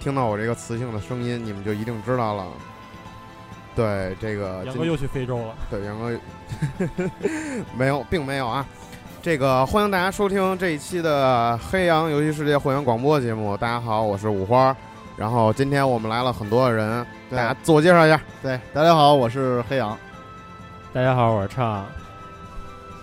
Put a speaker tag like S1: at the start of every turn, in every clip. S1: 听到我这个磁性的声音，你们就一定知道了。对，这个
S2: 杨
S1: 今
S2: 哥又去非洲了，
S1: 对杨哥 没有，并没有啊。这个欢迎大家收听这一期的《黑羊游戏世界会员广播》节目。大家好，我是五花儿。然后今天我们来了很多的人，大
S3: 对
S1: 家自我介绍一下。
S3: 对，大家好，我是黑羊。
S4: 大家好，我是畅。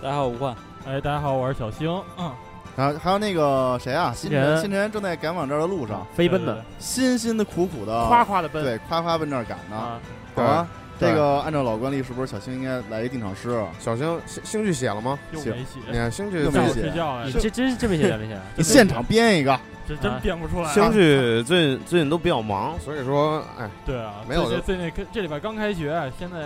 S5: 大家好，我吴冠。
S2: 哎，大家好，我是小星，嗯，
S3: 然后还有那个谁啊，新
S4: 人
S3: 辰，新辰正在赶往这儿的路上，
S4: 啊飞奔的，
S3: 辛辛的苦苦的，
S4: 夸夸的奔
S3: 对，夸夸奔这儿赶呢。
S4: 啊！
S3: 好啊，
S1: 对
S3: 这个按照老惯例，是不是小星应该来一定场诗？啊
S1: 小星星星剧写了吗？
S2: 又没写，
S1: 你看星剧
S3: 又
S2: 下
S3: 没
S2: 午
S3: 写
S2: 睡觉
S4: 啊
S2: 来
S4: 你
S2: 着，
S4: 这真是这么写的，没写？
S3: 你 现场编一个，
S2: 这真
S4: 啊
S2: 编不出来啊。
S1: 星剧最近最近都比较忙，所以说，哎，
S2: 对啊，
S1: 没有
S2: 最
S1: 就
S2: 最那这礼拜刚开学，啊现在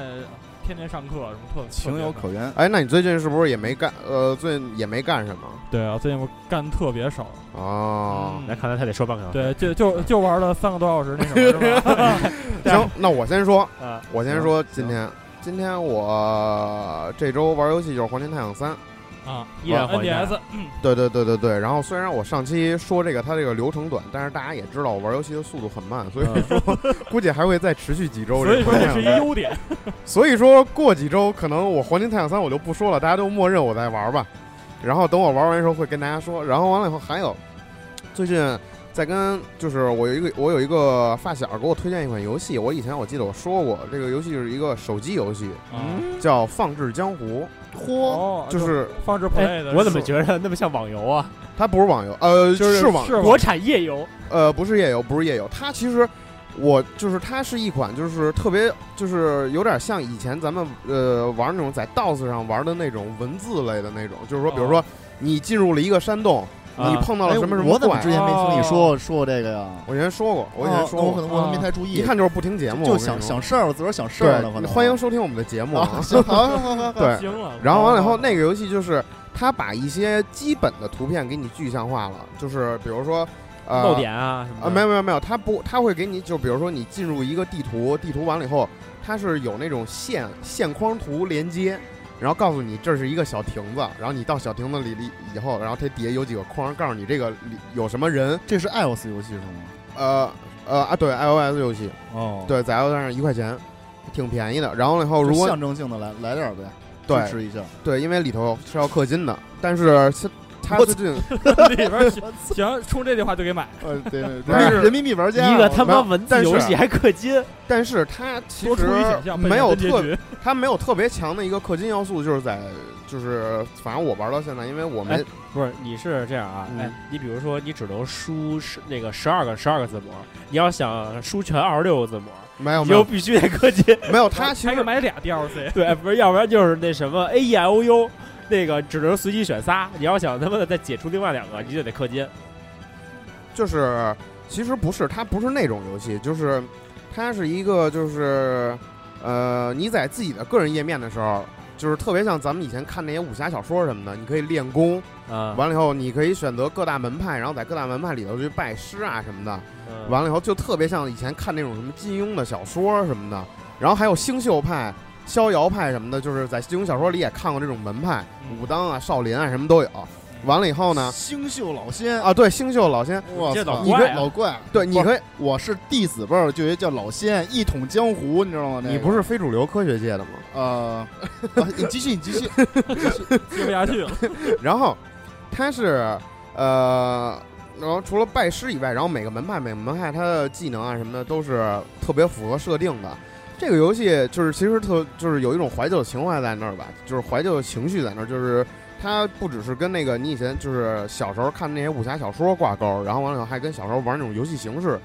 S2: 天天上课，什么特
S3: 情有可原。
S1: 哎，那你最近是不是也没干？呃，最近也没干什么
S2: 对啊，最近我干得特别少，
S1: 哦。
S2: 嗯
S4: 那看来他得说半个小时。
S2: 对，就就就玩了三个多小时那什么，是 吧？啊
S1: 行，那我先说，
S4: 啊，
S1: 我先说今天，今天我这周玩游戏就是《黄金太阳三》。
S2: 啊，
S4: 依然还原
S2: NDS，
S1: 对对对对对。然后虽然我上期说这个它这个流程短，但是大家也知道我玩游戏的速度很慢，所以说 估计还会再持续几周。
S2: 嗯所以说
S1: 个
S2: 这
S1: 样
S2: 是一
S1: 子
S2: 优点。
S1: 所以说过几周可能我《黄金太阳三》我就不说了，大家都默认我在玩吧。然后等我玩完的时候会跟大家说。然后完了以后还有，最近在跟就是我有一个我有一个发小给我推荐一款游戏，我以前我记得我说过，这个游戏是一个手机游戏，
S2: 嗯，
S1: 叫《放置江湖
S3: 嚯，
S2: 哦》，，
S1: 就是
S2: 放置 play
S4: 哎
S2: 的，，
S4: 我怎么觉得那么像网游啊？
S1: 它不是网游，呃，
S2: 就是
S1: 网
S2: 是
S4: 国产页游，
S1: 呃，不是夜游，不是夜游，它其实我就是它是一款就是特别就是有点像以前咱们呃玩那种在 DOS 上玩的那种文字类的那种，就是说，比如说你进入了一个山洞，
S4: 哦啊
S1: 你碰到了
S3: 哎，
S1: 什么什
S3: 我
S1: 么
S3: 怎么
S1: 怪
S3: 之，前没听你说说过这个呀？
S1: 我以前说过，我以前
S3: 哦那
S1: 说
S3: 哦我可
S1: 过，
S3: 能我可能
S2: 啊
S3: 没太注意，
S1: 一看就是不听节目，
S3: 就
S1: 我跟你
S3: 想
S1: 说
S3: 想事儿，自个儿想事儿呢，可
S1: 对，
S3: 能
S1: 欢迎收听我们的节目
S3: 啊，
S1: 啊。
S3: 行，好，好，好，好，好
S1: 对
S2: 惊了。
S1: 哎然后完了以后，
S2: 哦
S1: 那个游戏就是它把一些基本的图片给你具象化了，就是比如说呃
S4: 漏点啊什么的？
S1: 啊，没有没有没有，它不，它会给你，就比如说你进入一个地图，地图完了以后，它是有那种线线框图连接，然后告诉你这是一个小亭子，然后你到小亭子里里以后，然后它底下有几个框，告诉你这个里有什么人，
S3: 这是 iOS 游戏是吗？
S1: 呃呃啊，对，iOS 游戏，
S3: 哦，，
S1: 对，在 iOS 上一块钱，挺便宜的。然后了以哦后，如果
S3: 象征性的来来点儿呗，支
S1: 对
S3: 持一下。
S1: 对，因为里头是要氪金的，但是它它
S3: 我
S1: 最近
S2: 里边 儿行行，冲这句话就给买，
S3: 呃，对对
S1: 不是
S3: 对，人民币玩家，
S4: 一个他
S1: 啊没
S4: 妈
S1: 有
S4: 文字
S1: 但是
S4: 游戏还氪金，
S1: 但是它其
S2: 多出一选
S1: 实
S2: 项，
S1: 没有
S2: 奔着
S1: 特
S2: 结局
S1: 它没有特别强的一个氪金要素，就是在就是反正我玩到现在，因为我们
S4: 哎不是？你是这样啊？
S1: 嗯
S4: 哎，你比如说，你只能输十那个十二个十二个字母，你要想输全二十六个字母，
S1: 没有哦没
S4: 你就
S1: 有
S4: 必须得氪金。
S1: 没有它其
S2: 还给
S1: 实
S2: 买俩 DLC，
S4: 对，不是，要不然就是那什么 A E I O U。那个只能随机选仨，你要想他妈的再解除另外两个，你就得氪金。
S1: 就是其实不是，它不是那种游戏，就是它是一个就是呃你在自己的个人页面的时候。就是特别像咱们以前看那些武侠小说什么的，你可以练功，
S4: 啊，
S1: 完了以后你可以选择各大门派，然后在各大门派里头去拜师啊什么的。
S4: 嗯
S1: 完了以后就特别像以前看那种什么金庸的小说什么的，然后还有星宿派、逍遥派什么的，就是在金庸小说里也看过这种门派，
S2: 嗯
S1: 武当啊、少林啊什么都有。完了以后呢，
S3: 星宿老仙
S1: 啊，对，星宿老仙，
S3: 我
S4: 这
S3: 操，
S4: 老
S3: 你
S4: 怪
S3: 这
S4: 啊
S3: 老怪，
S1: 对，你
S3: 不是
S1: 可以，
S3: 我是弟子辈儿，就有一叫老仙，一统江湖，你知道吗？那个
S1: 你不是非主流科学界的吗？
S3: 呃， 啊你继续，你继续，
S2: 接不下 去了。
S1: 然后他是呃，然后除了拜师以外，然后每个门派每个门派它的技能啊什么的都是特别符合设定的。这个游戏就是其实特就是有一种怀旧情怀在那儿吧，就是怀旧情绪在那儿，就是它不只是跟那个你以前就是小时候看那些武侠小说挂钩，然后完了以后还跟小时候玩那种游戏形式。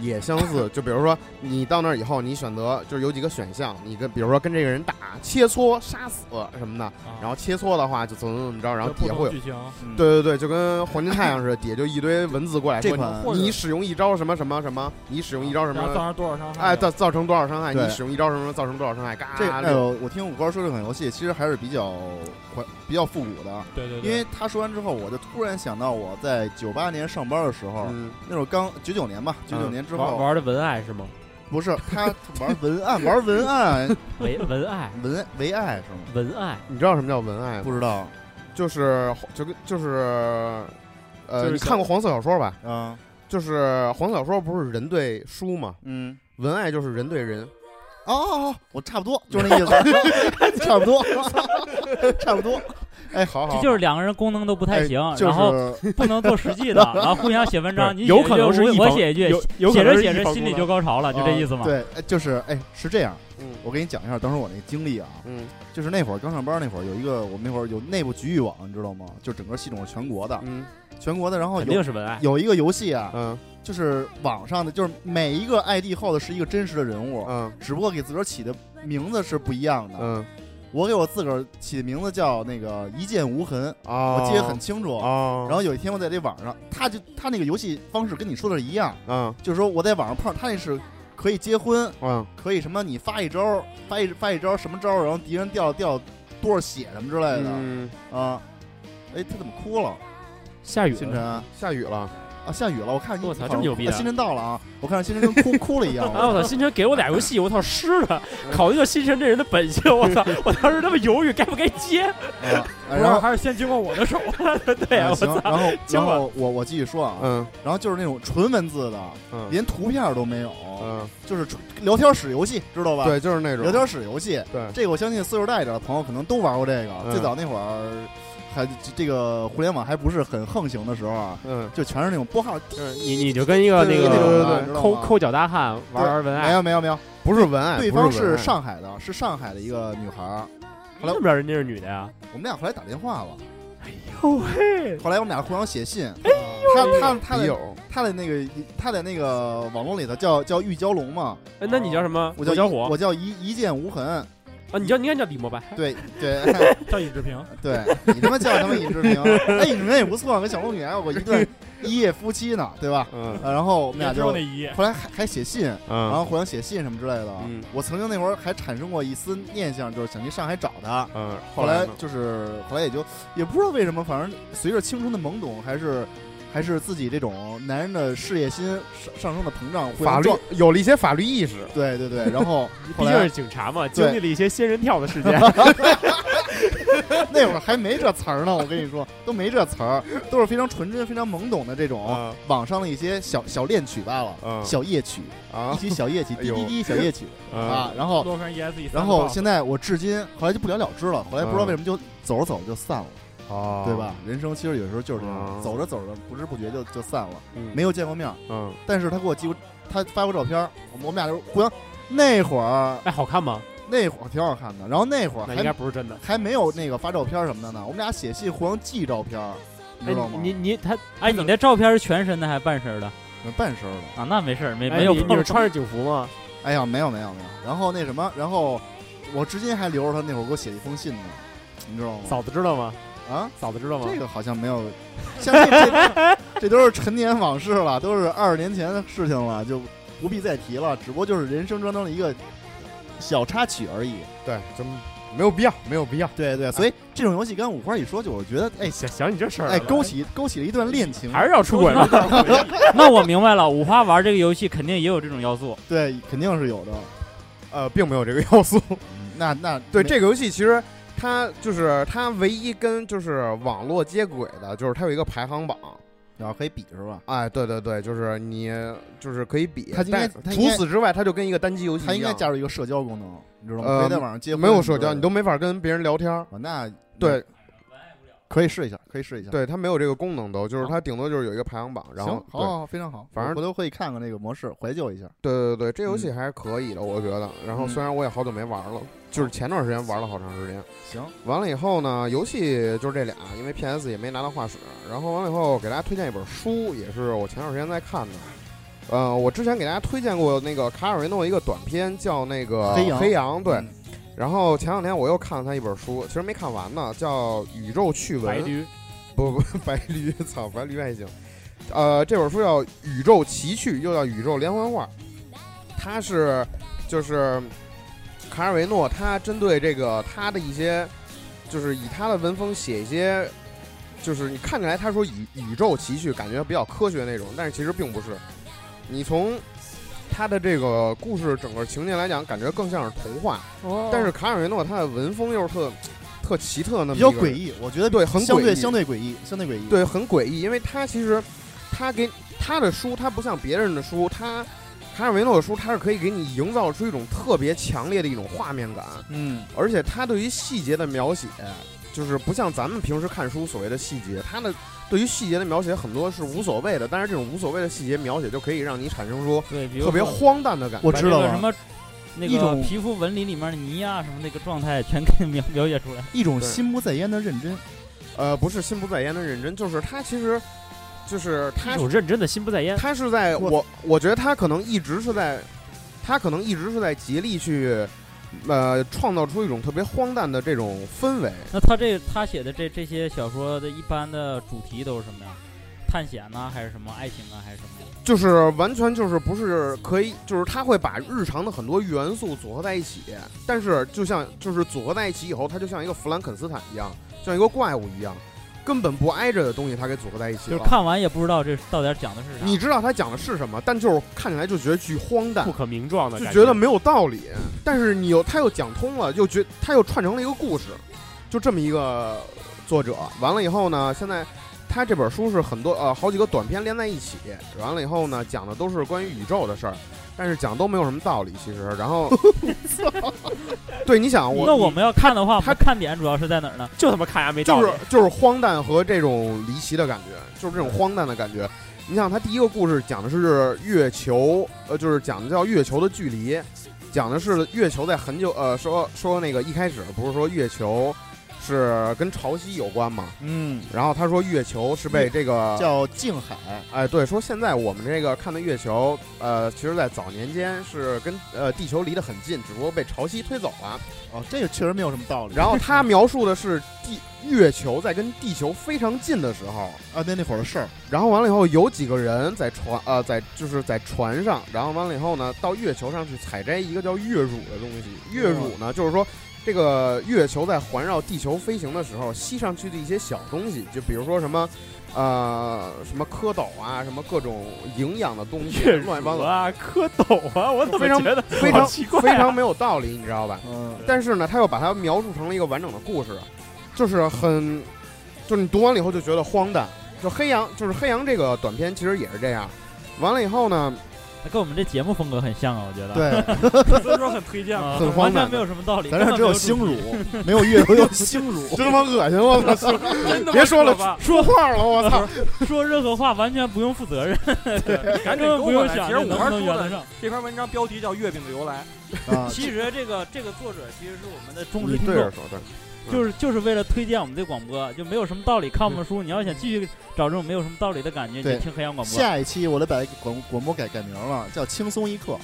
S1: 也相似，就比如说你到那儿以后，你选择就是有几个选项，你跟比如说跟这个人打切磋、杀死什么的，
S2: 啊
S1: 然后切磋的话就怎么怎么着，然后
S2: 就
S1: 底
S2: 不
S1: 下
S2: 同
S1: 会有
S2: 剧情，
S1: 对对对，就跟黄金太阳似的，底下就一堆文字过来
S3: 这
S1: 说
S3: 款
S1: 你你使用一招什么什么什么，你使用一招什
S2: 然后造
S1: 么，
S2: 成多少伤害？
S1: 哎，造造成多少伤害，
S3: 对
S1: 你使用一招什么造成多少伤害，嘎，
S3: 这哎
S1: 六
S3: 那个我听五花说这款游戏其实还是比较怀比较复古的，
S2: 对对
S3: 因
S2: 对，
S3: 为他说完之后，我就突然想到我在九八年上班的时候，
S1: 嗯，
S3: 那会儿刚九九年吧，九九年之
S4: 嗯玩
S3: 后
S4: 玩的文爱是吗？
S3: 不是他玩文案，玩文案，
S4: 文文爱，
S3: 文为爱是吗？
S4: 文爱，
S1: 你知道什么叫文爱吗？
S3: 不知道
S1: 就是就跟就是，
S4: 就
S1: 呃，
S4: 是
S1: 你
S4: 小
S1: 看过黄色小说吧？
S3: 啊，
S1: 就是黄小说不是人对书嘛，
S3: 嗯，
S1: 文爱就是人对人，
S3: 哦哦哦，我差不多就是那意思，差不多， 差不多。哎，好好
S5: 这，就是两个人功能都不太行，
S3: 就
S5: 然后
S3: 是
S5: 不能做实际的，然后互相写文章，你
S4: 有
S5: 写一
S4: 可
S5: 句
S4: 能是一
S5: 我我
S4: 方
S5: 写一句，
S4: 有有可
S5: 写
S4: 能
S5: 着
S4: 是
S5: 写
S4: 一
S5: 着
S4: 方
S5: 心
S4: 孤
S5: 里
S4: 单
S5: 就高潮了，就这意
S4: 啊
S5: 思嘛。
S3: 对，哎就是哎是这样，
S1: 嗯
S3: 我给你讲一下当时我那经历啊，
S1: 嗯
S3: 就是那会儿刚上班那会儿，有一个我们那会儿有内部局域网，你知道吗？就整个系统是全国的，
S1: 嗯
S3: 全国的。然后
S4: 肯定
S3: 有
S4: 是文爱。
S3: 有一个游戏啊，
S1: 嗯
S3: 就是网上的，就是每一个 ID 后的是一个真实的人物，
S1: 嗯
S3: 只不过给自个儿起的名字是不一样的。
S1: 嗯
S3: 我给我自个儿起的名字叫那个一剑无痕，
S1: 啊，
S3: 我记得很清楚。
S1: 啊，
S4: 哦
S3: 然后有一天我在这网上，他就他那个游戏方式跟你说的是一样，
S1: 嗯
S3: 就是说我在网上碰他那是可以结婚，
S1: 嗯
S3: 可以什么你发一招，发一发一招什么招，然后敌人掉掉多少血什么之类的
S1: 嗯，
S3: 啊。哎，他怎么哭了？
S4: 下雨
S3: 星
S4: 了
S3: 辰啊，
S1: 下雨了，
S3: 下雨了，我看你
S4: 我操这么牛逼啊
S3: 啊星辰到了啊，我看星辰跟哭 哭 了一样。
S4: 啊！我操，星辰给我俩游戏，我操，湿的，考虑到星辰这人的本性，我操，我当时那么犹豫该不该接，
S3: 啊
S2: 不
S3: 哎
S2: 是
S3: 然后
S2: 还是先经过我的手，
S4: 对呀，
S3: 啊
S4: 我
S3: 行，
S4: 操，
S3: 然后
S4: 结
S3: 然
S4: 果
S3: 后我我继续说啊，
S1: 嗯
S3: 然后就是那种纯文字的，
S1: 嗯
S3: 连图片都没有，
S1: 嗯，
S3: 就是纯聊天室游戏，知道吧？，
S1: 对，就是那种
S3: 聊天室游戏，
S1: 对，
S3: 这个我相信岁数大一点的朋友可能都玩过这个。
S1: 嗯
S3: 最早那会儿还这个互联网还不是很横行的时候啊，
S1: 嗯
S3: 就全是那种拨号。
S4: 就是你你就跟一个那
S1: 对对对
S4: 个
S1: 对
S3: 对
S4: 抠抠脚大汉玩玩文
S3: 没
S4: 爱，
S3: 有没有没有，
S1: 不是文案，
S3: 对
S1: 哎不
S3: 方
S1: 文
S3: 是
S1: 案，
S3: 上海的，是上海的一个女孩儿。
S4: 你怎么知道人家是女的呀？
S3: 我们俩后来打电话了，
S4: 哟嘿，
S3: 后来我们俩互相写信。
S1: 哎
S3: 她她她
S1: 笔
S3: 的
S1: 友，
S3: 她的那个她在那个网络里头叫叫玉娇龙嘛，
S4: 哎那你叫什么？
S3: 我叫
S4: 小
S3: 一
S4: 虎
S3: 我叫一一剑无痕。
S4: 啊，你叫你应该叫李默吧？
S3: 对 对
S2: 叫尹志平，
S3: 对，你他妈叫他妈尹志平，哎尹志平也不错，跟小龙女还有过一对一夜夫妻呢，对吧？
S1: 嗯
S3: 呃然后我们
S2: 也
S3: 俩
S2: 只
S3: 就
S2: 有那一页。
S3: 后来还还写信，然
S1: 嗯
S3: 后互相写信什么之类的。
S1: 嗯
S3: 我曾经那会儿还产生过一丝念想，就是想去上海找他。
S1: 嗯，
S3: 后
S1: 来
S3: 来
S1: 呢
S3: 就是后来也就也不知道为什么，反正随着青春的懵懂，还是还是自己这种男人的事业心上上升的膨胀，互相
S1: 法律
S3: 撞
S1: 有了一些法律意识，
S3: 对对 对。然后
S4: 毕
S3: 后
S4: 竟
S3: 来
S4: 是警察嘛，
S3: 对
S4: 经历了一些仙人跳的事 件。
S3: 那会儿还没这词儿呢，我跟你说 都没这词儿，都是非常纯真、非常懵懂的这种
S1: 啊
S3: 网上的一些小小恋曲罢了，
S1: 嗯
S3: 小夜曲，一
S1: 啊
S3: 些小夜曲，
S1: 哎
S3: 滴
S1: 呦嗯
S3: 滴滴小夜曲啊，，然后
S2: 洛杉 ESE，
S3: 然后现在我至今后来就不了了之了，后来不知道为什么就走着走着就散了，
S1: 啊
S3: 对？吧？人生其实有时候就是这样，
S1: 嗯
S3: 走着走着不知不觉就就散了，
S1: 嗯
S3: 没有见过面儿。
S1: 嗯
S3: 但是他给我寄过，他发过照片儿，我们我们俩就互相那会儿
S4: 哎，好看吗？
S3: 那会儿挺好看的，然后那会儿
S4: 那应该
S3: 还
S4: 不是真的。
S3: 还没有那个发照片什么的呢，我们俩写信互相寄照片儿，你
S5: 哎
S3: 知道吗，？
S5: 你你他哎，你的照片是全身的还是半身的
S3: 半身儿的，
S5: 啊？那没事儿，没
S4: 哎
S5: 没有
S4: 你
S5: 碰
S4: 你
S5: 上
S4: 是穿着警服吗？
S3: 哎呀，没有没有没有。然后那什么，然后我至今还留着他那会儿给我写的一封信呢，你知道吗？
S4: 嫂子知道吗？
S3: 啊。
S4: 嫂子知道吗？
S3: 这个好像没有，像这这这都是陈年往事了，都是二十年前的事情了，就不必再提了。只不过就是人生当中的一个小插曲而已。
S1: 对，真没有必要，没有必要。
S3: 对对，所以这种游戏跟五花一说起，我觉得哎
S4: 想想你这事儿，
S3: 哎勾起勾起了一段恋情，
S4: 还是要出轨吗？
S5: 那我明白了，五花玩这个游戏肯定也有这种要素。
S3: 对，肯定是有的。
S1: 呃，并没有这个要素。
S3: 那那
S1: 对
S3: 没
S1: 这个游戏，其实它就是它唯一跟就是网络接轨的，就是它有一个排行榜。
S3: 然啊后可以比是吧？
S1: 哎，对对对，就是你就是可以比。
S3: 它应该
S1: 但
S3: 它应
S1: 除
S3: 该
S1: 此之外，它就跟一个单机游戏一样。
S3: 它应该加入一个社交功能，你知道吗？
S1: 呃
S3: 可以在网上接
S1: 没有社交，你
S3: 都
S1: 都没法跟别人聊天儿。
S3: 哦那
S1: 对
S3: 可以试一下，可以试一下。，
S1: 对，它没有这个功能都，就是它顶多就是有一个排行榜，然
S3: 行，
S1: 后
S3: 好好好，非常好，
S1: 反正
S3: 我回头可以看看这个模式，怀旧一下。
S1: 对对对对，这游
S3: 嗯
S1: 戏还是可以的，我觉得。然后虽然我也好久没玩了，就是前段时间玩了好长时间。
S3: 行，
S1: 完了以后呢，游戏就是这俩，因为 PS 也没拿到画室。然后完了以后，给大家推荐一本书，也是我前段时间在看的。呃，我之前给大家推荐过那个卡尔维诺的一个短片，叫那个《
S3: 黑羊
S1: 对。
S3: 嗯
S1: 然后前两天我又看了他一本书，其实没看完呢，叫《宇宙趣闻
S4: 白》。 驴，
S1: 不 不，白驴，操，白驴还行。呃，这本书叫《宇宙奇趣》，又叫《宇宙连环画》，它是就是卡尔维诺，他针对这个他的一些，就是以他的文风写一些，就是你看起来他说宇宇宙奇趣，感觉比较科学那种，但是其实并不是。你从他的这个故事整个情节来讲，感觉更像是童话，
S3: 哦
S1: 但是卡尔维诺他的文风又是特特奇特的那么
S3: 比
S1: 一个
S3: 较
S1: 人
S3: 诡异，我觉得
S1: 对很
S3: 相
S1: 诡
S3: 对
S1: 异
S3: 相对诡异，相对诡异。
S1: 对，很诡异，因为他其实他给他的书，他不像别人的书，他卡尔维诺的书，他是可以给你营造出一种特别强烈的一种画面感，
S3: 嗯，
S1: 而且他对于细节的描写，就是不像咱们平时看书所谓的细节，他的对于细节的描写很多是无所谓的，但是这种无所谓的细节描写就可以让你产生出
S5: 对，比如
S1: 特别
S5: 说
S1: 荒诞的感觉。
S3: 我知道
S5: 把这个
S3: 了
S5: 什么。那
S3: 一
S5: 个
S3: 种
S5: 皮肤纹理里面的泥啊，什么那个状态，全给描描写出来。
S3: 一种
S1: 对
S3: 心不在焉的认真。
S1: 呃，不是心不在焉的认真，就是他其实就是他
S4: 一种认真的心不在焉。
S1: 他是在
S3: 我
S1: 我，我觉得他可能一直是在，他可能一直是在竭力去，呃，创造出一种特别荒诞的这种氛围。
S5: 那他这他写的这这些小说的一般的主题都是什么呀？探险呐、还是什么爱情啊，还是什么呀？
S1: 就是完全就是不是可以，就是他会把日常的很多元素组合在一起，但是就像就是组合在一起以后，它就像一个弗兰肯斯坦一样，像一个怪物一样，根本不挨着的东西，它给组合在一起
S5: 就是
S1: 了。
S5: 看完也不知道这到底讲的是啥。
S1: 你知道它讲的是什么，但就是看起来就觉得巨荒诞
S4: 不，可名状的
S1: 就
S4: 感
S1: 觉得没有道理。但是你又他又讲通了，又觉他又串成了一个故事，就这么一个作者。完了以后呢，现在他这本书是很多呃好几个短篇连在一起，完了以后呢，讲的都是关于宇宙的事儿，但是讲都没有什么道理其实。然后， 对，你想我
S5: 那我们要看的话，
S1: 他
S5: 它看点主要是在哪儿呢？
S4: 就他妈看牙没道
S1: 就
S4: 理
S1: 是。就是荒诞和这种离奇的感觉，就是这种荒诞的感觉。你想，他第一个故事讲的是月球，呃，就是讲的叫月球的距离，讲的是月球在很久，呃，说说那个一开始不是说月球是跟潮汐有关嘛，
S3: 嗯，
S1: 然后他说月球是被这个
S3: 叫静海，
S1: 哎，对，说现在我们这个看的月球，呃，其实在早年间是跟呃地球离得很近，只不过被潮汐推走了。
S3: 哦，这个确实没有什么道理。
S1: 然后他描述的是地月球在跟地球非常近的时候，
S3: 啊，那那会儿的事儿，
S1: 然后完了以后，有几个人在船呃，在就是在船上，然后完了以后呢，到月球上去采摘一个叫月乳的东西。月乳
S4: 哦
S1: 呢，就是说这个月球在环绕地球飞行的时候吸上去的一些小东西，就比如说什么。呃，什么蝌蚪啊，什么各种营养的东西，
S4: 月乳
S1: 乱七八糟，
S4: 啊，蝌蚪啊，我怎么
S1: 非常
S4: 觉得
S1: 非常
S4: 好奇怪啊
S1: 非常没有道理，你知道吧？
S3: 嗯，
S1: 但是呢，他又把它描述成了一个完整的故事，啊就是很，就是你读完了以后就觉得荒诞。就黑羊，就是黑羊这个短片其实也是这样。完了以后呢，
S5: 它跟我们这节目风格很像啊，我觉得。
S3: 对，
S4: 所以说很推荐
S5: 啊，
S1: 很荒
S5: 完
S1: 诞
S5: 全没有什么道理。
S3: 咱这
S5: 根
S3: 只
S5: 本没
S3: 有
S5: 主
S3: 星
S5: 题
S3: 乳，没有 月球，有星乳，
S1: 真他妈恶心！我操，
S4: 真的
S1: 别说了
S4: 吧，
S1: 说话了，我操！
S5: 说任何话完全不用负责任，
S2: 赶
S5: 根
S2: 紧
S5: 本
S2: 勾
S5: 不
S2: 过
S5: 用
S2: 来。
S5: 想
S2: 其实
S5: 能
S2: 五
S5: 不
S2: 花
S5: 能
S2: 说
S5: 圆得
S2: 的
S5: 上。
S2: 这篇文章标题叫《月饼的由来
S3: 啊，
S5: 其实这个这个作者其实是我们的忠实
S1: 你
S5: 听
S1: 对
S5: 众
S1: 着，说， 对，
S5: 就是就是为了推荐我们这广播，就没有什么道理。看我
S1: 嗯
S5: 们书，你要想继续找这种没有什么道理的感觉，你
S3: 对
S5: 就听黑羊广播。
S3: 下一期我得把广广播改改名了，叫轻松一 刻，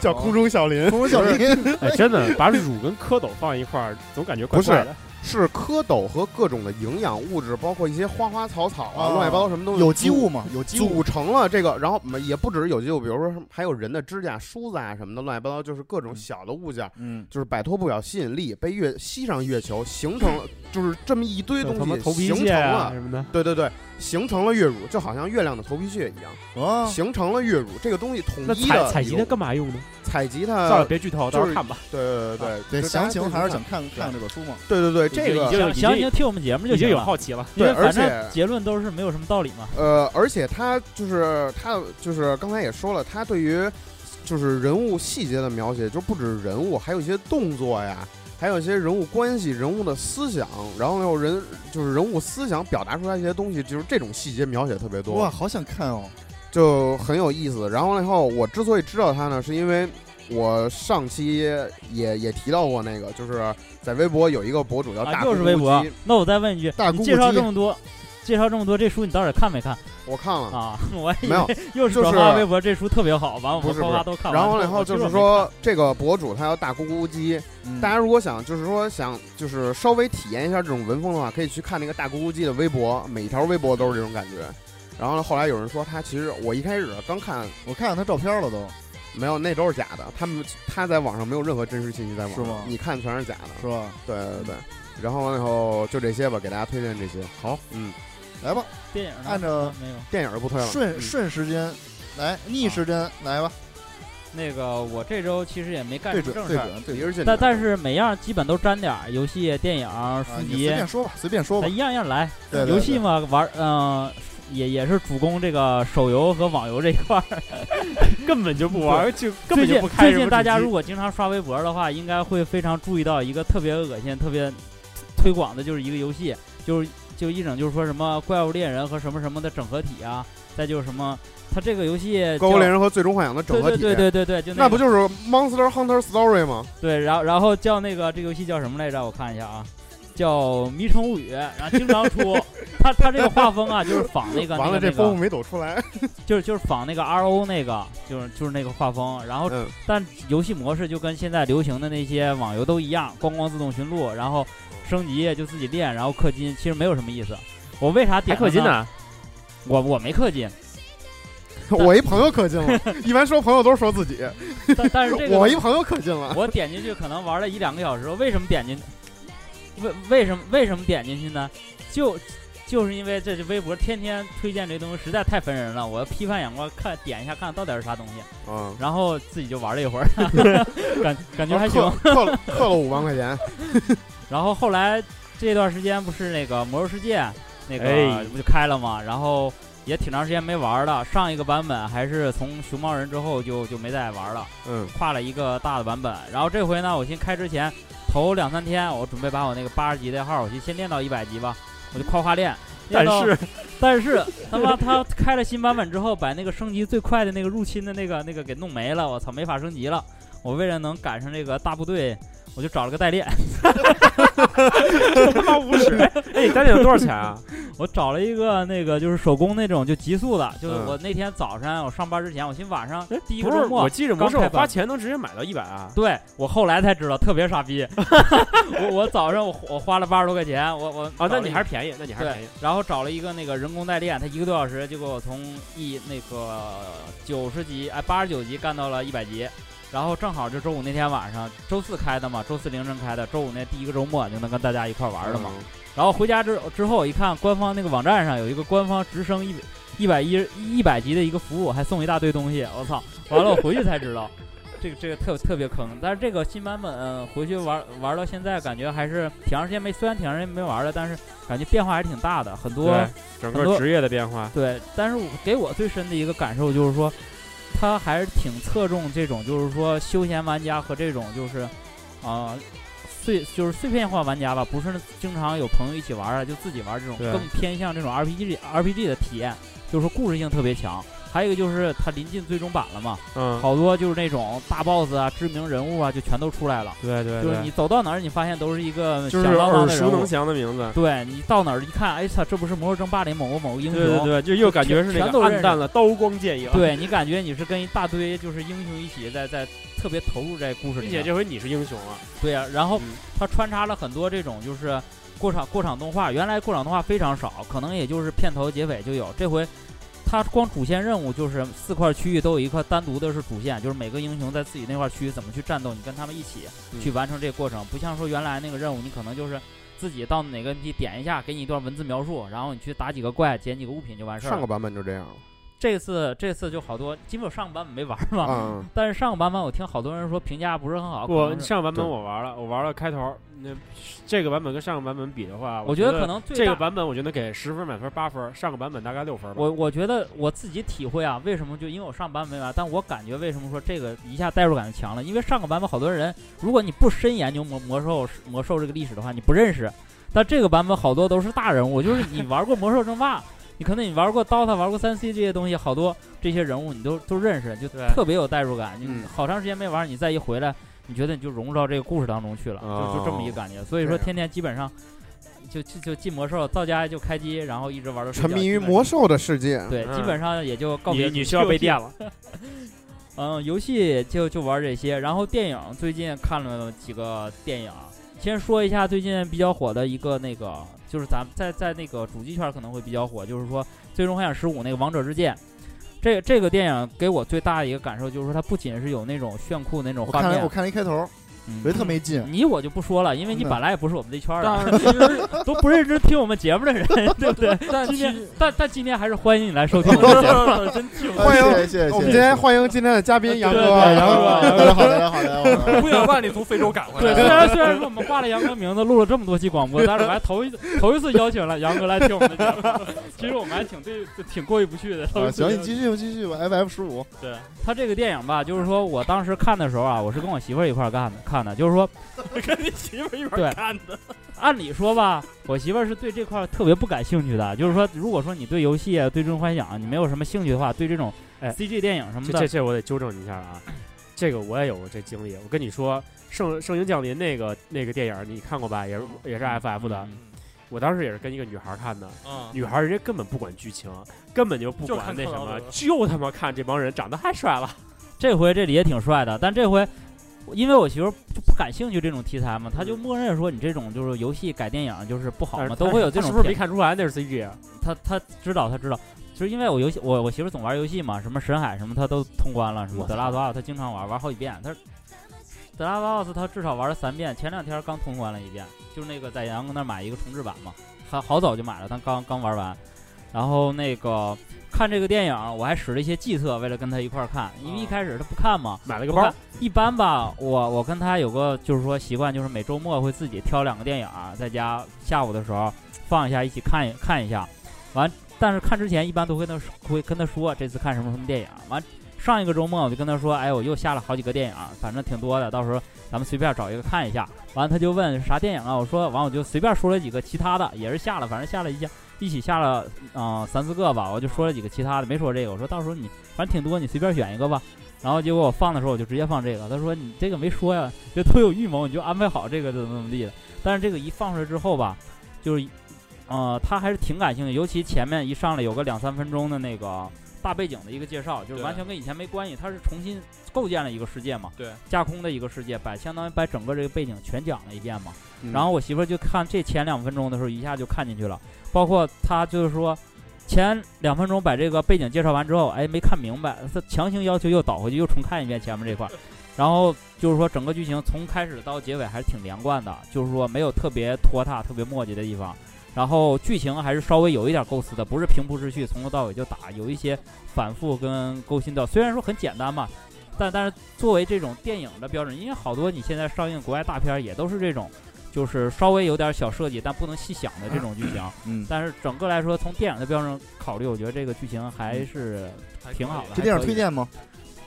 S1: 叫
S3: 空
S1: 中小林，
S3: 哦空中小林，
S4: 哎，真的把乳跟蝌蚪放一块儿，总感觉怪
S1: 不是
S4: 怪的。
S1: 是蝌蚪和各种的营养物质，包括一些花花草草啊，
S3: 啊
S1: 乱七八糟什么东西，
S3: 有机物嘛，有机物，
S1: 组成了这个，然后也不只是有机物，比如说什么还有人的指甲、梳子啊什么的，乱七八糟，就是各种小的物件，
S3: 嗯，
S1: 就是摆脱不了吸引力，被月吸上月球，形成了就是这么一堆
S4: 有嗯他
S1: 东
S4: 妈
S1: 西，
S4: 头皮
S1: 形
S4: 屑
S1: 成
S4: 啊
S1: 了，
S4: 什么的，
S1: 对对对，形成了月乳，就好像月亮的头皮屑一样，
S3: 啊，
S1: 形成了月乳这个东西统
S4: 那
S1: 一
S4: 采
S1: 的
S4: 采集它
S1: 有
S4: 干嘛用呢？
S1: 采集
S4: 算
S1: 它
S4: 了，，别剧透，
S1: 就
S4: 到时
S1: 是
S4: 候看吧。
S1: 对对对
S3: 对，
S1: 就
S3: 详
S1: 大家
S3: 情
S1: 自己
S3: 还是
S1: 看
S3: 想看看这本书嘛，
S1: 对对对，这
S4: 已
S1: 个
S4: 经
S5: 详
S4: 已
S5: 详
S4: 经
S5: 情听我们节目就
S4: 已经
S5: 行
S4: 有
S5: 了，
S4: 好奇了，
S5: 因为
S1: 对而
S5: 反
S1: 且
S5: 正结论都是没有什么道理嘛。
S1: 呃，而且他就是他就是刚才也说了，他对于就是人物细节的描写，就不止人物，还有一些动作呀，还有一些人物关系、人物的思想，然后有人就是人物思想表达出来一些东西，就是这种细节描写特别
S3: 哇，
S1: 多，
S3: 好想看哦，
S1: 就很有意思。然后然后我之所以知道他呢，是因为。我上期也也提到过那个，就是在微博有一个博主叫
S5: 啊，
S1: 大
S5: 又是微
S1: 咕咕
S5: 博
S1: 鸡。
S5: 那我再问一句，
S3: 大
S5: 你
S3: 姑
S5: 介绍
S3: 姑
S5: 这
S3: 鸡
S5: 么多，介绍这么多，这书你到底看没看
S1: 我看了，
S5: 啊？我还以
S1: 没 有
S5: 为又是转发微博，这书特别好，完我
S1: 不
S5: 们
S1: 是
S5: 哗
S1: 不
S5: 哗
S1: 是
S5: 都看完。
S1: 然后然后
S5: 我
S1: 就
S5: 其实
S1: 是
S5: 我没看，
S1: 说，这个博主他叫大咕咕鸡，
S3: 嗯
S1: 大家如果想就是说想就是稍微体验一下这种文风的话，可以去看那个大咕咕鸡的微博，每一条微博都是这种感觉。然后后来有人说他其实我一开始刚看
S3: 我看看他照片了都，
S1: 没有，那都是假的，他们他在网上没有任何真实信息在网上，
S3: 是吗
S1: 你看全是假
S3: 是
S1: 的。
S3: 吧？
S1: 对对对。然后完了以后就这些吧，给大家推荐这些。好，嗯，
S3: 来吧，
S5: 电影呢
S3: 按照
S5: 没有
S1: 电影就不推了。
S3: 顺
S1: 嗯
S3: 顺时针来，逆
S5: 啊
S3: 时针来吧，
S5: 那个，我这周其实也没干
S3: 对
S5: 什么正
S3: 准对
S5: 事儿。
S3: 准对
S1: 离
S3: 准，
S1: 着近点
S5: 但但是每样基本都沾点儿，游戏、电影、
S3: 啊
S5: 书
S3: 你
S5: 籍
S3: 随，便说吧，随便说吧
S5: 咱，一样一样来。
S3: 对对
S5: 游戏
S3: 对
S5: 嘛，玩嗯、也也是主攻这个手游和网游这一块儿。
S4: 根本就不玩，就
S5: 最
S4: 根本就
S5: 近
S4: 不开
S5: 最
S4: 什么
S5: 近大家
S4: 主机
S5: 如果经常刷微博的话，应该会非常注意到一个特别恶心、特别推广的，就是一个游戏，就是就一整就是说什么怪物猎人和什么什么的整合体啊，再就是什么，它这个游戏叫
S1: 《怪物猎人》和《最终幻想》的整合体，
S5: 对对对对对，就
S1: 那
S5: 个
S1: 不就是《Monster Hunter Story》吗？
S5: 对，然后然后叫那个这游戏叫什么来着？我看一下啊，叫《迷城物语》，然后经常出。它它这个画风啊，就是仿那个
S1: 完
S5: 那
S1: 了，
S5: 个
S1: 这
S5: 那
S1: 功夫
S5: 个，
S1: 没抖出来。
S5: 就是就是仿那个 R O 那个，就是就是那个画风。然后
S1: 嗯，
S5: 但游戏模式就跟现在流行的那些网游都一样，咣咣自动寻路，然后升级就自己练，然后氪金，其实没有什么意思。我为啥
S4: 还
S5: 点
S4: 氪金
S5: 它呢？
S4: 呢？
S5: 我我没氪金，
S1: 我一朋友氪金了，一般说朋友都是说自己，
S5: 但但是这个
S1: 我一朋友氪金 了。
S5: 我点进去可能玩了一两个小时，为什么点进？为为什么为什么点进去呢？就就是因为这是微博天天推荐这东西，实在太烦人了。我要批判眼光看点一下，看到底是啥东西，
S1: 嗯，
S5: 然后自己就玩了一会儿， 感感觉还行。
S1: 氪氪了氪了五万块钱，
S5: 然后后来这段时间不是那个《魔兽世界》那
S4: 哎
S5: 个不就开了吗？然后也挺长时间没玩了，上一个版本还是从熊猫人之后就就没再玩了。
S1: 嗯，
S5: 跨了一个大的版本。然后这回呢，我先开之前头两三天，我准备把我那个八十级的号，我就先练到一百级吧，我就夸夸练。
S4: 但
S5: 练到
S4: 是
S5: 但是他妈他开了新版本之后，把那个升级最快的那个入侵的那个那个给弄没了，我操，没法升级了。我为了能赶上这个大部队，我就找了个代练，
S4: 他妈无耻！哎，你单点有多少钱啊？
S5: 我找了一个那个就是手工那种就极速的，就是
S1: 嗯
S5: 我那天早上我上班之前，我寻思晚上
S4: 哎
S5: 第一个
S4: 不是，
S5: 周末
S4: 我记着不是
S5: 刚
S4: 我
S5: 开
S4: 花
S5: 版
S4: 钱能直接买到一百啊。
S5: 对我后来才知道，特别傻 逼。我我早上我我花了八十多块钱，我我
S4: 啊，
S5: 找
S4: 那
S5: 了
S4: 你
S5: 一
S4: 还是便宜，那你还是便
S5: 对
S4: 宜。，
S5: 然后找了一个那个人工代练，他一个多小时就给我从一那个九十级哎八十九级干到了一百级，然后正好就周五那天晚上，周四开的嘛，周四凌晨开的，周五那第一个周末就能跟大家一块玩了
S1: 嗯
S5: 嘛。然后回家之之后一看，官方那个网站上有一个官方直升一一百一一百级的一个服务，还送一大堆东西，我操！完了我回去才知道，这个这个特特别坑。但是这个新版本、呃回去玩玩到现在，感觉还是挺长时间没，虽然挺长时间没玩了，但是感觉变化还是挺大的，很多
S4: 对，整
S5: 很多
S4: 个职业的变化，
S5: 对，但是我给我最深的一个感受就是说，他还是挺侧重这种，就是说休闲玩家和这种就是，啊、碎就是碎片化玩家吧，不是经常有朋友一起玩啊，就自己玩这种，
S4: 对
S5: 更偏向这种 RPG RPG 的体验，就是说故事性特别强。还有一个就是它临近最终版了嘛，
S4: 嗯，
S5: 好多就是那种大 boss 啊、知名人物啊，就全都出来了。
S4: 对对
S5: 就是你
S4: 对，
S5: 走到哪儿，你发现都是一个
S4: 就
S5: 响
S4: 是
S5: 当当
S4: 耳
S5: 的
S4: 熟
S5: 人
S4: 能
S5: 物。
S4: 详的名字。
S5: 对你到哪儿一看，哎操，这不是《魔兽争霸》里某个某个英雄？
S4: 对对对，就又感觉是那
S5: 全都
S4: 个
S5: 认识
S4: 暗淡了，刀光剑影。，
S5: 对你感觉你是跟一大堆就是英雄一起在在特别投入在故事里
S4: 并
S5: 面
S4: 且这回你是英雄啊了，
S5: 对呀、然后
S4: 嗯
S5: 它穿插了很多这种就是过场过场动画，原来过场动画非常少，可能也就是片头结尾就有，这回。它光主线任务就是四块区域都有一块单独的是主线，就是每个英雄在自己那块区域怎么去战斗，你跟他们一起
S4: 嗯
S5: 去完成这个过程，不像说原来那个任务，你可能就是自己到哪个地点一下，给你一段文字描述，然后你去打几个怪，捡几个物品就完事儿
S1: 上
S5: 了
S1: 个。版本就这样了。
S5: 这次这次就好多，因为我上个版本没玩嘛，
S1: 嗯，
S5: 但是上个版本我听好多人说评价不是很好，哦可
S4: 啊我
S5: 能是
S4: 上版本
S1: 对
S4: 我玩了，我玩了开头，那这个版本跟上个版本比的话，
S5: 我
S4: 觉
S5: 觉得可能最
S4: 这个
S5: 大
S4: 版本我觉得给十分满分八分，上个版本大概六分吧。
S5: 我我觉得我自己体会啊，为什么就因为我上版本没玩，但我感觉为什么说这个一下代入感就强了，因为上个版本好多人，如果你不深研究魔魔兽魔兽这个历史的话，你不认识，但这个版本好多都是大人物，就是你玩过魔兽争霸。 你可能你玩过 DOTA，玩过三 C 这些东西，好多这些人物你都都认识，就
S4: 对
S5: 特别有代入感。你
S1: 嗯
S5: 好长时间没玩，你再一回来，你觉得你就融入到这个故事当中去了，就就这么一个感觉。所以
S1: 哦这
S5: 说，
S1: 样
S5: 天天基本上就就就进魔兽，到家就开机，然后一直玩到睡觉
S1: 沉迷
S5: 基
S1: 于
S5: 本上
S1: 魔兽的世界。
S5: 对，
S4: 嗯
S5: 基本上也就告别
S4: 你你需要被电。了，
S5: 嗯，游戏就就玩这些，然后电影最近看了几个电影，先说一下最近比较火的一个那个，就是咱们在在那个主机圈可能会比较火，就是说《最终幻想十五》那个《王者之剑》。这这个电影给我最大的一个感受就是说，它不仅是有那种炫酷那种
S3: 我
S5: 画
S3: 看
S5: 面
S3: 我，看了一开头，
S5: 嗯
S3: 觉得特没劲。
S5: 你我就不说了，因为你
S3: 嗯
S5: 本来也不是我们这圈儿的，
S2: 但是其实，
S5: 都不认真听我们节目的人， 对不对？
S2: 但
S5: 今
S2: 其
S5: 天
S2: 实，
S5: 但但今天还是欢迎你来收听我们的节 目。
S2: 真气
S5: 嗯
S3: 哎
S1: 欢迎
S3: 谢谢谢谢，
S1: 我们今天欢迎今天的嘉宾杨哥，
S5: 呃对对
S1: 杨
S5: 杨
S1: 哥
S5: 哥
S3: 好的好的好的好的，
S2: 我不远万里从非洲赶 回
S5: 对，
S2: 来
S5: 虽
S2: 的。
S5: 然虽然说我们挂了杨哥名字，录了这么多期广播，但是我还头一次头一次邀请了杨哥来听我们的节目，其实我们还挺对挺过意不去的。头
S3: 啊
S5: 一次
S3: 行，你继续吧继续吧，FF 十五，
S5: 对他这个电影吧，就是说我当时看的时候啊，我是跟我媳妇儿一块儿看的，看的，就是说
S2: 跟你媳妇一块
S5: 对
S2: 儿看的，
S5: 按理说吧，我媳妇儿是对这块儿特别不感兴趣的，就是说，如果说你对游戏啊、对《最终幻想》你没有什么兴趣的话，对这种
S4: 哎
S5: CG 电影什么
S4: 这
S5: 的，
S4: 这这我得纠正你一下啊，这个我也有过这经历。我跟你说，《圣圣灵降临》那个那个电影你看过吧？也是也是 FF 的。我当时也是跟一个女孩看的，
S2: 嗯，
S4: 女孩人家根本不管剧情，根本就不
S2: 就
S4: 管
S2: 看
S4: 那什
S2: 特劳
S4: 么
S2: 德，
S4: 就他妈看这帮人长得太帅了。
S5: 这回这里也挺帅的，但这回因为我媳妇儿就不感兴趣这种题材嘛，她就默认说你这种就是游戏改电影就是不好
S4: 嗯但
S5: 嘛，
S4: 是
S5: 都
S4: 他
S5: 会有这
S4: 他
S5: 种
S4: 是不是
S5: 片
S4: 没看出来那是 CG？
S5: 她她知道她知道，就是因为我游戏我我媳妇儿总玩游戏嘛，什么神海什么她都通关了，什么
S4: 我
S5: 德
S4: 操
S5: 拉多奥她经常玩，玩好几遍，她。德拉多奥斯她至少玩了三遍，前两天刚通关了一遍，就是那个在杨哥那儿买一个重置版嘛，好好早就买了，但刚刚玩完。然后那个看这个电影，我还使了一些计策，为了跟她一块儿看，因为一
S4: 哦
S5: 开始她不看嘛，
S4: 买了个
S5: 不看
S4: 包，
S5: 一般吧，我我跟他有个就是说习惯，就是每周末会自己挑两个电影儿，在家下午的时候放一下，一起看一看一下。完，但是看之前一般都会跟他说会跟他说这次看什么什么电影儿。完，上一个周末我就跟他说，哎，我又下了好几个电影儿，反正挺多的，到时候咱们随便找一个看一下。完，他就问啥电影啊？我说完我就随便说了几个其他的，也是下了，反正下了一下。一起下了，嗯、三四个吧，我就说了几个其他的，没说这个。我说到时候你反正挺多，你随便选一个吧。然后结果我放的时候，我就直接放这个。他说你这个没说呀，这都有预谋，你就安排好这个怎么怎么地的。但是这个一放出来之后吧，就是，呃，他还是挺感兴趣，尤其前面一上来有个两三分钟的那个大背景的一个介绍，就是
S2: 对
S5: 完全跟以前没关系，他是重新构建了一个世界嘛，
S2: 对，
S5: 架空的一个世界，把相当于把整个这个背景全讲了一遍嘛。
S3: 嗯
S5: 然后我媳妇儿就看这前两分钟的时候，一下就看进去了，包括她就是说。前两分钟把这个背景介绍完之后，哎，没看明白，她强行要求又倒回去，又重看一遍前面这块儿，然后就是说整个剧情从开始到结尾还是挺连贯的，就是说没有特别拖沓、特别磨叽的地方，然后剧情还是稍微有一点构思的，不是平铺直叙，从头到尾就打，有一些反复跟勾心斗，角，虽然说很简单嘛，但但是作为这种电影的标准，因为好多你现在上映国外大片儿也都是这种，就是稍微有点小设计，但不能细想的这种剧情。
S3: 嗯，
S5: 但是整个来说，从电影的标准考虑，我觉得这个剧情还是挺好的。
S3: 这电
S5: 还
S3: 影
S5: 可以
S3: 推荐吗？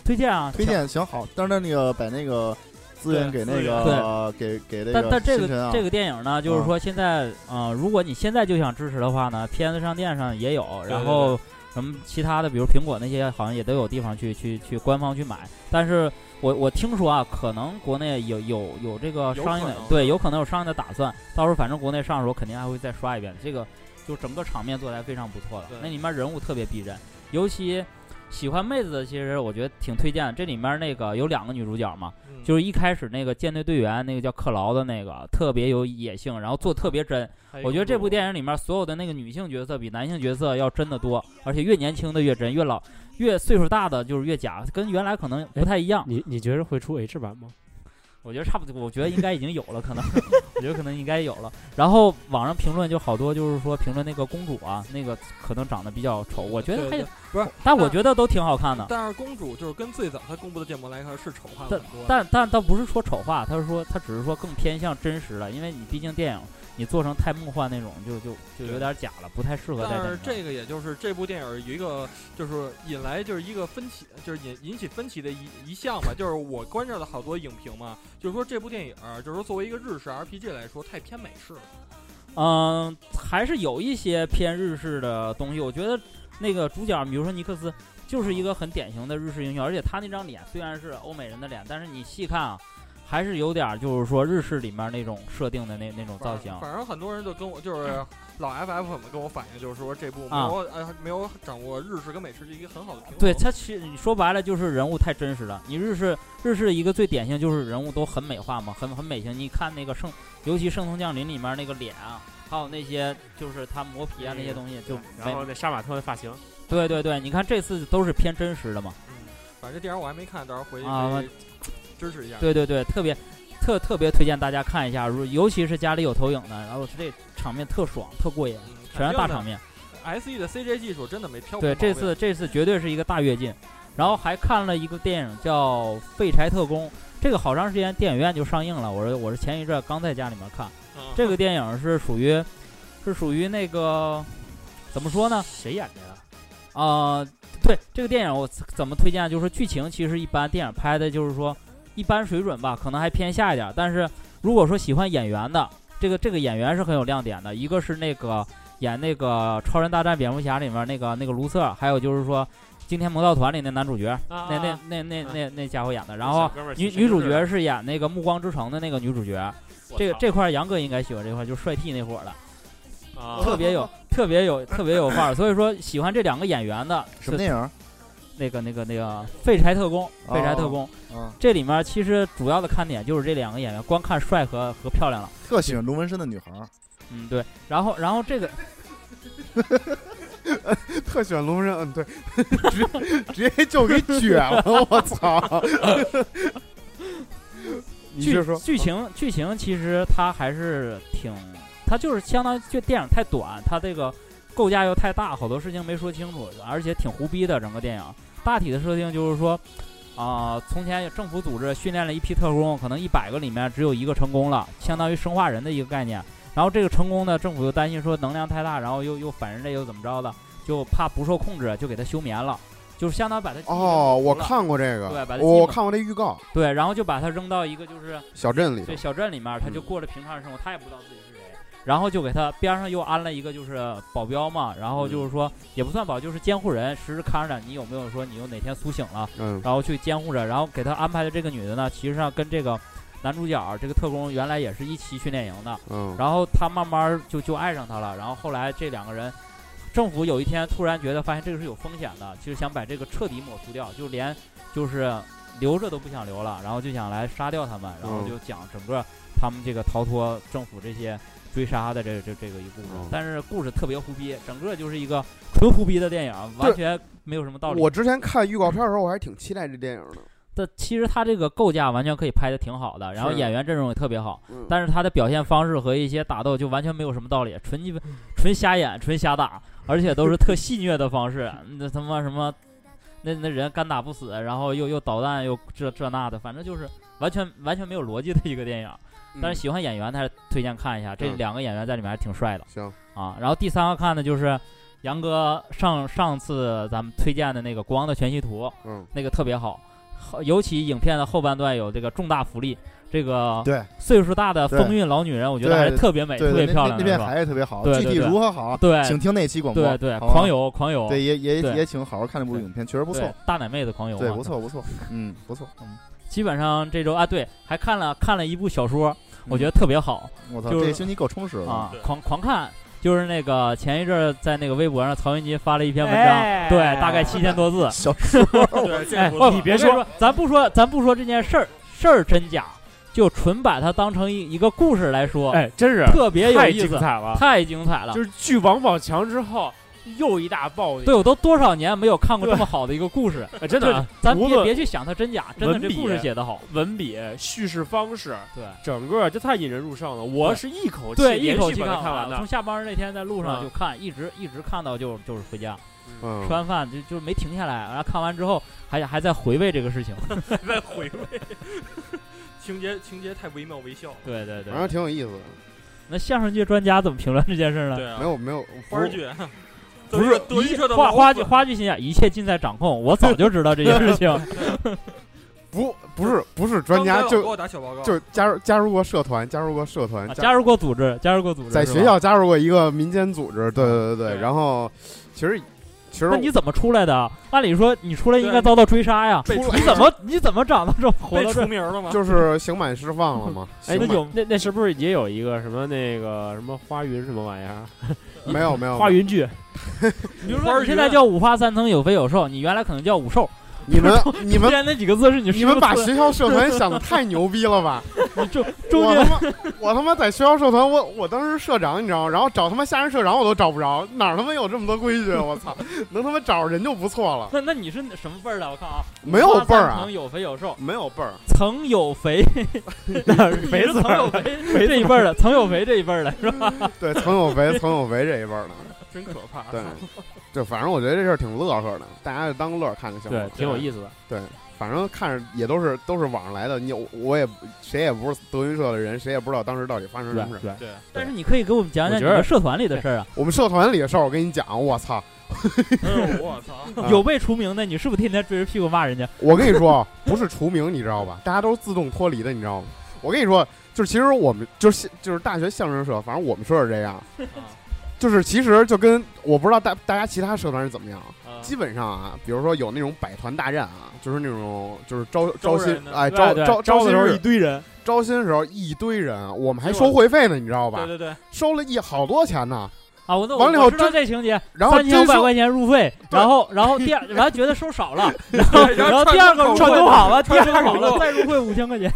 S5: 推荐啊，
S3: 推荐行好，但是那个把那个资源给那个给给那
S5: 但
S3: 个
S5: 但这
S3: 星辰
S5: 个
S3: 啊，
S5: 这个电影呢，就是说现在，嗯、如果你现在就想支持的话呢，PS 商店上也有，
S2: 对
S5: 然后什么其他的，比如苹果那些，好像也都有地方去去去官方去买。但是我我听说啊，可能国内有有有这个
S2: 有
S5: 商业
S2: 可
S5: 的
S2: 能，
S5: 对，有可能有商业的打算。到时候反正国内上的时候，肯定还会再刷一遍。这个就整个场面做的还非常不错的
S2: 对，
S5: 那里面人物特别逼真，尤其。喜欢妹子的，其实我觉得挺推荐的。这里面那个有两个女主角嘛，
S2: 嗯
S5: 就是一开始那个舰队队员，那个叫克劳的那个，特别有野性，然后做特别真。
S2: 哎
S5: 我觉得这部电影里面所有的那个女性角色比男性角色要真的多，而且越年轻的越真，越老越岁数大的就是越假，跟原来可能不太一样。
S4: 你你觉得会出 H 版吗？
S5: 我觉得差不多，我觉得应该已经有了，可能 我觉得可能应该有了。然后网上评论就好多，就是说评论那个公主啊，那个可能长得比较丑，我觉得
S2: 对
S5: 还有
S2: 对，不是，
S5: 但我觉得都挺好看的。
S2: 但是公主就是跟最早她公布的建模来看是丑化了
S5: 但
S2: 很多，
S5: 但但倒不是说丑话，他是说他只是说更偏向真实了，因为你毕竟电影你做成太梦幻那种，就就就有点假了，不太适合在
S2: 但是
S5: 电影
S2: 这个也就是这部电影有一个就是引来就是一个分歧，就是引引起分歧的一一项吧，就是我关照的好多影评嘛，就是说这部电影儿就是说作为一个日式 RPG 来说太偏美式了，
S5: 上。嗯，还是有一些偏日式的东西，我觉得那个主角，比如说尼克斯，就是一个很典型的日式英雄，而且他那张脸虽然是欧美人的脸，但是你细看啊，还是有点儿就是说日式里面那种设定的那那种造型嗯
S2: 反。反正很多人就跟我就是老 FF 粉们跟我反映，就是说这部没
S5: 啊
S2: 有呃没有掌握日式跟美式的一个很好的平衡。
S5: 对，他其实你说白了就是人物太真实了。你日式日式一个最典型就是人物都很美化嘛，很很美型。你看那个圣，尤其《圣童降临》里面那个脸啊，还有那些就是他磨皮啊那些东西就
S4: 然
S5: 没
S4: 后。那杀马特的发型，
S5: 对对对，你看这次都是偏真实的嘛。
S2: 嗯，反正这电影我还没看，到时候回去
S5: 啊
S2: 可以支持一下。
S5: 对对对，特别特特别推荐大家看一下，如尤其是家里有投影的，然后这场面特爽，特过瘾，全是大场面。
S2: S E 的 C J 技术真的没挑过
S5: 对，
S2: 毛病。
S5: 这次这次绝对是一个大跃进。然后还看了一个电影叫《废柴特工》，这个好长时间电影院就上映了。我是我是前一阵刚在家里面看，
S2: 嗯
S5: 这个电影是属于是属于那个怎么说呢？
S4: 谁演的呀？
S5: 啊、对这个电影我怎么推荐？就是剧情其实一般，电影拍的就是说一般水准吧，可能还偏下一点儿。但是如果说喜欢演员的，这个这个演员是很有亮点的，一个是那个演那个《超人大战蝙蝠侠》里面那个那个卢瑟，还有就是说《惊天魔盗团》里那男主角，
S4: 啊
S5: 那那
S4: 啊
S5: 那那
S4: 啊
S5: 那那家伙演的。然后
S4: 小哥们儿
S5: 女
S4: 神经
S5: 女主
S4: 质
S5: 角是演那个《暮光之城》的那个女主角，这个这块儿杨哥应该喜欢这块儿，就是帅 T 那伙儿的。
S4: 啊
S5: 特别有特别有特别有范儿。所以说，喜欢这两个演员的
S3: 什么
S5: 是
S3: 电影？
S5: 那个那个那个废柴特工，废柴特工。
S3: 啊，
S5: 这里面其实主要的看点就是这两个演员，光看帅和和漂亮了。
S3: 特喜欢龙纹身的女孩儿，
S5: 嗯，对。然后然后这个
S1: 特喜欢龙人，嗯，对， 直直接就给卷了，我操！你
S5: 剧
S1: 是说
S5: 剧情剧情其实它还是挺，它就是相当于就电影太短，它这个构架又太大，好多事情没说清楚，而且挺胡逼的整个电影。大体的设定就是说，啊、从前政府组织训练了一批特工，可能一百个里面只有一个成功了，相当于生化人的一个概念。然后这个成功呢，政府又担心说能量太大，然后又又反人类又怎么着的，就怕不受控制，就给他休眠了，就是相当于把他记忆
S1: 哦，我
S5: 弄糊了
S1: 看过这个，
S5: 对把
S1: 我
S5: 它记
S1: 我
S5: 住
S1: 看过这预告，
S5: 对，然后就把他扔到一个就是
S1: 小镇里头
S5: 对，小镇里面，他就
S1: 嗯
S5: 过着平常的生活，他也不知道自己是谁。然后就给他边上又安了一个就是保镖嘛，然后就是说也不算保，就是监护人，时时看着你有没有说你又哪天苏醒了，
S1: 嗯，
S5: 然后去监护着。然后给他安排的这个女的呢，其实上跟这个男主角这个特工原来也是一起训练营的，
S1: 嗯，
S5: 然后他慢慢就就爱上他了。然后后来这两个人，政府有一天突然觉得发现这个是有风险的，就是想把这个彻底抹除掉，就连就是留着都不想留了，然后就想来杀掉他们，然后
S1: 嗯
S5: 就讲整个他们这个逃脱政府这些追杀的这这这个一故事
S1: 嗯。
S5: 但是故事特别胡逼，整个就是一个纯胡逼的电影，完
S1: 对
S5: 全没有什么道理。
S1: 我之前看预告片的时候，我还挺期待这电影的。
S5: 但其实他这个构架完全可以拍的挺好的，然后
S1: 是
S5: 演员阵容也特别好。
S1: 嗯
S5: 但是他的表现方式和一些打斗就完全没有什么道理，纯鸡巴纯瞎演，纯瞎打，而且都是特戏谑的方式。 那他妈什么，那那人干打不死，然后又又导弹又这这那的，反正就是完全完全没有逻辑的一个电影。但是喜欢演员的还是推荐看一下，这
S1: 嗯
S5: 两个演员在里面还挺帅的
S1: 行，
S5: 啊。然后第三个看的就是杨哥上上次咱们推荐的那个《国王的全息图》，
S1: 嗯，
S5: 那个特别好，后尤其影片的后半段有这个重大福利，这个
S3: 对
S5: 岁数大的
S3: 对
S5: 风韵老女人，我觉得
S3: 对
S5: 还是特别美、
S3: 对
S5: 哎特别
S3: 对，
S5: 漂亮
S3: 那那
S5: 的，是
S3: 边
S5: 吧？
S3: 还是特别好，
S5: 对
S3: 具
S5: 对
S3: 体
S5: 对
S3: 如何好，请
S5: 对
S3: 听那期广播，
S5: 对对，
S3: 好吧啊
S5: 狂，游狂
S4: 哦
S5: 游，
S3: 对也也
S5: 对
S3: 也挺好好看这部影片，确实不
S5: 不
S3: 错，，
S5: 大奶妹子狂游，
S3: 对，不。错不错，嗯，不错，
S5: 基本上这周啊，对，还看了看了一部小
S3: 嗯
S5: 说，我觉得
S3: 得
S5: 特别好
S3: 我操，
S5: 就
S3: 这
S5: 是
S3: 星期够充实了，。
S5: 啊
S2: 对，
S5: 狂狂看。就是那个前一阵儿在那个微博上，曹云金发了一篇文章，
S4: 哎
S5: 对，大概七千多字
S3: 小说
S2: 对这
S5: 哎，
S2: 不
S5: 哦
S2: 错
S4: 你别
S5: 我跟说，咱不说，咱不说这件事儿事儿真假，就纯把它当成一一个故事来说，
S4: 哎，真是
S5: 特别有
S4: 太
S5: 意
S4: 精
S5: 思，
S4: 彩了，
S5: 太精彩了
S4: 就。是继王宝强之后又一大爆点
S5: 对，，我都多少年没有看过这么好的一个故事，
S4: 哎真的啊
S5: 咱
S4: 无
S5: 别
S4: 论
S5: 别去想它真假，真的
S4: 文
S5: 这
S4: 笔
S5: 故事写得好。
S4: 文笔、叙事方式，
S5: 对
S4: 整个就太引人入胜了。我
S5: 对
S4: 是一口气
S5: 对，一
S4: 连
S5: 口
S4: 续
S5: 气
S4: 把它
S5: 看
S4: 完
S5: 了。从
S4: 的，
S5: 下班那天在路上
S4: 嗯
S5: 就看，一直一直看到就就是回家，
S1: 嗯
S5: 吃，完饭就就没停下来。然后看完之后还还在回味这个 事情。
S2: 在回味，情节情节太惟妙惟肖了。
S5: 对对对
S1: 反。正挺有意思的。
S5: 那相声界专家怎么评论这件事呢？
S2: 对啊，
S1: 没有没有，
S2: 花儿剧，
S5: 不是
S2: 德
S5: 一
S2: 云社的
S5: 话
S2: 老
S5: 话
S2: 子
S5: 剧话剧心想一切尽在掌控，我早就知道这件事情。
S1: 不不是不是专
S2: 刚才
S1: 家
S2: 老给
S1: 就
S2: 我打小报告，
S1: 就加入加入过社团，加入过社团，
S5: 啊
S1: 加
S5: 加入过组织，加入过组织，
S1: 在
S5: 是
S1: 学
S5: 吧。啊
S1: 校加入过一个民间组织，对对对
S2: 对
S1: 对。然后其实其实
S5: 那你怎么出来的？啊按理说你出来应该遭到追杀呀，
S2: 被
S5: 你怎么你怎么长到这么活
S2: 被
S5: 到这
S2: 除
S5: 儿？
S2: 名了 吗？
S1: 就是刑满释放了嘛？刑
S4: 哎，那
S1: 满
S4: 有那那是不是也有一个什么那个什么花云什么玩意儿？啊
S1: 没
S4: 嗯
S1: 有没有
S4: 花云剧，
S5: 比如
S2: 花
S5: 说
S2: 儿
S5: 你
S2: 鱼
S5: 现在叫五花三层有肥有瘦，你原来可能叫五瘦，
S1: 你们你
S5: 中
S1: 们
S5: 间那几个字是你
S1: 你们把
S5: 师
S1: 学校社团想的太牛逼了吧！
S5: 傅做的中中
S1: 我
S5: 间
S1: 他妈我他妈在学校社团，我我当时是社长，你知道吗？然后找他妈下任社长我都找不着，哪儿他妈有这么多规矩？啊我操， 能他妈找着人就不错了。
S5: 那那你是什么辈儿的？我看啊，
S1: 没有辈儿啊
S5: 五花三层有肥有瘦，
S1: 没有辈儿，
S5: 曾有肥，
S4: 那是肥
S5: 你
S4: 字
S5: 是曾
S4: 儿
S5: 有肥这一辈儿的，曾有肥这一辈儿的是吧？
S1: 对，曾有为，曾有为这一辈儿的，
S2: 真可怕。
S1: 对，就反正我觉得这事儿挺乐呵的，大家就当个乐儿看就行了
S4: 对，。挺有意思的。
S1: 反正看着也都是都是网上来的，你我也谁也不是德云社的人，谁也不知道当时到底发生什么
S4: 对
S1: 事。
S4: 对，
S2: 对，
S5: 但是你可以给我们讲讲
S4: 我
S5: 你
S4: 觉得
S5: 们社团里的事儿啊，
S1: 我们社团里的事儿，我跟你讲，我操！
S2: 哎呦我操！
S1: 啊
S5: 有被除名的，你是不是天天追着屁股骂人家？
S1: 我跟你说，啊不是除名，你知道吧？大家都是自动脱离的，你知道吗？我跟你说，就是其实我们就是就是大学相声社，反正我们社是这样，
S2: 啊
S1: 就是其实就跟我不知道大大家其他社团是怎么样，
S2: 啊
S1: 基本上啊，比如说有那种百团大战啊，就是那种就是招
S2: 招
S1: 新
S2: 人的
S1: 哎
S4: 对
S1: 招
S4: 对
S1: 招
S4: 招
S1: 新
S4: 的时候一
S1: 日
S4: 堆人，
S1: 招新的时候一堆人，我们还收会费呢，你知道吧
S2: 对？对对，
S1: 收了一好多钱呢，
S5: 啊，我那
S1: 完
S5: 我
S1: 了以后
S5: 我知道
S1: 真
S5: 这情节，
S1: 然后
S5: 三千
S1: 真
S5: 五百
S1: 收
S5: 块钱入费，
S1: 对
S5: 然后然后第二，然后觉得收少了，然后
S2: 对然
S5: 然
S2: 后
S5: 后第二个入
S2: 串
S5: 会
S2: 通
S5: 好了，第
S2: 串
S5: 二
S2: 通
S5: 个好了
S2: 好了
S5: 再入会五千块钱，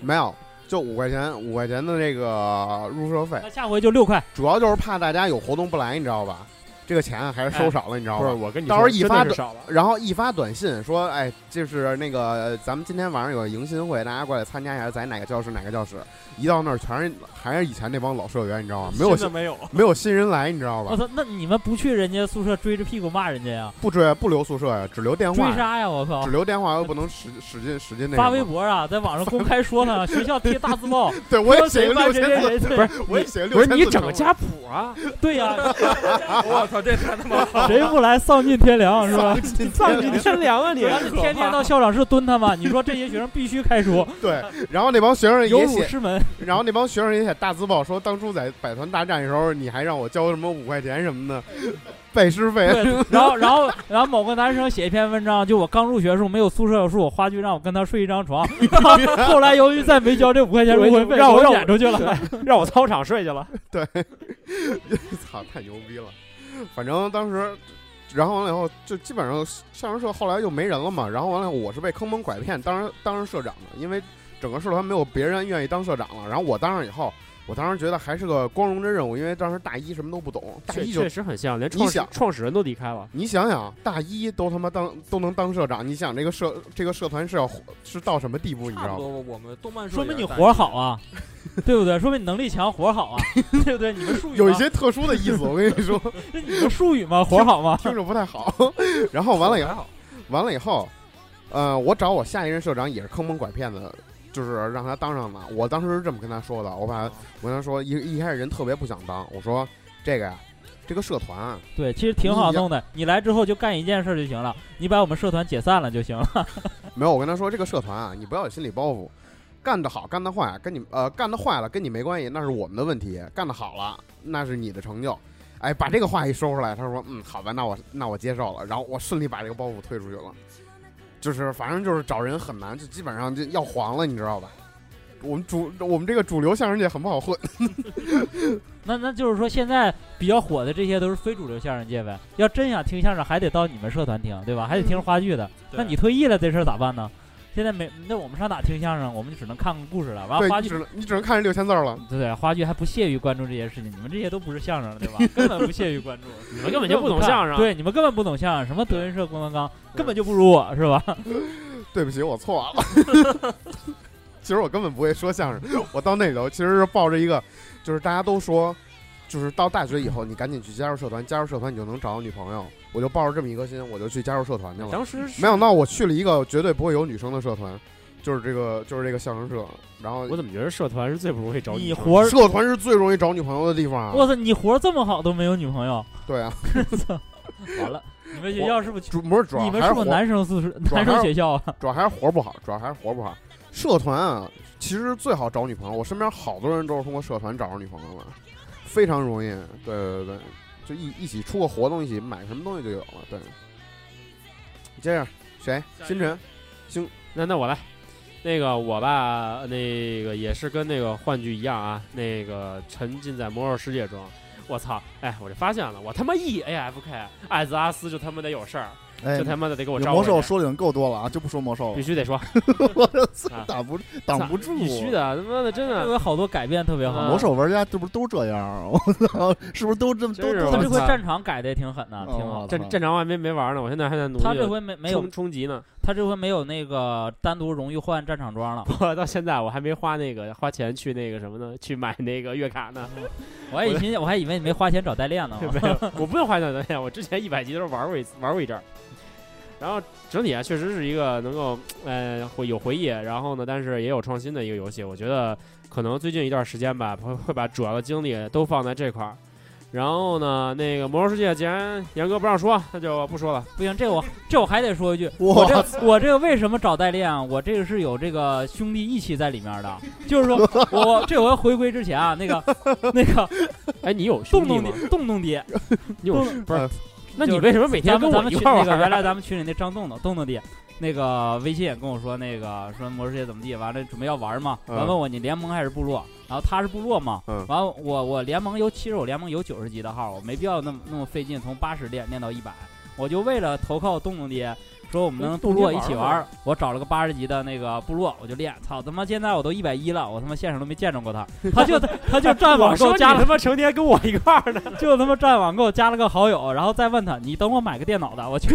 S1: 没有。就五块钱，五块钱的这个入社费
S5: 那，下回就六块。
S1: 主要就是怕大家有活动不来，你知道吧？这个钱还是收少了，你知道
S4: 不是
S1: 吧？
S4: 我跟你
S1: 到
S4: 说，
S1: 时候一
S4: 真的
S1: 发
S4: 是
S1: 的
S4: 少了，
S1: 然后一发短信说，哎，就是那个呃咱们今天晚上有迎新会，大家过来参加一下，在哪个教室哪个教室。一到那儿全是还是以前那帮老社员，你知
S4: 哦
S1: 道吗？没有
S2: 真
S1: 新
S2: 的没有，
S1: 没有新人来，你知道
S5: 我
S1: 吧？
S5: 操，那你们不去人家宿舍追着屁股骂人家呀？
S1: 不追不留宿舍呀，只留电
S5: 追
S1: 话呀，
S5: 杀呀！我靠
S1: 只，留电话又不能使使劲使劲那
S5: 发
S1: 什么
S5: 微，博啊，在网上公开说他，学校贴大字报，
S1: 对我也
S5: 说
S1: 写
S5: 谁
S1: 个
S5: 办
S1: 六
S5: 谁谁
S1: 千字，
S5: 谁对
S4: 不是
S1: 我也写个六
S4: 不是
S1: 千字。
S4: 你整个家谱啊？
S5: 对呀，
S2: 我操，这太他妈好
S5: 谁不来丧尽天良是 吧？
S4: 丧尽天良啊你！
S5: 然后你天天到校长室蹲他们，你说这些学生必须开除，
S1: 对，然后那帮学生
S5: 有
S1: 也
S5: 辱
S1: 写，
S5: 师门。
S1: 然后那帮学生也写大字报，说当初在百团大战的时候，你还让我交什么五块钱什么 的，拜师费。
S5: 对，然后然后然后某个男生写一篇文章，就我刚入学的时候没有宿舍住，我花居让我跟他睡一张床，后来由于再没交这五块钱入会费，
S4: 让
S5: 我
S4: 我让
S5: 撵出去了。，
S4: 让我操场睡去了。
S1: 操，太牛逼了！反正当时，然后完了以后，就基本上相声社后来就没人了嘛。然后完了以后，我是被坑蒙拐骗，当时当时社长的，因为整个社团没有别人愿意当社长了。然后我当上以后，我当时觉得还是个光荣的任务，因为当时大一什么都不懂，大
S4: 确
S1: 一就
S4: 确实很像，连
S1: 你
S4: 创始
S1: 想
S4: 创始人都离开了。
S1: 你想想，大一都他妈当都能当社长，你想这个社这个社团是要是到什么地步，你知
S2: 差
S1: 道
S2: 不
S1: 吗？
S2: 多吧，我们动漫社
S5: 说明你
S2: 也是在
S5: 活好 啊，对不对？说明你能力强，活好啊，对不对？你们术语吗
S1: 有一些特殊的意思，我跟你说，
S5: 这你们术语吗？活 好吗？
S1: 听着不太好。然后哦完了以后
S2: 还，好，
S1: 完了以后，呃，我找我下一任社长也是坑蒙拐骗的，就是让他当上嘛。我当时是这么跟他说的，我把我跟他说一一开始人特别不想当，我说这个呀，这个社团啊
S5: 对，其实挺好弄的。你来之后就干一件事就行了，你把我们社团解散了就 行了。
S1: 没有，我跟他说这个社团啊，你不要有心理包袱，干得好干得坏跟你呃干得坏了跟你没关系，那是我们的问题；干得好了那是你的成就。哎，把这个话一说出来，他说嗯好吧，那我那我接受了，然后我顺利把这个包袱推出去了。就是反正就是找人很难，就基本上就要黄了，你知道吧？我们主我们这个主流相声界很不好混，
S5: 那那就是说，现在比较火的这些都是非主流相声界呗。要真想听相声，还得到你们社团听，对吧？还得听话剧的。那你退役了这事儿咋办呢？现在没，那我们上哪听相声？我们就只能看个故事了。完了
S1: 对
S5: 话
S1: 你
S5: 剧
S1: 只，能你只能看这六千字了。
S5: 对对，话剧还不屑于关注这些事情。你们这些都不是相声了，对 吧？根本不屑于关注，
S4: 你们根本就不懂相 声
S5: 对，你们根本不懂相声，什么德云社、郭德纲，根本就不如我，是吧？
S1: 对不起，我错了。 其实我根本不会说相声，我到那里头其实是抱着一个，就是大家都说，就是到大学以后你赶紧去加入社团，加入社团你就能找到女朋友。我就抱着这么一颗心，我就去加入社团去了。
S4: 当时是
S1: 没想到我去了一个绝对不会有女生的社团，就是这个就是这个相声社，然后
S4: 我怎么觉得社团是最不容易找
S5: 你
S4: 女生
S5: 活儿，
S1: 社团是最容易找女朋友的地方
S5: 我
S1: 啊。
S5: 操，你活儿这么好都没有女 朋友，
S1: 对啊，
S5: 完了，你们学校是不是？
S1: 主不是主要
S5: 你们
S1: 还是
S5: 是不
S1: 活
S5: 是男生宿舍、
S1: 主要还
S5: 男生
S1: 是
S5: 学校啊？
S1: 主要还是活不好，主要还是活不好。社团啊，其实最好找女朋友。我身边好多人都是通过社团找着女朋友的，非常容易。对对对，就一一起出个活动，一起买什么东西就有了。对，接着谁？星辰，
S4: 那那我来，那个我吧，那个也是跟那个幻剧一样啊，那个沉浸在魔兽世界中。我操！哎，我就发现了，我他妈 E A F K，艾泽阿斯就他妈得有事儿。
S3: 哎
S4: 这，他妈的得给我
S3: 有
S4: 招
S3: 魔兽
S4: 回去
S3: 说的已经够多了啊，就不说魔兽
S4: 必
S3: 了，
S4: 须得说，
S3: 我操
S4: 啊
S3: 挡不挡不住，
S4: 必须的，他妈的真
S5: 这
S4: 的，
S5: 回好多改变特别好，
S4: 啊
S3: 魔兽玩家这不是都这样啊？我操，是不是都这么都
S4: 真是
S3: 都
S5: 他
S4: 我
S3: 这
S5: 这
S3: 么
S5: 回
S3: 啊
S4: 操
S5: 战场改的也挺
S1: 哦
S5: 狠的，挺好的。
S3: 这
S4: 战战场我还没没玩呢，我现在还在努力
S5: 他这
S4: 地
S5: 回没没有
S4: 冲冲级呢，
S5: 他这回没有那个单独荣誉换战场装了，
S4: 我到现在我还没花那个花钱去那个什么呢？去买那个月卡呢？
S5: 我还以为我还以为你没花钱找代 练呢。
S4: 没有，我不用花钱的呀。我之前一百级的时候玩过一次，玩过一阵儿。然后整体啊，确实是一个能够呃会有回忆，然后呢，但是也有创新的一个游戏。我觉得可能最近一段时间吧，会会把主要的精力都放在这块儿。然后呢，那个《魔兽世界》既然严哥不让说，那就不说了。
S5: 不行，这我这我还得说一句，
S3: 哇
S5: 我这我这个为什么找代练啊？我这个是有这个兄弟义气在里面的，就是说我这回回归之前啊，那个那个
S4: 哎，你有兄
S5: 动动
S4: 弟吗？
S5: 爹动动爹，
S4: 你有不是
S1: 呃？
S4: 那你
S5: 就是
S4: 为什么每天
S5: 咱
S4: 跟
S5: 们
S4: 我
S5: 咱们
S4: 一
S5: 群
S4: 块
S5: 那
S4: 儿玩
S5: 个
S4: 儿
S5: 原来咱们群里那张栋栋栋栋爹。那个微信也跟我说，那个说魔兽世界怎么地，完了准备要玩嘛，
S1: 嗯
S5: 完问我你联盟还是部落，然后他是部落嘛，
S1: 嗯
S5: 完了我我联盟有，其实我联盟有九十级的号，我没必要那么那么费劲，从八十练练到一百，我就为了投靠洞洞爹，说我们能部落一起玩儿，我找了个八十级的那个部落，我就练，操他妈现在我都一百一了，我他妈现实都没见着 过他，他就他就战
S4: 我
S5: 网给
S4: 说
S5: 我
S4: 你
S5: 加了
S4: 他妈成天跟我一块儿呢，
S5: 就他妈战网给我加了个好友，然后再问他，你等我买个电脑的，我去。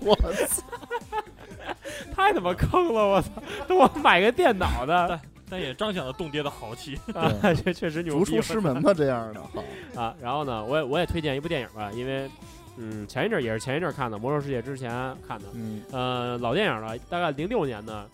S3: 我
S4: 太他妈坑了！ 我操，等我买个电脑的
S2: 但也彰显了冻爹的豪气。
S4: 啊，这确实牛逼。
S3: 逐出师门吧，这样的。 好
S4: 啊，然后呢，我也我也推荐一部电影吧，因为嗯，前一阵儿也是前一阵儿看的，《魔兽世界》之前看的，
S3: 嗯，
S4: 呃，老电影了，大概零六年的，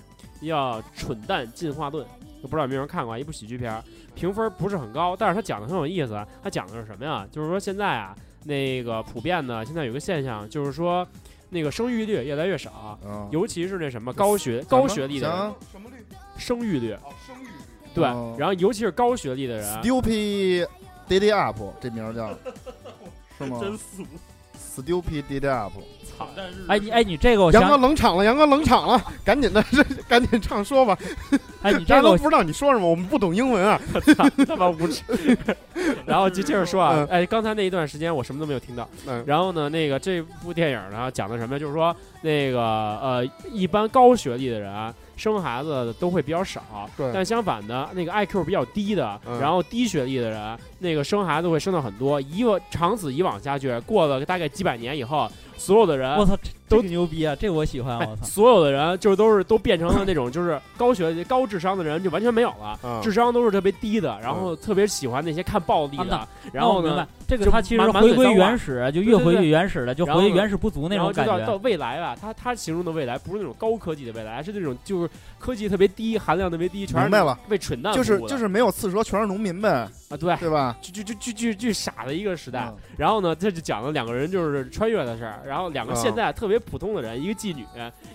S4: 叫《蠢蛋进化论》，就不知道有没有人看过啊，一部喜剧片儿，评分不是很高，但是它讲的很有意思。啊它讲的是什么呀？就是说现在啊，那个普遍的现在有个现象，就是说那个生育率越来越少，
S3: 啊
S4: 尤其是那什么高学高学历的人，
S1: 什么绿？
S4: 生育率
S1: 哦，生育率。
S4: 对，
S3: 哦
S4: 然后尤其是高学 历的人，
S3: Stupid Daddy Up 这名儿 叫是吗
S2: 俗，
S3: ？Stupid Daddy Up，
S4: 操！
S2: 但是
S5: 哎你哎你这个我
S1: 杨哥
S5: 想，
S1: 冷场了，杨哥冷场了，赶紧的， 这赶紧唱说吧。
S5: 哎你这
S1: 大家
S5: 个
S1: 都
S5: 我
S1: 不知道你说什么，我们不懂英文啊。
S4: 他 妈无耻。然后就接着说啊
S1: 嗯，
S4: 哎，刚才那一段时间我什么都没有听到。
S1: 嗯
S4: 然后呢，那个这部电影呢讲的什么呀？就是说那个呃，一般高学历的人啊生孩子都会比较少，
S1: 对
S4: 但相反的，那个 IQ 比较低的，
S1: 嗯
S4: 然后低学历的人，那个生孩子会生的很多。以往长此以往下去，过了大概几百年以后，所有的人
S5: 我操，这
S4: 都
S5: 这个牛逼啊，这个我喜欢，
S4: 哎
S5: 我操。
S4: 所有的人就都是都变成了那种就是高学历、高智商的人就完全没有了，
S1: 嗯
S4: 智商都是特别低的，然后特别喜欢那些看暴力
S5: 啊那
S4: 的， 然后
S5: 那我明
S4: 呢
S5: 白，，这个
S4: 就
S5: 它其实
S4: 满满
S5: 回
S4: 嘴
S5: 归
S4: 脏话
S5: 原始，就越
S4: 对对
S5: 回
S4: 对
S5: 越原始了，就
S4: 然后
S5: 回
S4: 呢
S5: 原始不足那
S4: 然后
S5: 种
S4: 就
S5: 感
S4: 到到
S5: 觉。
S4: 未来吧，他他形容的未来不是那种高科技的未来，是那种就是科技特别低、含量特别低，全是
S3: 明白了，
S4: 为蠢蛋
S3: 就是
S4: 服务的
S3: 就是没有刺蛇，全是农民呗，
S4: 啊，对，
S3: 对吧？
S4: 就就就就就就傻的一个时代。
S3: 嗯
S4: 然后呢，这就讲了两个人就是穿越的事儿，然后
S3: 嗯
S4: 两个现在特别普通的人，一个妓女，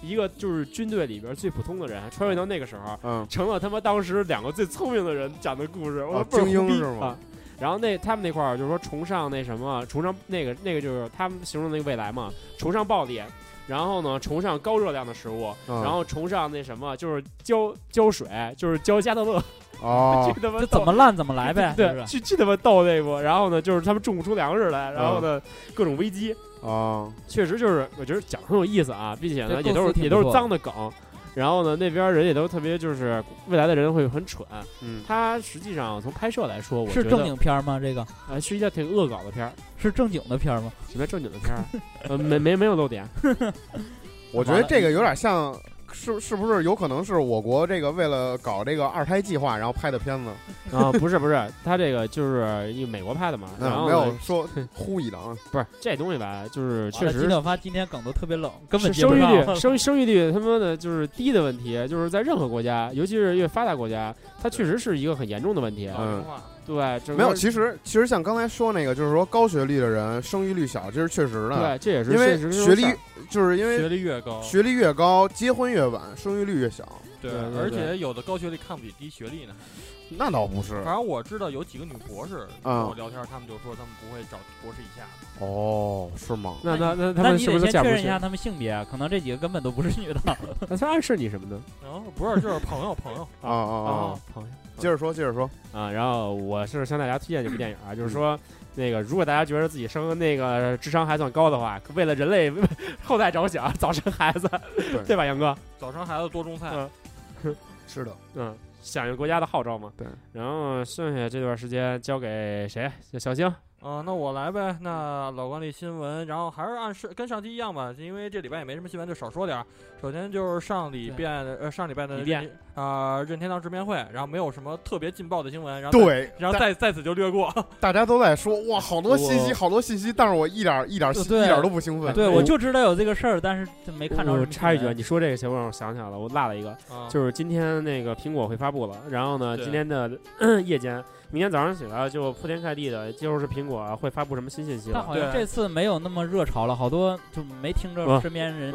S4: 一个就是军队里边最普通的人，穿越到那个时候，
S1: 嗯，
S4: 成了他妈当时两个最聪明的人讲的故事，我
S1: 啊
S4: 倍儿
S1: 精英
S4: 胡逼
S1: 是吗
S4: 啊然后那他们那块儿就是说崇尚那什么，崇尚那个那个就是他们形容那个未来嘛，崇尚暴力，然后呢崇尚高热量的食物，
S1: 嗯
S4: 然后崇尚那什么就是浇浇水，就是浇加德乐，
S1: 哦
S4: 这，他妈
S5: 就
S4: 逗
S5: 怎么烂怎么来呗，是不
S4: 对，
S5: 是？
S4: 去去他妈逗那波，然后呢，就是他们种不出粮食来，然后呢，各种危机，
S1: 哦，
S4: 确实就是我觉得讲得很有意思啊，并且呢，
S5: 这
S4: 也都
S5: 构
S4: 是
S5: 思挺
S4: 也都
S5: 不
S4: 是
S5: 错
S4: 脏的梗，然后呢，那边人也都特别就是未来的人会很蠢，
S1: 嗯，
S4: 他实际上从拍摄来说，我觉
S5: 是
S4: 得
S5: 正经片儿吗？这个
S4: 啊，是一件挺恶搞的片儿，
S5: 是正经的片儿吗？
S4: 什么叫正经的片儿，呃，没没没有漏点，
S1: 我觉得这个有点像，是是不是有可能是我国这个为了搞这个二胎计划，然后拍的片子？嗯
S4: 啊，不是不是，他这个就是因为美国拍的嘛，然
S1: 嗯，
S4: 后
S1: 没
S4: 呢
S1: 有说呼一档，
S4: 不是这东西吧，就是
S5: 完
S4: 确
S5: 了
S4: 实
S5: 金小发今天梗都特别冷，根本接
S4: 生
S5: 不
S4: 育
S5: 上。
S4: 率生生育率他妈的就是低的问题，就是在任何国家，尤其是越发达国家，它确实是一个很严重的问题。
S2: 老
S1: 嗯
S2: 实话，
S4: 对，整
S1: 没
S4: 个
S1: 有。其实其实像刚才说那个，就是说高学历的人生育率小，这是确实的，
S4: 对，这也是
S1: 因为
S4: 现实中
S1: 学历
S4: 事儿
S1: 就是因
S2: 学
S1: 为
S2: 历越高，
S1: 学历越高，结婚越晚，生育率越小。
S2: 对
S4: 对对
S2: 而
S4: 对
S2: 且有的高学历看不起低学历呢。
S1: 那倒不是
S2: 反正我知道有几个女博士跟
S1: 啊
S2: 我聊天，她们就说她们不会找博士以下的。
S1: 哦，是吗？
S4: 那那那他
S5: 那
S4: 们
S5: 你
S4: 是不
S5: 得
S4: 是
S5: 先
S4: 都嫁
S5: 确
S4: 不
S5: 认一
S4: 是
S5: 下？他们性别，可能这几个根本都不是女的。
S4: 那他暗示你什么呢？
S2: 然后哦不是，就是朋友朋友，
S1: 啊啊啊！，
S4: 哦朋友。
S1: 接着说，接着说。
S4: 啊，然后我是向大家推荐这部电影啊，就是
S1: 嗯
S4: 说，那个如果大家觉得自己生那个智商还算高的话，为了人类后代着想，早生孩子，
S1: 对
S4: 对吧，杨哥？
S2: 早生孩子多种菜。
S4: 嗯
S1: 是的，
S4: 嗯，响应国家的号召嘛。
S1: 对。
S4: 然后剩下这段时间交给谁？小星。
S2: 啊、那我来呗。那老惯例新闻，然后还是按是跟上期一样吧，因为这礼拜也没什么新闻，就少说点儿。首先就是上礼
S4: 对
S2: 拜的呃上礼拜的
S4: 一
S2: 任
S4: 遍
S2: 天啊、任天堂直面会，然后没有什么特别劲爆的新闻，然后再
S1: 对，
S2: 然后
S1: 大
S2: 在在此就略过。
S1: 大家都在说哇，好多信息，
S4: 我
S1: 好多信息，但是我一点儿一点儿信
S5: 对
S1: 一点儿都不兴奋。
S5: 对，
S4: 我
S5: 我就知道有这个事儿，但是就没看着。
S4: 我插一句啊，你说这个行，我让我想起来了，我落了一个，
S2: 啊
S4: 就是今天那个苹果会发布了，然后呢，
S2: 对
S4: 今天的 咳夜间，明天早上起来就铺天盖地的，就是苹果会发布什么新信息
S5: 但
S4: 了。
S5: 好像这次没有那么热潮了，好多就没听着
S4: 嗯
S5: 身边人，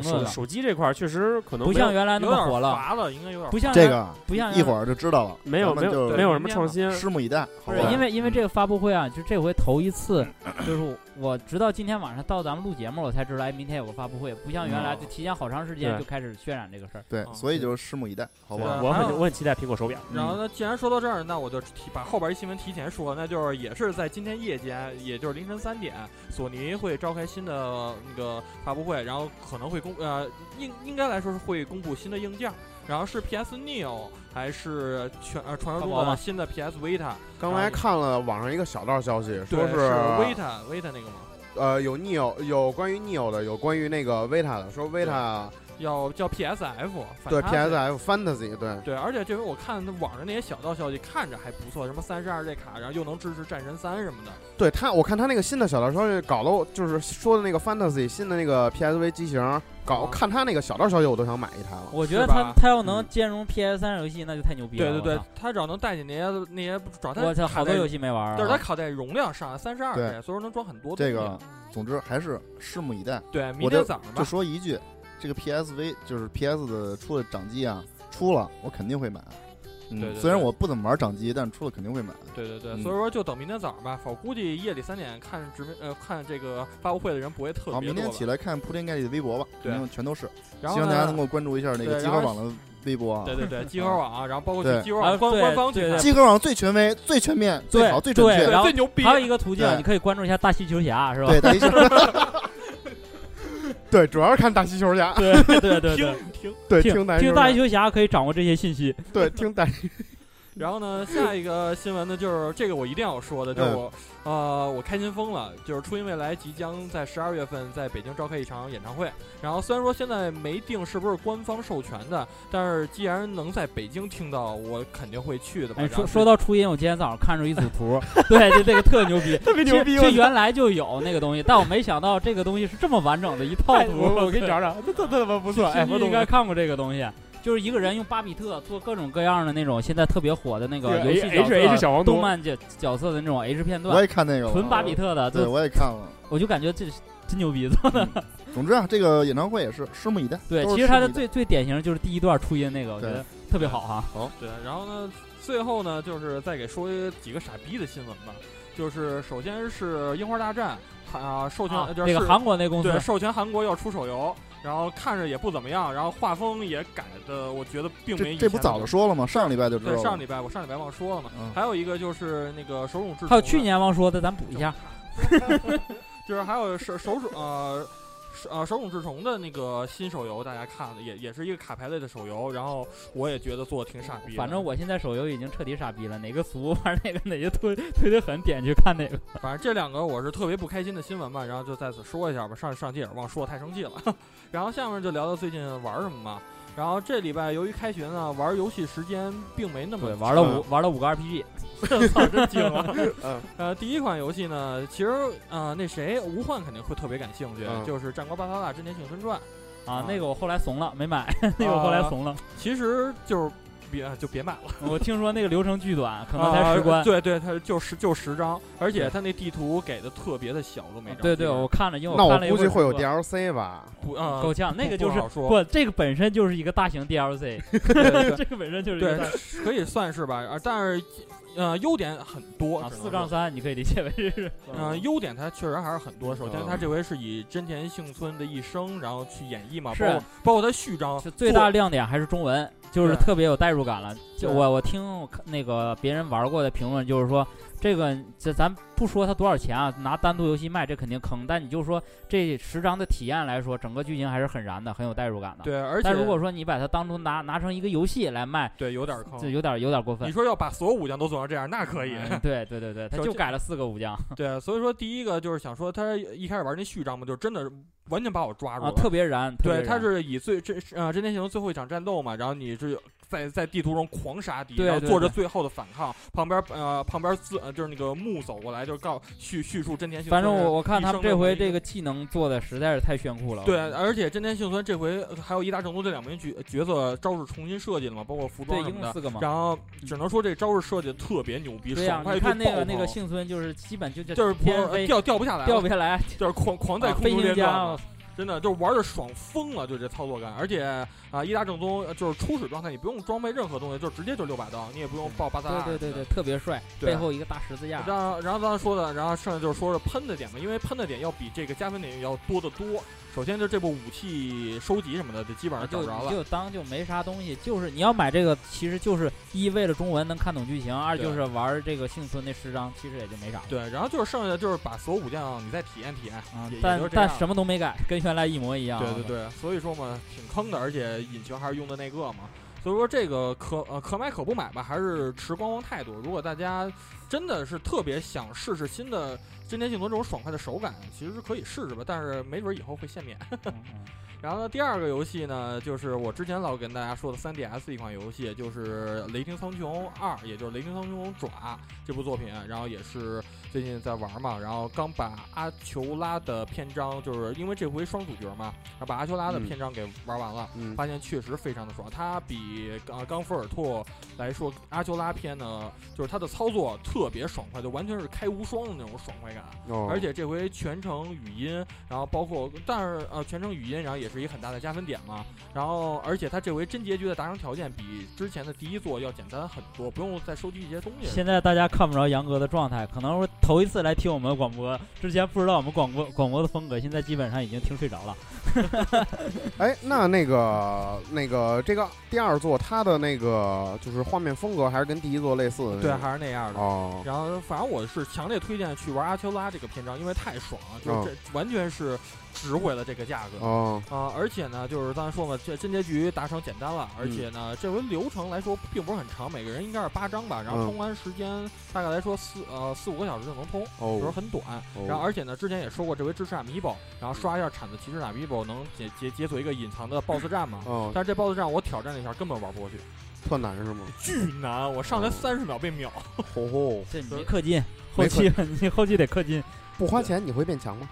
S5: 评论
S4: 手
S5: 了
S4: 手机这块儿确实可能
S5: 不
S4: 没有
S5: 像原来那
S2: 有
S5: 么
S2: 点
S5: 火了，
S2: 乏了，应该有点
S5: 不像
S3: 这
S5: 原
S3: 个啊
S5: 不像
S3: 一会儿就知道了，
S4: 没有
S3: 咱
S4: 没
S3: 们就
S4: 有没有什么创新，
S3: 拭目以待，
S5: 不
S3: 好
S5: 是
S3: 吧
S5: 因为因为这个发布会啊，就这回头一次，就是我我直到今天晚上到咱们录节目，我才知道，哎，明天有个发布会，不像原来
S2: 嗯
S5: 就提前好长时间
S4: 对
S5: 就开始渲染这个事儿。
S3: 对，
S2: 嗯
S3: 所以就拭目以待，好
S4: 对
S3: 吧？
S4: 我
S2: 还
S4: 很
S2: 有
S4: 我很期待苹果手表。
S2: 然后呢，既然说到这儿，那我就提把后边一新闻提前说，那就是也是在今天夜间，也就是凌晨三点，索尼会召开新的那个发布会，然后可能会公呃应应该来说是会公布新的硬件儿，然后是 PS Neo 还是全呃传说
S5: 淘宝
S2: 中
S5: 吗
S2: 的新的 PS Vita，
S1: 刚才看了网上一个小道消息，说
S2: 对，是
S1: 啊
S2: Vita Vita 那个嘛，
S1: 呃有 neo 有关于 neo 的，有关于那个 Vita 的，说 Vita
S2: 要叫 PSF，反
S1: 对
S2: 它
S1: PSF Fantasy 对
S2: 对，而且这回我看网上那些小道消息，看着还不错，什么三十二 G 卡，然后又能支持战神三什么的。
S1: 对他，我看他那个新的小道消息搞得我就是说的那个 Fantasy 新的那个 PSV 机型，搞
S2: 啊
S1: 看他那个小道消息我都想买一台了。
S5: 我觉得
S2: 是
S5: 他
S2: 吧
S5: 他要能兼容 PS 三游戏，那就太牛逼
S2: 对
S5: 了。
S2: 对
S5: 我
S2: 对
S5: 操，
S2: 它只要能带进那些那些，主要它
S5: 我操，
S2: 卡
S5: 好多
S2: 带
S5: 游戏没玩儿啊。
S2: 但是它卡带容量上三十二
S3: 对
S2: G，所以说能装很多东
S3: 这
S2: 西。
S3: 个，总之还是拭目以待。
S2: 对，明
S3: 我这
S2: 天早上
S3: 就
S2: 吧。
S3: 说一句，这个 PSV 就是 PS 的出的掌机啊，出了我肯定会买。嗯，
S2: 对对
S3: 虽然
S2: 对
S3: 我不怎么玩掌机，但出了肯定会买。
S2: 对对对，
S3: 嗯
S2: 所以说就等明天早上吧。我估计夜里三点看直面呃看这个发布会的人不会特
S3: 好，
S2: 别
S3: 明
S2: 多
S3: 天
S2: 了
S3: 起。来看铺天盖地的微博吧，肯
S2: 对
S3: 定全都是。
S2: 然
S3: 希
S2: 后
S3: 望大家能
S2: 呢？
S3: 够关注一下那个
S2: 对
S3: 集
S2: 然
S3: 合
S2: 后
S3: 网的微博啊
S2: 对。对对，集合网，然后包括
S3: 对
S2: 去集合
S5: 啊
S2: 网官
S5: 对
S2: 官方去
S5: 对
S2: 看
S5: 对，
S3: 集合网最权威、最全面、最
S5: 对
S3: 好、最准
S5: 对
S3: 确。
S5: 然后
S2: 最牛逼。
S5: 还有一个途径，
S3: 对
S5: 你可以关注一下大西球侠，是吧？
S3: 对，大家一起
S1: 对，主要是看大西球侠，
S5: 对对对对，
S2: 听听。
S1: 对
S5: 啊听
S1: 大
S5: 听
S1: 西
S5: 大西球侠可以掌握这些信息。
S1: 对听大
S2: 然后呢，下一个新闻呢，就是这个我一定要说的，就是
S3: 嗯
S2: 我，呃，我开心疯了，就是初音未来即将在十二月份在北京召开一场演唱会。然后虽然说现在没定是不是官方授权的，但是既然能在北京听到，我肯定会去的吧。
S5: 哎，
S2: 然后
S5: 说说到初音，我今天早上看着一组图，对，就这个特牛逼，特别
S4: 牛逼我
S5: 这
S4: 操
S5: 原来就有那个东西，但我没想到这个东西是这么完整的一套
S4: 哎
S5: 图。
S4: 我我给你找 找，这这这他妈不错， 哎，
S5: 你
S4: 我
S5: 应
S4: 懂
S5: 该
S4: 了。
S5: 看过这个东西，就是一个人用巴比特做各种各样的那种现在特别火的那个游戏
S4: 对
S5: 角
S4: H- H 小
S5: 色、
S4: 黄图
S5: 动漫角角色的那种 H 片
S3: 我
S5: 段，
S3: 也看那个
S5: 纯
S3: 了，
S5: 巴比特的，
S3: 对
S5: 就
S3: 我也看了。
S5: 我就感觉这是真牛逼，做的。
S3: 总之啊，这个演唱会也是拭目以待。
S5: 对，
S3: 都是
S5: 其实它
S3: 拭
S5: 的
S3: 目以待
S5: 最最典型就是第一段初音那个，我觉得特别好哈。
S2: 对，然后呢，最后呢，就是再给说几个傻逼的新闻吧。就是首先是《樱花大战》啊，授权、
S5: 啊，
S2: 就是
S5: 那个韩国那公司
S2: 对，授权韩国要出手游，然后看着也不怎么样，然后画风也改的，我觉得并没
S3: 这
S2: 以
S3: 这不
S2: 前
S3: 早
S2: 那
S3: 就说了吗？上礼拜就知道
S2: 对，
S3: 了。
S2: 上礼拜我上礼拜忘说了嘛。
S3: 嗯
S2: 还有一个就是那个手冢治虫的，
S5: 还有去年忘说的，咱补一下。
S2: 就是还有手手冢呃。手呃，手冢治虫的那个新手游，大家看了也也是一个卡牌类的手游，然后我也觉得做的挺傻逼的。
S5: 反正我现在手游已经彻底傻逼了，哪个俗玩哪个，哪个推推的狠，点去看哪个。
S2: 反正这两个我是特别不开心的新闻吧，然后就在此说一下吧。上上期也是忘说，太生气了。 然后下面就聊到最近玩什么嘛。然后这礼拜由于开学呢，玩游戏时间并没那么
S5: 对，玩了五玩了五个 RPG，
S2: 操，真惊了。
S1: 嗯
S2: 呃，第一款游戏呢，其实呃，那谁吴焕肯定会特别感兴趣，
S1: 嗯
S2: 就是《战国巴萨大之年幸存传》。
S5: 啊
S2: 啊，
S5: 那个我后来怂了，没买。那个我后来怂了。
S2: 其实就是别就别买了，
S5: 我听说那个流程巨短，可
S2: 可
S5: 能才十关。
S2: 啊对对，它就十就十张，而且它那地图给的特别的小，都没张。
S5: 对对，我看了，因为
S1: 那
S5: 看
S1: 我
S5: 了一
S1: 估计
S5: 会
S1: 会
S5: 儿
S1: 有
S5: 直播
S1: DLC 吧？
S2: 不啊，
S5: 够呛，那个
S2: 不
S5: 就是
S2: 好说
S5: 不，这个本身就是一个大型 DLC，
S2: 对对
S5: 这个本身就是一
S2: 对
S5: 个大。
S2: 对，可以算是吧。啊，但是呃，优点很多
S5: 啊，，
S2: 只能
S5: 四杠
S2: 说。
S5: 三，你可以理解为是
S2: 嗯，优点它确实还是很多。首先，
S1: 嗯
S2: 它这回是以真田幸村的一生，然后去演绎嘛，
S5: 是
S2: 包括包括它序章
S5: 就最大亮点还是中文，就是
S2: 哦对
S5: 特别有代入感了。就
S2: 对
S5: 我我听我看那个别人玩过的评论，就是说这个这咱不说它多少钱啊，拿单独游戏卖这肯定坑，但你就说这十章的体验来说，整个剧情还是很燃的，很有代入感的。
S2: 对，而且
S5: 但如果说你把它当初拿拿成一个游戏来卖，
S2: 对有点
S5: 这
S2: 坑。
S5: 有点有点过
S2: 哦你
S5: 分。
S2: 说要把所有武将都做成这样，那可以。
S5: 嗯对对对对，他
S2: 就
S5: 就
S2: 这
S5: 改了四个武将
S2: 对，所以说第一个就是想说，他一开始玩那序章嘛，就真的完全把我抓住
S5: 啊，
S2: 了。
S5: 特别燃。特别
S2: 对，他
S5: 燃
S2: 是以最这呃真田行最后一场战斗嘛，然后你是在在地图中狂杀敌，
S5: 对
S2: 然后
S5: 对
S2: 做着
S5: 对
S2: 最后的反抗，旁边呃旁边自呃就是那个木走过来，就是告叙叙述真田幸村
S5: 反正
S2: 是一生的每一个。
S5: 我我看他们这回这个技能做的实在是太炫酷了。
S2: 对，而且真田幸村这回还有伊达政宗这两名角角色招式重新设计了嘛，包括服
S5: 对，
S2: 装
S5: 一
S2: 什么
S5: 共
S2: 的。
S5: 四个嘛。
S2: 然后只能说这招式设计特别牛逼，
S5: 对呀
S2: 爽、快
S5: 你
S2: 就
S5: 看那
S2: 爆
S5: 个那
S2: 棚
S5: 个幸村，就是基本就
S2: 就是不
S5: 呃天飞
S2: 掉掉不下来了，
S5: 掉不下来，
S2: 就是狂狂在
S5: 啊
S2: 空
S5: 飞
S2: 中
S5: 行
S2: 连
S5: 家
S2: 撞嘛
S5: 啊，
S2: 真的就是玩的爽疯了，就这操作感。而且啊，伊达正宗呃就是初始状态，你不用装备任何东西，就直接就六把刀，你也不用爆巴萨啊拉。
S5: 对对对对，。特别帅，
S2: 对
S5: 背后一个大十字架。
S2: 然后，然后刚才说的，然后剩下就是说是喷的点嘛，因为喷的点要比这个加分点要多得多。首先就这部武器收集什么的，就基本上
S5: 啊
S2: 找
S5: 就
S2: 不着
S5: 你
S2: 了。
S5: 就当就没啥东西，就是你要买这个，其实就是一为了中文能看懂剧情，二
S2: 对
S5: 就是玩这个幸村那十章，其实也就没啥了。
S2: 对，然后就是剩下的就是把所有武将你再体验体验，
S5: 啊
S2: 也，也
S5: 但
S2: 就这
S5: 但
S2: 样。
S5: 什么都没改，跟原来一模一样。
S2: 对对对，所以说嘛，挺坑的，而且引擎还是用的那个嘛，所以说这个可呃可买可不买吧，还是持观望态度。如果大家真的是特别想试试新的真田幸村这种爽快的手感，其实是可以试试吧，但是没准以后会限免。
S5: 嗯，嗯
S2: 然后呢，第二个游戏呢，就是我之前老跟大家说的 3DS 一款游戏，就是《雷霆苍穹二》，也就是《雷霆苍穹爪》这部作品，然后也是最近在玩嘛，然后刚把阿裘拉的篇章，就是因为这回双主角嘛，然后把阿裘拉的
S1: 嗯
S2: 篇章给玩完了。
S1: 嗯，
S2: 发现确实非常的爽，它比呃刚福尔拓来说，阿裘拉篇呢，就是它的操作特别爽快，就完全是开无双的那种爽快感。
S1: 哦
S2: 而且这回全程语音，然后包括，但是呃，全程语音，然后也是一个很大的加分点嘛。然后，而且它这回真结局的达成条件比之前的第一座要简单很多，不用再收集一些东西。
S5: 现在大家看不着杨哥的状态，可能是头一次来听我们广播，之前不知道我们广播广播的风格，现在基本上已经听睡着了。
S1: 哎，那那个那个这个第二座，它的那个就是画面风格还是跟第一座类似的那种，
S2: 对，还是那样的。
S1: 哦，
S2: 然后，反正我是强烈推荐去玩阿丘拉这个篇章，因为太爽了，就是这完全是值回了这个价格。
S1: 哦，
S2: 啊、而且呢，就是刚才说嘛，这真结局达成简单了，而
S1: 嗯
S2: 且呢，这回流程来说并不是很长，每个人应该是八章吧，然后
S1: 嗯
S2: 通关时间大概来说四呃四五个小时就能通，
S1: 哦
S2: 就是很短。
S1: 哦
S2: 然后而且呢，之前也说过，这回支持 Amiibo，然后刷一下铲子骑士 Amiibo 能解解解锁一个隐藏的 BOSS 战嘛。
S1: 哦，
S2: 但是这 BOSS 战我挑战了一下，根本玩不过去，
S1: 特难是吗？
S2: 巨 难！啊我上来
S1: 哦
S2: 三十秒被秒，
S1: 吼吼，
S5: 这你
S2: 对
S5: 没氪金，后期你后期得氪金。
S1: 不花钱你会变强吗？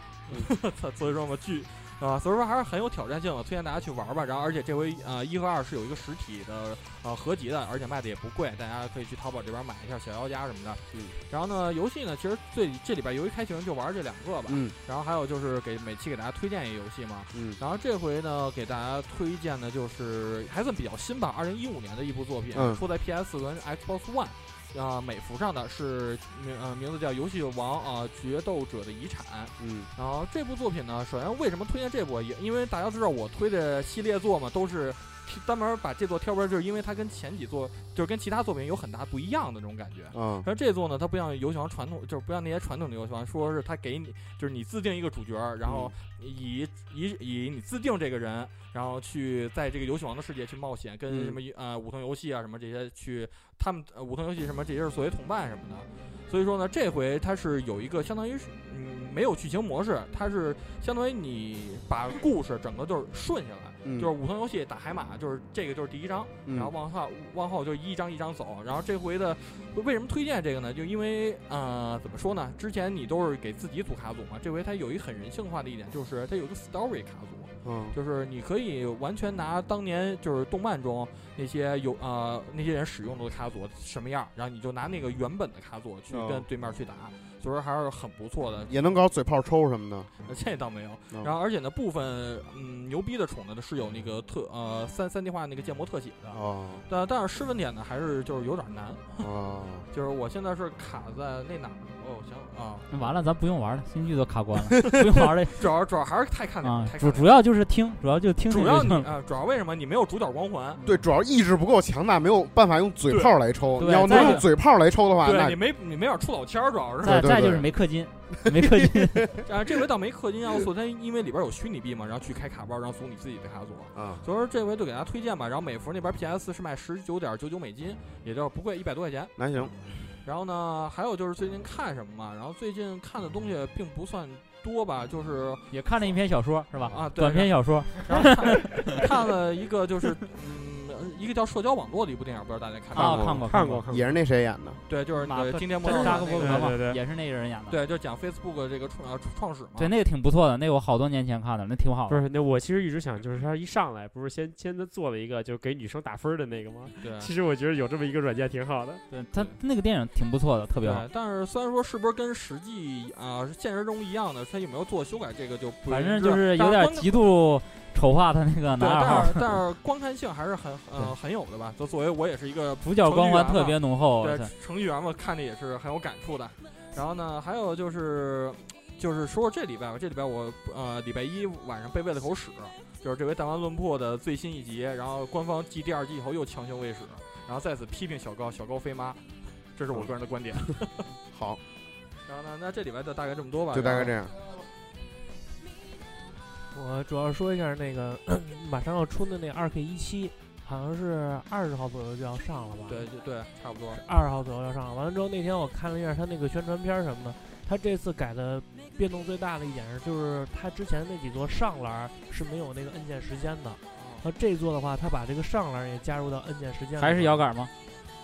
S2: 操所以说嘛，巨啊，所以说还是很有挑战性的，推荐大家去玩吧。然后而且这回呃一和二是有一个实体的呃合集的，而且卖的也不贵，大家可以去淘宝这边买一下小妖家什么的。
S1: 嗯。
S2: 然后呢，游戏呢，其实最这礼拜由于开屏就玩这两个吧。
S1: 嗯
S2: 然后还有就是给每期给大家推荐一个游戏嘛，
S1: 嗯，
S2: 然后这回呢，给大家推荐的就是还算比较新吧，二零一五年的一部作品，
S1: 嗯
S2: 出在 PS 跟 Xbox One，啊、美服上的是名呃名字叫《游戏王》啊、决斗者的遗产》。
S1: 嗯，
S2: 然后这部作品呢，首先为什么推荐这部？也因为大家知道我推的系列作嘛，都是专门把这座挑出来，就是因为它跟前几座就是跟其他作品有很大不一样的那种感觉。
S1: 嗯，
S2: 而这座呢，它不像游戏王传统，就是不像那些传统的游戏王，说是它给你就是你自定一个主角，然后
S1: 嗯
S2: 以、以以你自定这个人，然后去在这个游戏王的世界去冒险，
S1: 嗯
S2: 跟什么、呃武藤游戏啊什么这些去，他们呃武藤游戏什么这些是所谓同伴什么的。所以说呢，这回它是有一个相当于是嗯没有剧情模式，它是相当于你把故事整个就是顺下来。
S1: 嗯
S2: 就是五通游戏打海马，就是这个就是第一章，
S1: 嗯
S2: 然后往后往后就一张一张走。然后这回的为什么推荐这个呢？就因为呃怎么说呢？之前你都是给自己组卡组嘛，这回它有一很人性化的一点，就是它有一个 story 卡组。
S1: 嗯
S2: 就是你可以完全拿当年就是动漫中那些有呃那些人使用的卡组什么样，然后你就拿那个原本的卡组去
S1: 哦
S2: 跟对面去打，所以说还是很不错的。
S1: 也能搞嘴炮抽什么的。
S2: 呃这倒没有
S1: 嗯，
S2: 然后而且呢，部分嗯牛逼的宠呢是有那个特呃三三 D 化那个建模特写的，
S1: 哦
S2: 但但是失分点呢还是就是有点难，
S1: 哦，
S2: 就是我现在是卡在那哪儿？哦，行啊，
S5: 完了，咱不用玩了，新剧都卡 关了，不用玩了
S2: 主要主要还是太看脸，
S5: 啊
S2: 太。
S5: 主
S2: 看脸
S5: 主要就是听，主要就听这
S2: 主
S5: 个
S2: 要
S5: 就
S2: 你
S5: 行了。
S2: 啊，主要为什么你没有主角光环？
S1: 对，主要意志不够强大，没有办法用嘴炮来抽。
S5: 对
S1: 你要能
S5: 再
S1: 用
S5: 就
S1: 嘴炮来抽的话，
S2: 对你
S1: 那
S2: 没你没法出老千儿，主要是。
S5: 再
S1: 对对
S5: 再就
S1: 对
S5: 是没氪 金，没氪金。
S2: 啊，这回倒没氪金要素，它因为里边有虚拟币嘛，然后去开卡包，然后组你自己的卡组。
S1: 啊，
S2: 所以说这回就给大家推荐吧。然后美服那边 PS 是卖十九点九九美金，也就是不贵，一百多块钱。
S1: 那行，
S2: 然后呢，还有就是最近看什么嘛，然后最近看的东西并不算多吧，就是
S5: 也看了一篇小说是吧？
S2: 啊对
S5: 短篇小说，
S2: 然后看看了一个就是嗯一个叫《社交网络》的一部电影，不知道大家看没有？
S5: 啊，
S1: 过
S5: 看过
S4: 看过
S5: 过，
S4: 看过，
S1: 也是那谁演的？
S2: 对，就是那
S5: 马
S2: 个
S5: 克
S2: 今天摩
S5: 扎
S2: 托
S5: 啊扎
S2: 那
S5: 克伯格
S2: 个，
S5: 嘛
S4: 对对，对
S5: 也是那个人演的。啊
S2: 对，就讲 Facebook 这个创呃创始嘛。
S5: 对，那个挺不错的，那个我好多年前看的，那挺好
S4: 不
S5: 的。
S4: 是，那我其实一直想，就是他一上来不是先先他做了一个就是给女生打分儿的那个吗？
S2: 对
S4: 其实我觉得有这么一个软件挺好的。
S5: 对，他那个电影挺不错的，特别好
S2: 对。，但是虽然说是不是跟实际啊、现实中一样的，它有没有做修改，这个就不
S5: 反
S2: 人
S5: 正
S2: 知
S5: 就
S2: 道
S5: 是有
S2: 但
S5: 点啊
S2: 观看
S5: 极度丑化他那个
S2: 对，
S5: 男二
S2: 但
S5: 号，
S2: 是但是观看性还是很呃很有的吧。就作为我也是一个
S5: 主角光环
S2: 程序员
S5: 特别浓
S6: 哦
S5: 厚。
S2: 对
S5: 我操
S2: 程序员嘛，看着也是很有感触的。然后呢，还有就是就是说这礼拜吧，这礼拜我呃礼拜一晚上被喂了口屎，就是这回《弹丸论破》的最新一集，然后官方继第二季以后又强行喂屎，然后在此批评小高，小高飞妈，这是我个人的观点。
S1: 好，
S2: 然
S6: 嗯
S2: 后呢，那这礼拜就大概这么多吧，
S1: 就大概
S2: 然后
S1: 这样。
S6: 我主要说一下那个嗯马上要出的那二 K 一七，好像是二十号左右就要上了吧？
S2: 对，就对，差不多。
S6: 二十号左右要上了。完了之后，那天我看了一下他那个宣传片儿什么的，他这次改的变动最大的一点是，就是他之前那几座上栏儿是没有那个按键时间的，然后这座的话，他把这个上栏儿也加入到按键时间里。
S5: 还是摇杆吗？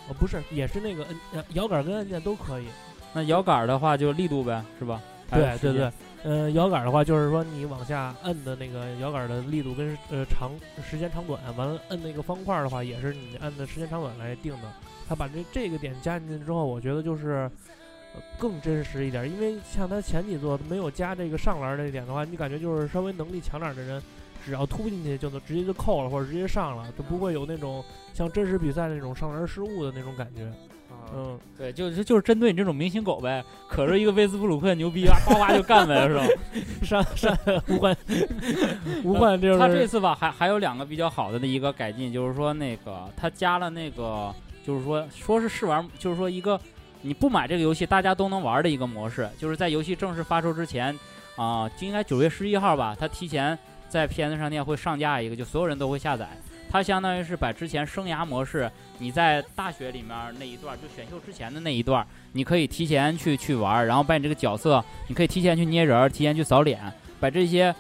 S6: 呃，不是，也是那个按呃摇杆跟按键都可以。
S5: 那摇杆的话就力度呗，是吧？还有
S6: 对
S5: 时
S6: 对
S5: 间
S6: 对，，呃，摇杆的话就是说你往下摁的那个摇杆的力度跟呃长时间长短，完了摁那个方块的话也是你按的时间长短来定的。他把这这个点加进去之后，我觉得就是、呃更真实一点，因为像他前几座没有加这个上篮这一点的话，你感觉就是稍微能力强点的人，只要突进去就能直接就扣了或者直接上了，就不会有那种像真实比赛那种上篮失误的那种感觉。
S2: 啊，
S6: 嗯，
S5: 对，就是就是针对你这种明星狗呗，可是一个威斯布鲁克牛逼啊，呱呱就干呗，是吧？
S6: 上上 无冠无冠 就是
S5: 他这次吧，还还有两个比较好的的一个改进，就是说那个他加了那个，就是说说是试玩，就是说一个你不买这个游戏大家都能玩的一个模式，就是在游戏正式发售之前啊、就应该九月十一号吧，他提前在 PS 商店会上架一个，就所有人都会下载。它相当于是把之前生涯模式，你在大学里面那一段，就选秀之前的那一段，你可以提前去去玩儿，然后把你这个角色，你可以提前去捏人儿，提前去扫脸，把这些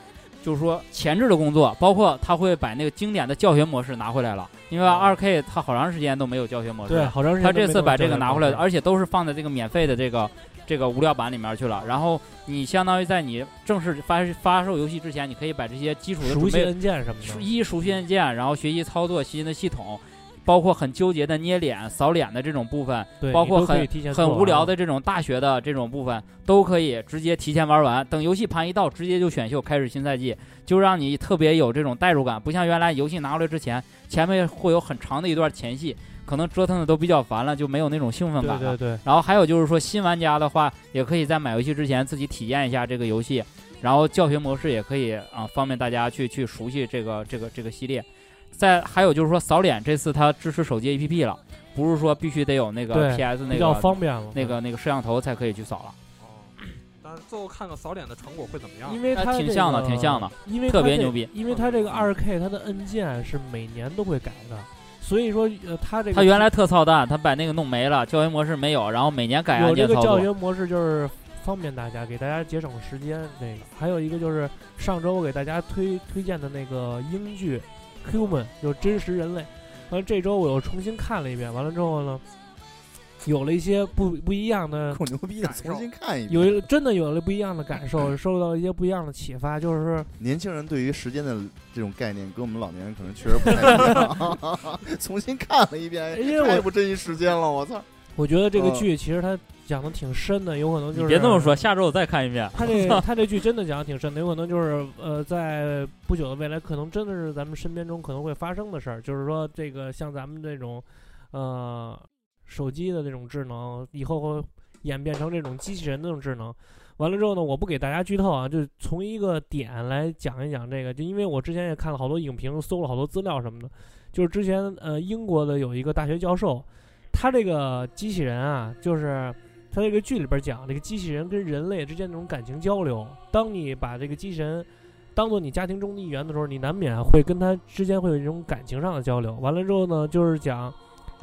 S5: 就是说前置的工作，包括他会把那个经典的教学模式拿回来了，因为二 K 它好长时间都没有教学模式，
S6: 嗯对，好长时间
S5: 他
S6: 都
S5: 这
S6: 没
S5: 次
S6: 弄
S5: 把
S6: 到
S5: 这个拿回来，
S6: 了
S5: 而且都是放在这个免费的这个这个无聊版里面去了。然后你相当于在你正式发发售游戏之前，你可以把这些基础的
S6: 熟
S5: 准
S6: 悉
S5: 备
S6: 按键什么
S5: 熟
S6: 的。
S5: 一熟悉按键，然后学习操作、新的系统，包括很纠结的捏脸、扫脸的这种部分，
S6: 对，
S5: 包
S6: 你
S5: 括
S6: 都可
S5: 很
S6: 以提前
S5: 很
S6: 做
S5: 无聊
S6: 啊
S5: 的这种大学的这种部分，都可以直接提前玩完。等游戏盘一到，直接就选秀开始新赛季，就让你特别有这种代入感。不像原来游戏拿过来之前，前面会有很长的一段前戏，可能折腾的都比较烦了，就没有那种兴奋感了。
S6: 对对对，
S5: 然后还有就是说，新玩家的话，也可以在买游戏之前自己体验一下这个游戏，然后教学模式也可以啊、方便大家去去熟悉这个这个这个系列。再还有就是说，扫脸这次它支持手机 APP 了，不是说必须得有那个
S6: 对
S5: PS 那
S6: 比较
S5: 个
S6: 方便了。
S5: 那个那个摄像头才可以去扫了。
S2: 哦，但是最后看看扫脸的成果会怎么样。
S6: 因？为
S5: 哎
S6: 它
S5: 挺
S6: 这
S5: 像的挺
S6: 个
S5: 像的，
S6: 因为
S5: 特
S6: 它
S5: 别
S6: 这
S5: 牛逼
S6: 因为它这个二 K 它的按键是每年都会改的，所以说呃，它这个
S5: 它原来特操蛋，它把那个弄没了，教学模式没有，然后每年改按
S6: 有这
S5: 键
S6: 个
S5: 操
S6: 教
S5: 作。
S6: 学模式就是方便大家，给大家节省时间。这个还有一个就是上周我给大家推推荐的那个英剧《Human》，就真实人类。完了这周我又重新看了一遍，完了之后呢，有了一些不不一样 的
S3: 够牛逼的，重新看一遍。
S6: 有一真的有了不一样的感受，受到一些不一样的启发，就是
S3: 年轻人对于时间的这种概念，跟我们老年人可能确实不太一样。 重新看了一遍，
S6: 因为我
S3: 太不珍惜时间了，我操！
S6: 我觉得这个
S3: 嗯
S6: 剧其实它讲的挺深的，有可能
S5: 呃你
S6: 就是
S5: 别这么说，下周我再看一遍。
S6: 他这他这剧真的讲的挺深的，有可能就是呃，在不久的未来，可能真的是咱们身边中可能会发生的事儿。就是说，这个像咱们这种呃手机的这种智能，以后会演变成这种机器人的这种智能。完了之后呢，我不给大家剧透啊，就从一个点来讲一讲这个，就因为我之前也看了好多影评，搜了好多资料什么的。就是之前呃，英国的有一个大学教授，他这个机器人啊，就是他这个剧里边讲，这个机器人跟人类之间这种感情交流，当你把这个机器人当做你家庭中的一员的时候，你难免会跟他之间会有一种感情上的交流。完了之后呢，就是讲，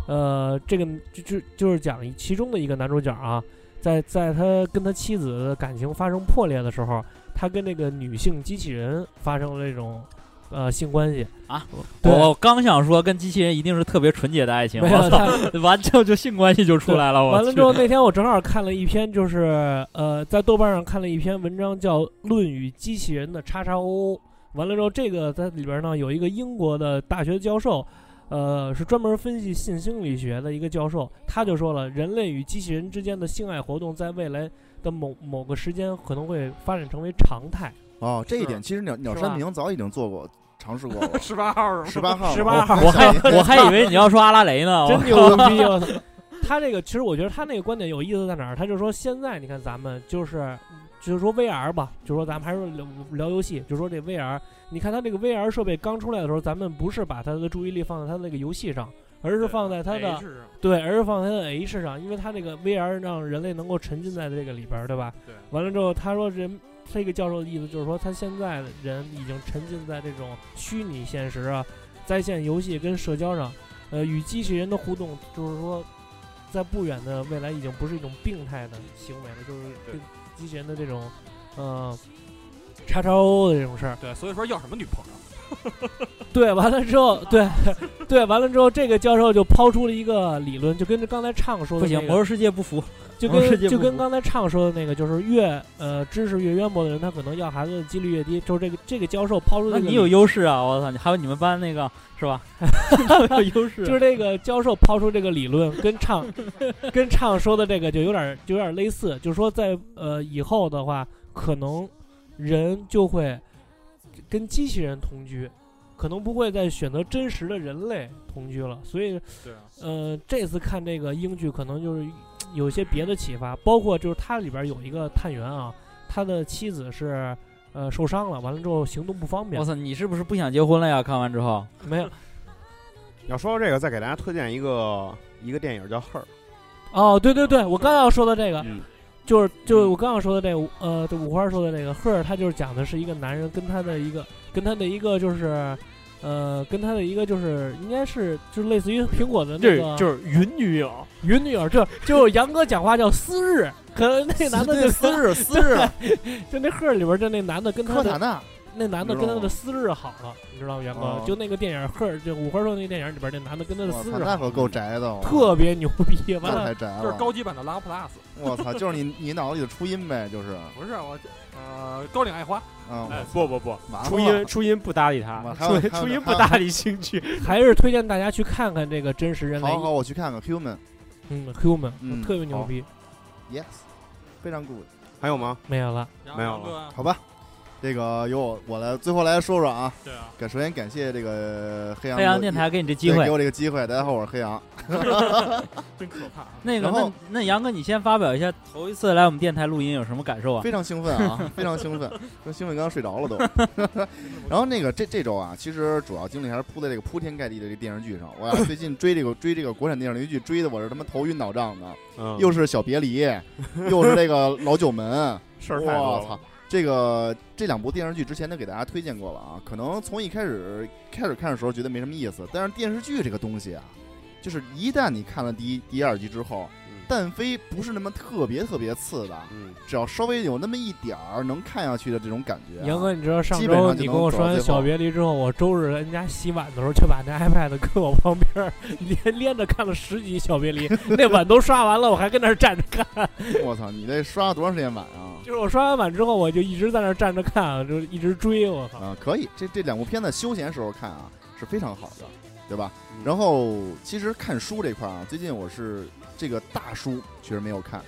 S6: 呃，这个就就就是讲其中的一个男主角啊，在在他跟他妻子的感情发生破裂的时候，他跟那个女性机器人发生了这种呃性关系
S5: 啊。
S6: 对
S5: 我我刚想说，跟机器人一定是特别纯洁的爱情，
S6: 没有
S5: 我
S6: 他
S5: 操，完之后就性关系就出来了。我
S6: 完了
S5: 去
S6: 之后，那天我正好看了一篇，就是呃，在豆瓣上看了一篇文章，叫《论语机器人的叉叉 O》。完了之后，这个在里边呢有一个英国的大学教授，呃，是专门分析性心理学的一个教授，他就说了，人类与机器人之间的性爱活动在未来的某某个时间可能会发展成为常态。
S3: 哦，这一点其实鸟鸟
S6: 是吧
S3: 山明早已经做过尝试过了
S2: 十八号是吗
S3: 十八号，
S6: 18号
S5: 我还我还以为你要说阿拉蕾呢，我
S6: 真牛逼！我操，他这个其实我觉得他那个观点有意思在哪儿？他就说现在你看咱们就是就是说 VR 吧，就说咱们还是聊聊游戏，就说这 VR，你看他这个 VR 设备刚出来的时候，咱们不是把他的注意力放在他那个游戏上，而是放在他的
S2: 啊 H 上
S6: 对，而是放在它的 H 上，因为它这个 VR 让人类能够沉浸在这个里边儿，对吧？
S2: 对
S6: 完了之后，他说人这个教授的意思就是说，他现在的人已经沉浸在这种虚拟现实啊、在线游戏跟社交上，呃，与机器人的互动，就是说，在不远的未来已经不是一种病态的行为了，就是
S2: 对
S6: 跟机器人的这种，呃，叉叉 O 的这种事儿。
S2: 对，所以说要什么女朋友？
S6: 对，完了之后，对，对，完了之后，这个教授就抛出了一个理论，就跟着刚才畅说
S5: 不
S6: 的、那
S5: 行，
S6: 个，
S5: 魔兽世界不服。
S6: 就
S5: 魔兽世界
S6: 跟就
S5: 不
S6: 跟
S5: 服
S6: 刚才畅说的那个，就是越呃知识越渊博的人，他可能要孩子的几率越低。就是这个这个教授抛出
S5: 那
S6: 的，
S5: 你有优势啊！我操，你还有你们班那个是吧？ 有优势，啊
S6: 就是这个教授抛出这个理论，跟畅 跟畅说的这个就有点就有点类似，就是说在呃以后的话，可能人就会跟机器人同居，可能不会再选择真实的人类同居了。所以
S2: 对啊，
S6: 呃，这次看这个英剧，可能就是有些别的启发，包括就是它里边有一个探员啊，他的妻子是呃受伤了，完了之后行动不方便
S5: 我，操，你是不是不想结婚了呀？看完之后，
S6: 没有
S1: 要说到这个，再给大家推荐一个一个电影叫《Her》，
S6: 哦，对对对，我刚要说的这个，
S1: 嗯，
S6: 就是就是我刚要说的这个，呃，这五花说的这个赫尔，他就是讲的是一个男人跟他的一个跟他的一个就是。呃，跟他的一个就是应该是就是类似于苹果的那个
S4: 是云女友，
S6: 云女友，就就杨哥讲话叫私日，可能那男的就
S3: 对私日私日，
S6: 就那赫尔里边就那男的跟他
S3: 科
S6: 的
S3: 塔纳
S6: 那男的
S3: 你
S6: 跟
S3: 知道
S6: 他的
S3: 吗
S6: 私日好了，你知道吗，元哥
S3: 哦？
S6: 就那个电影《赫尔》，就五花肉那个电影里边，那男的跟他的
S3: 我
S6: 私
S3: 操，
S6: 日
S3: 那
S6: 好，
S3: 可够宅的，我操
S6: 特别牛逼。完
S3: 那
S6: 了，
S3: 太宅
S2: 就是
S3: 了。
S2: 高级版的拉 plus，
S3: 我操，就是你你脑子里的初音呗，就是
S2: 不是我呃高岭爱花，
S3: 嗯，
S4: 哎，不不不，
S3: 完了
S4: 初音初音不搭理他
S3: 我，还有
S4: 初
S3: 还有
S4: 初音
S3: 还
S4: 不
S3: 有
S4: 搭理兴趣，
S6: 还是推荐大家去看看这个真实人类
S3: 好，好，我去看看 Human，
S6: 嗯，Human，
S3: 嗯
S6: 特别牛逼。
S3: Yes，非常 good。
S1: 还有吗？
S6: 没有了，
S2: 然后
S1: 没有
S2: 杨哥啊，
S3: 好吧，这个由我我来最后来说说啊，
S2: 对啊，
S3: 感首先感谢这个黑羊
S5: 黑
S3: 给我
S5: 羊电台给你这机
S3: 对
S5: 会
S3: 给。我这个机会。大家好，我是黑羊。
S2: 真可怕啊。
S5: 那个，
S3: 然
S5: 那
S3: 后
S5: 那杨哥，你先发表一下头一次来我们电台录音有什么感受啊？
S3: 非常兴奋 啊，非常兴奋，都兴奋刚刚睡着了都。然后那个这这周啊，其实主要精力还是扑在这个铺天盖地的这个电视剧上。我呀最近追这个追这个国产电视剧，追的我是他妈头晕脑胀的，
S1: 嗯，
S3: 又是小别离， 又是这个老九门，
S1: 事儿太多
S3: 我操
S1: 了。
S3: 这个这两部电视剧之前都给大家推荐过了啊，可能从一开始开始看的时候觉得没什么意思，但是电视剧这个东西啊，就是一旦你看了第一、第二集之后
S1: 嗯，
S3: 但非不是那么特别特别次的，
S1: 嗯，
S3: 只要稍微有那么一点儿能看下去的这种感觉、啊。
S6: 杨哥，你知道上
S3: 基本上
S6: 周
S3: 就
S6: 你
S3: 能
S6: 跟我
S3: 走
S6: 说
S3: 到
S6: 完
S3: 最后
S6: 小别离之后，我周日在人家洗碗的时候，就把那 iPad 搁我旁边儿，连连着看了十集小别 离，那碗都刷完了，我还跟那儿站着看。
S3: 我操，你这刷了多长时间晚啊？
S6: 就是我刷完碗之后，我就一直在那儿站着看，啊就是一直追。我靠，
S3: 啊，可以，这这两部片子休闲时候看啊是非常好的，对吧
S1: 嗯？
S3: 然后其实看书这块儿啊，最近我是这个大书确实没有看，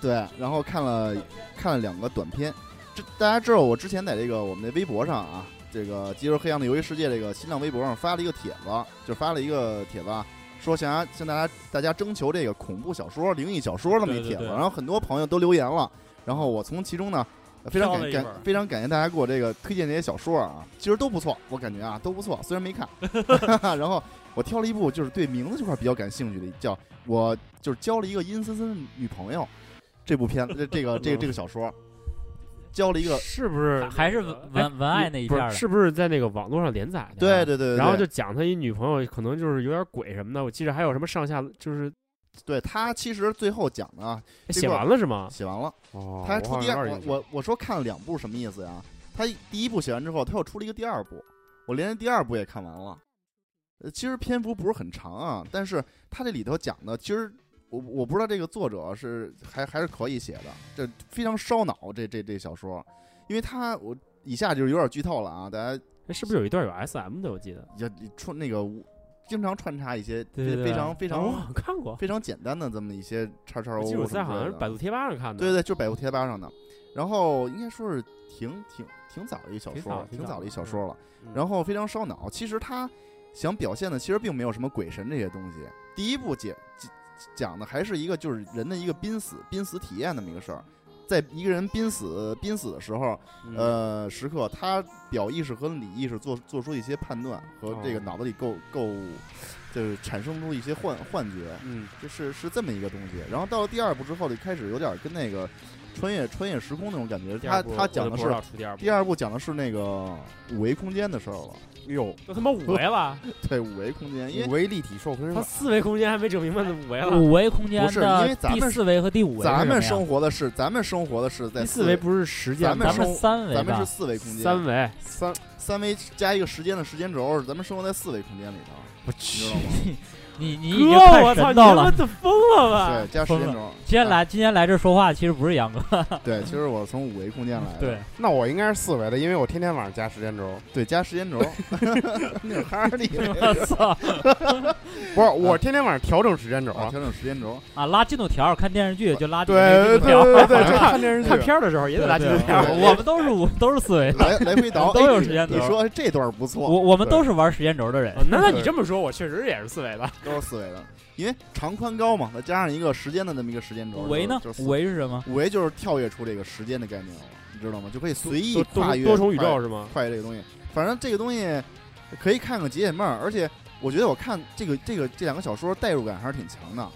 S3: 对，然后看了看了两个短片，这大家知道我之前在这个我们的微博上啊，这个《极热黑暗的游戏世界》这个新浪微博上发了一个帖子，就发了一个帖子啊。说想要向大家大家征求这个恐怖小说、灵异小说那么一
S2: 对对
S3: 帖子，
S2: 对
S3: 然后很多朋友都留言了，然后我从其中呢，呃非常
S2: 挑了
S3: 感
S2: 一
S3: 感
S2: 本儿
S3: 非常感谢大家给我这个推荐这些小说啊，其实都不错，我感觉啊都不错，虽然 没看，然后我挑了一部就是对名字这块比较感兴趣的，叫我就是交了一个阴森森的女朋友，这部片这这个这个这个小说，交了一个
S4: 是啊不是
S5: 还是文
S4: 哎
S5: 文文爱那一
S4: 不
S5: 片
S4: 是
S5: 儿的，
S4: 是不是在那个网络上连载的？
S3: 对。对对对，
S4: 然后就讲他一女朋友可能就是有点鬼什么的，我记着还有什么上下就是
S3: 对他其实最后讲的啊，
S4: 哎
S3: 这
S4: 写
S3: 个
S4: 完了是吗？
S3: 写完了，
S1: 哦
S3: 他还出第二，我
S1: 我
S3: 我我说看了两部什么意思呀？他第一部写完之后，他又出了一个第二部，我连着第二部也看完了。呃，其实篇幅不是很长啊，但是他这里头讲的，其实我我不知道这个作者是还还是可以写的，这非常烧脑，这这这小说，因为他我以下就是有点剧透了啊，大家
S4: 哎，是不是有一段有 S M 的？我记得
S3: 也穿那个经常穿插一些
S4: 对对对
S3: 非常非
S4: 哦我
S3: 常
S4: 好像看过，
S3: 非常简单的这么一些叉叉 O，
S4: 我记
S3: 什
S4: 得
S3: 么
S4: 我
S3: 之类
S4: 在好像是
S3: 的
S4: 百度贴吧上看的。
S3: 对对，就是百度贴吧上的。然后应该说是挺挺挺早的一小
S4: 挺
S3: 说
S4: 早
S3: 了，
S4: 挺
S3: 挺
S4: 早
S3: 早的一
S4: 的
S3: 小
S4: 嗯
S3: 说了。
S4: 嗯
S3: 然后非常烧脑。其实他想表现的其实并没有什么鬼神这些东西。第一部解解讲的还是一个就是人的一个濒死濒死体验那么一个事儿。在一个人濒死濒死的时候，
S4: 嗯
S3: 呃，时刻他表意识和里意识做做出一些判断，和这个
S4: 哦
S3: 脑子里构构，就是产生出一些幻幻觉。
S1: 嗯
S3: 就是是这么一个东西。然后到了第二部之后，就开始有点跟那个穿越穿越时空那种感觉。
S4: 第
S3: 他
S4: 二部
S3: 他讲
S4: 我
S3: 的
S4: 就不知
S3: 是
S4: 道出第二部，
S3: 第二部讲的是那个五维空间的事儿了。
S1: 哟，
S4: 都他妈五维了，
S3: 对，五维空间，因
S1: 五
S3: 为
S1: 维立体瘦身
S4: 他
S1: 法，
S4: 四维空间还没整明白呢，五维了。
S5: 五维空间
S3: 不是因为
S5: 的
S3: 咱们
S5: 第四维和第五维是
S3: 咱们
S5: 什么呀
S3: 生活的是咱们生活的是在
S4: 第四维，不是时间
S3: 咱
S4: 吗，
S3: 们
S5: 咱们
S3: 生
S5: 三维
S3: 咱们
S5: 吧
S3: 是，四维空间，
S4: 三维，
S3: 三三维加一个时间的时间轴，咱们生活在四维空间里头。
S4: 我
S3: 知
S4: 去
S3: 道，吗？
S5: 你你已经
S4: 哥，
S5: 快
S4: 我操，
S5: 神
S4: 你
S5: 到
S4: 他妈
S5: 了。
S4: 的疯了吧？
S3: 对，加时
S5: 疯
S3: 间
S5: 了
S3: 轴。
S5: 今天
S3: 啊
S5: 来今天来这说话，其实不是杨哥，
S3: 对，其实我从五维空间来的。
S5: 对，
S1: 那我应该是四维的，因为我天天晚上加时间 轴。
S3: 对，加时间轴。那是哈 利。
S5: 我操
S1: 不是，我天天晚上啊调整时间轴。
S3: 啊，调整时间轴。
S5: 啊！拉进度条，看电视剧就拉进
S1: 对对
S5: 度条。
S1: 对对，
S4: 就
S1: 就 看电视
S4: 看
S1: 剧。
S4: 片儿的时候也得拉进度
S5: 对
S4: 条
S3: 对
S4: 儿，
S3: 对
S5: 我们都是五，都是四维。
S3: 来来回倒，
S5: 都
S3: 哎
S5: 有
S3: 你
S5: 时间轴
S3: 你说这段不错，嗯
S5: 我我们都是玩时间轴的人
S4: 哦。那那你这么说，我确实也是四维的。
S3: 都是四维的，因为长宽高嘛，再加上一个时间的那么一个时间轴。
S5: 五维呢
S3: 就是？就是
S5: 五维是什么？
S3: 四五维就是跳跃出这个时间的概念了，你知道吗？就可以随意
S4: 多
S3: 跨越
S4: 多重宇宙
S3: 跨
S4: 是吗？
S3: 跨越这个东西。反正这个东西可以看个解解闷儿，而且我觉得我看这个这个这两个小说代入感还是挺强的，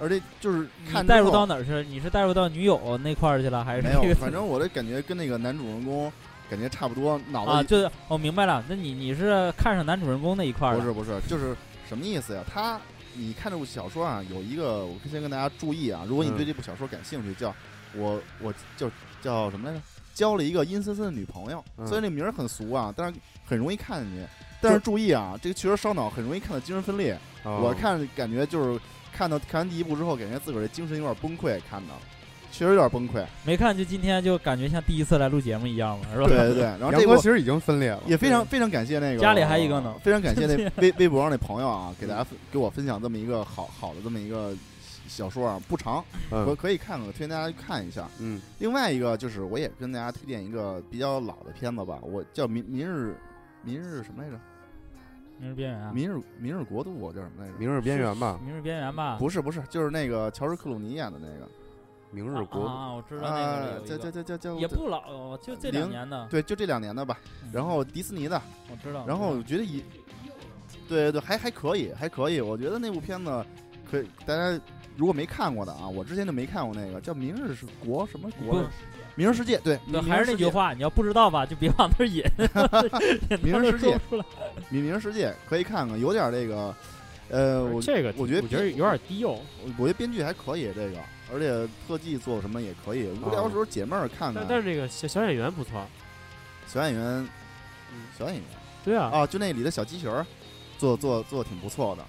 S3: 而且就是看
S5: 你带入
S3: 之
S5: 到
S3: 后
S5: 哪儿去了？你是带入到女友那块儿去了，还是
S3: 没
S5: 这
S3: 有，
S5: 个
S3: 反正我的感觉跟那个男主人公感觉差不多，脑子
S5: 啊？
S3: 里
S5: 就是我明白了，那你你是看上男主人公那一块儿
S3: 不
S5: 了？
S3: 是不是，就是什么意思呀？他，你看这部小说啊，有一个，我先跟大家注意啊，如果你对这部小说感兴趣，
S5: 嗯
S3: 叫我我就叫什么来着？交了一个阴森森的女朋友，
S1: 嗯
S3: 虽然这名儿很俗啊，但是很容易看进去。但是注意啊，这个确实烧脑，很容易看到精神分裂。
S5: 哦
S1: 哦
S3: 我看感觉就是看到看完第一部之后，感觉自个儿的精神有点崩溃，看的确实有点崩溃。
S5: 没看就今天就感觉像第一次来录节目一样嘛，是吧？
S3: 对对对，然后
S1: 杨
S3: 这
S1: 哥
S3: 部
S1: 其实已经分裂了。
S3: 也非常非常感谢那个
S5: 家里还一个呢 嗯
S3: 非常感谢 那微微博上那朋友啊，给大家分给我分享这么一个好好的这么一个小说啊，不长，可
S1: 嗯
S3: 可以看看，推荐大家去看一下。
S1: 嗯
S3: 另外一个就是我也跟大家推荐一个比较老的片子吧，我叫《明明日明日什么来着？
S5: 明日边缘啊，
S3: 明日明日国度，我叫什么来着？
S1: 明日边缘吧，
S5: 明日边缘吧？
S3: 不是不是，就是那个乔治克鲁尼演的那
S1: 明日
S5: 啊啊
S1: 国
S5: 啊，我知
S3: 个
S5: 道那个
S3: 啊
S5: 有，一
S3: 叫
S5: 个
S3: 叫叫叫叫
S5: 也不老，就这两年的。
S3: 对，就这两年的吧。
S5: 嗯
S3: 然后迪士尼的，
S5: 我知道，
S3: 然后我觉得也，对对对，还还可以，还可以。我觉得那部片子可以，大家如果没看过的啊，我之前就没看过那个叫《明日是国》什么国来着，《明日世界》对，
S5: 对
S3: 明
S5: 还是那句，话，你要不知道吧，就别往那儿 引。
S3: 明日世界
S5: 说不出来
S3: 明《明日世界》可以看看，有点这个呃，我
S4: 这个
S3: 我觉得
S4: 我觉得有点低幼，
S3: 我觉得编剧还可以这个，而且特技做什么也可以，
S5: 哦
S3: 无聊时候解闷儿看看
S4: 但。但是那个小小演员不错，
S3: 小演员，
S5: 嗯
S3: 小演员
S4: 对啊，
S3: 啊，就那里的小机器人儿，做做做挺不错的。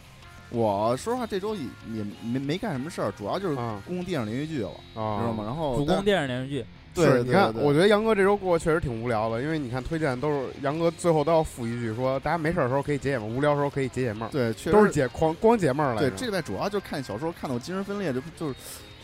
S3: 我说实话，这周也也没没干什么事儿，主要
S5: 哦
S3: 就是
S1: 啊
S3: 攻电影连续剧了，知
S1: 啊，
S3: 道吗？然后
S5: 主攻电视连续剧，
S3: 对
S1: 是
S3: 对
S1: 你看，
S3: 对对
S1: 我觉得杨哥这周过得确实挺无聊的，因为你看推荐都是杨哥最后都要附一句说，大家没事儿的时候可以解解闷儿，无聊的时候可以解解闷儿，
S3: 对，确实
S1: 都是解光光解闷儿来着。
S3: 对，这礼拜主要就是看小说，看到精神分裂，就就是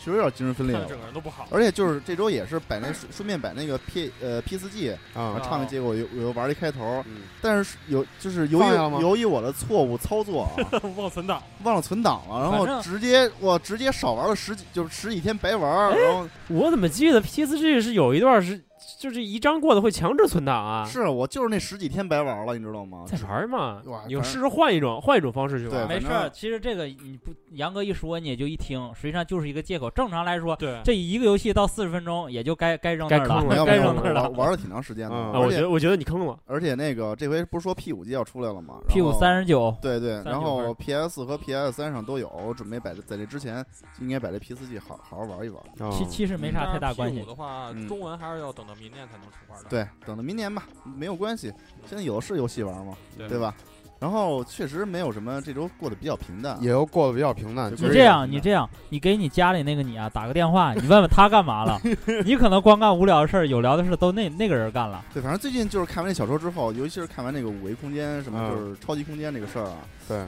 S3: 确实有点精神分裂
S2: 看的
S3: 了
S2: 整。个人都不好。
S3: 而且就是这周也是把那顺顺便把那个 P 呃 P 四 G
S1: 啊，
S3: 唱的结果又又玩了一开头，
S1: 嗯
S3: 但是有就是由
S1: 放下了吗
S3: 于由于我的错误操作啊，
S2: 忘存档，
S3: 忘了存档了，然
S5: 反正
S3: 后直接我直接少玩了十几就是十几天白玩儿，然后
S4: 我怎么记得 P S G 是有一段是就是一张过的会强制存档啊？
S3: 是我就是那十几天白玩了，你知道吗？
S4: 在玩儿嘛
S3: 哇，
S4: 你就
S3: 反正
S4: 试试换一种换一种方式去玩
S3: 对
S4: 儿。
S5: 没
S3: 反
S5: 事
S3: 正
S5: 儿。其实这个你不杨哥一说你也就一听，实际上就是一个借口。正常来说，
S2: 对，
S5: 这一个游戏到四十分钟也就该该扔那
S4: 该
S5: 儿了
S4: 坑，
S3: 没有
S4: 该
S3: 没
S4: 扔
S3: 有，
S4: 那
S3: 我
S4: 儿了
S3: 玩玩了挺长时间的，
S1: 嗯
S4: 啊，我
S3: 而
S4: 觉
S3: 且
S4: 得我觉得你坑我，
S3: 而且那个这回不是说 P 五就要出来了吗
S5: P 五。
S3: 然后
S5: 三十九，
S3: 对对，
S5: 39
S3: 然
S5: 分
S3: 后 PS 和 PS 三上都有，我准备把这在这之前应该把这 P 四 G 好好好玩一玩。
S1: 啊
S5: 其其实没啥太大关系。
S2: 的话，
S3: 嗯
S2: 中文还是要等到明年才能出玩的。
S3: 对，等到明年吧，没有关系，现在有的是游戏玩嘛，
S2: 对
S3: 对吧？然后确实没有什么，这周过得比较平淡。
S1: 也都过得比较平淡。
S3: 就
S1: 就
S5: 你
S1: 是
S5: 这样，你这样，你给你家里那个你啊打个电话，你问问他干嘛 了。你可能光干无聊的事儿，有聊的事儿都那那个人干了。
S3: 对，反正最近就是看完这小说之后，尤其是看完那个五维空间什么，
S1: 嗯
S3: 就是超级空间这个事儿啊，
S1: 对，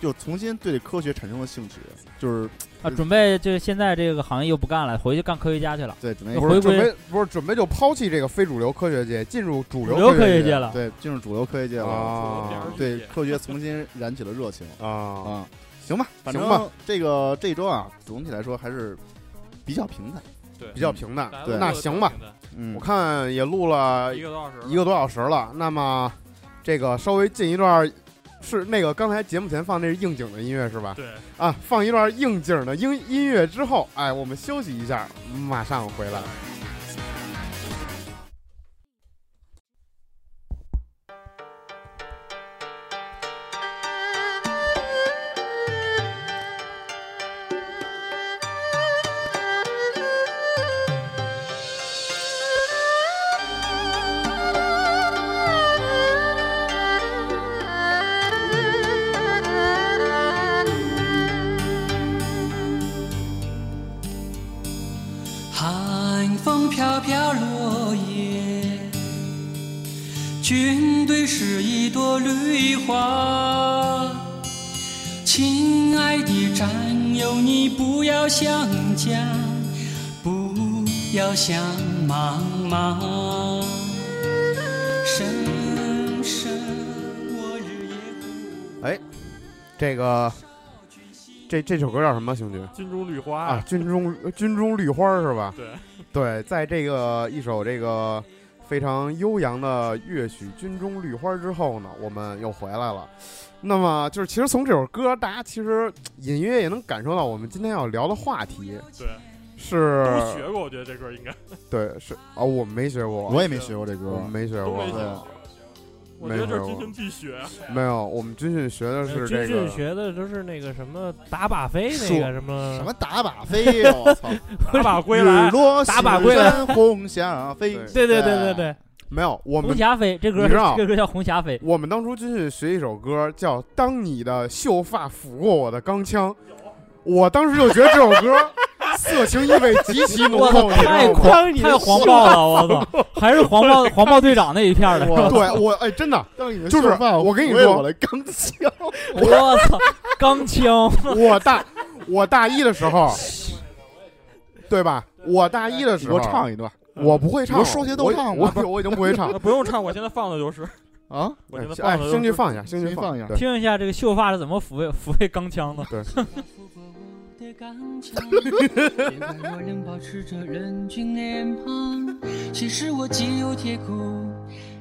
S3: 就重新对这科学产生了兴趣，就是
S5: 啊，准备就是现在这个行业又不干了，回去干科学家去了，
S3: 对，准备
S5: 又
S1: 不是
S5: 哎回
S1: 准
S5: 归
S1: 备不是准备就抛弃这个非主流科学界，进入主
S5: 主流
S1: 流
S5: 科学
S1: 学
S5: 界
S1: 界
S5: 了。
S3: 对进入主流科学界了，
S1: 啊
S3: 对科学重新燃起了热情
S1: 啊！
S3: 啊。行吧，反正
S1: 行吧
S3: 这个这周啊，总体来说还是比较平淡。
S2: 对
S1: 比较平淡。
S2: 大家都
S3: 对
S2: 有
S1: 那
S2: 各
S1: 行
S2: 自
S1: 吧呃
S2: 平淡
S3: 嗯
S1: 我，看也录了
S2: 一个多小时了，
S1: 一个多小时了，那么这个稍微进一段。是那个刚才节目前放那是应景的音乐是吧？
S2: 对，
S1: 啊，放一段应景的音音乐之后，哎，我们休息一下，马上回来。
S7: 寒风飘飘落叶，军队是一朵绿花。亲爱的战友，你不要想家，不要想妈妈。深深，我日夜孤
S1: 这个这这首歌叫什么？兄弟
S2: 金珠绿花
S1: 啊，，军中军中绿花儿是吧？
S2: 对
S1: 对，在这个一首这个非常悠扬的乐曲《军中绿花》之后呢，我们又回来了。那么就是，其实从这首歌，大家其实隐约也能感受到我们今天要聊的话题
S2: 对，
S1: 是，
S2: 都学过，我觉得这歌应该
S1: 对，是啊，我没学过，
S3: 我也没学过这
S1: 我
S3: 歌
S1: 们，没学
S2: 都
S1: 过
S2: 没，学
S3: 对
S2: 过。啊我觉得这是军训必学，
S1: 没有，我们军训学的
S6: 呃
S1: 是
S6: 军
S1: 这
S6: 训
S1: 个，
S6: 学的都是那个什么打靶飞那
S3: 说
S6: 个什么
S3: 什么打靶飞，我操！
S6: 打靶归
S3: 日
S6: 来，
S3: 落
S6: 打靶归来
S3: 西山红霞飞。
S1: 对
S6: 对对对对对，
S1: 没有，我
S5: 红
S1: 们
S5: 霞飞这歌
S1: 你知道
S5: 这歌叫红霞飞，
S1: 我们当初军训学一首歌叫《当你的秀发抚过我的钢枪》，我当时就觉得这首歌色情意味极其浓
S5: 我操，
S1: 厚，你知
S5: 太
S1: 道吗？
S5: 狂太黄暴了，我操，还是黄暴黄暴队长那一片儿的，
S1: 我对我哎，真的
S3: 当你的
S1: 就是
S3: 秀发
S1: 我跟你
S3: 抚慰
S1: 说
S3: 我的钢枪，
S5: 我操，钢枪，
S1: 我大我大一的时候，对吧？我大一的
S3: 你
S1: 时
S3: 给
S1: 候，
S3: 我唱一段
S1: 我不会唱，
S3: 你给我说些都
S1: 我
S3: 唱
S1: 我
S3: 吧
S1: 我我已经不会唱。
S2: 呃不用唱，我现在放的 就是，
S3: 啊！
S2: 我现在
S1: 哎
S2: 放的，就是
S1: 兴趣放一下，兴
S3: 兴
S1: 趣
S3: 趣
S1: 放
S3: 放一下
S1: 对
S5: 听一下这个秀发是怎么抚慰抚慰钢枪的。
S7: 单抚过我的钢枪，别管我仍保持着人均脸庞。其实我既有铁骨，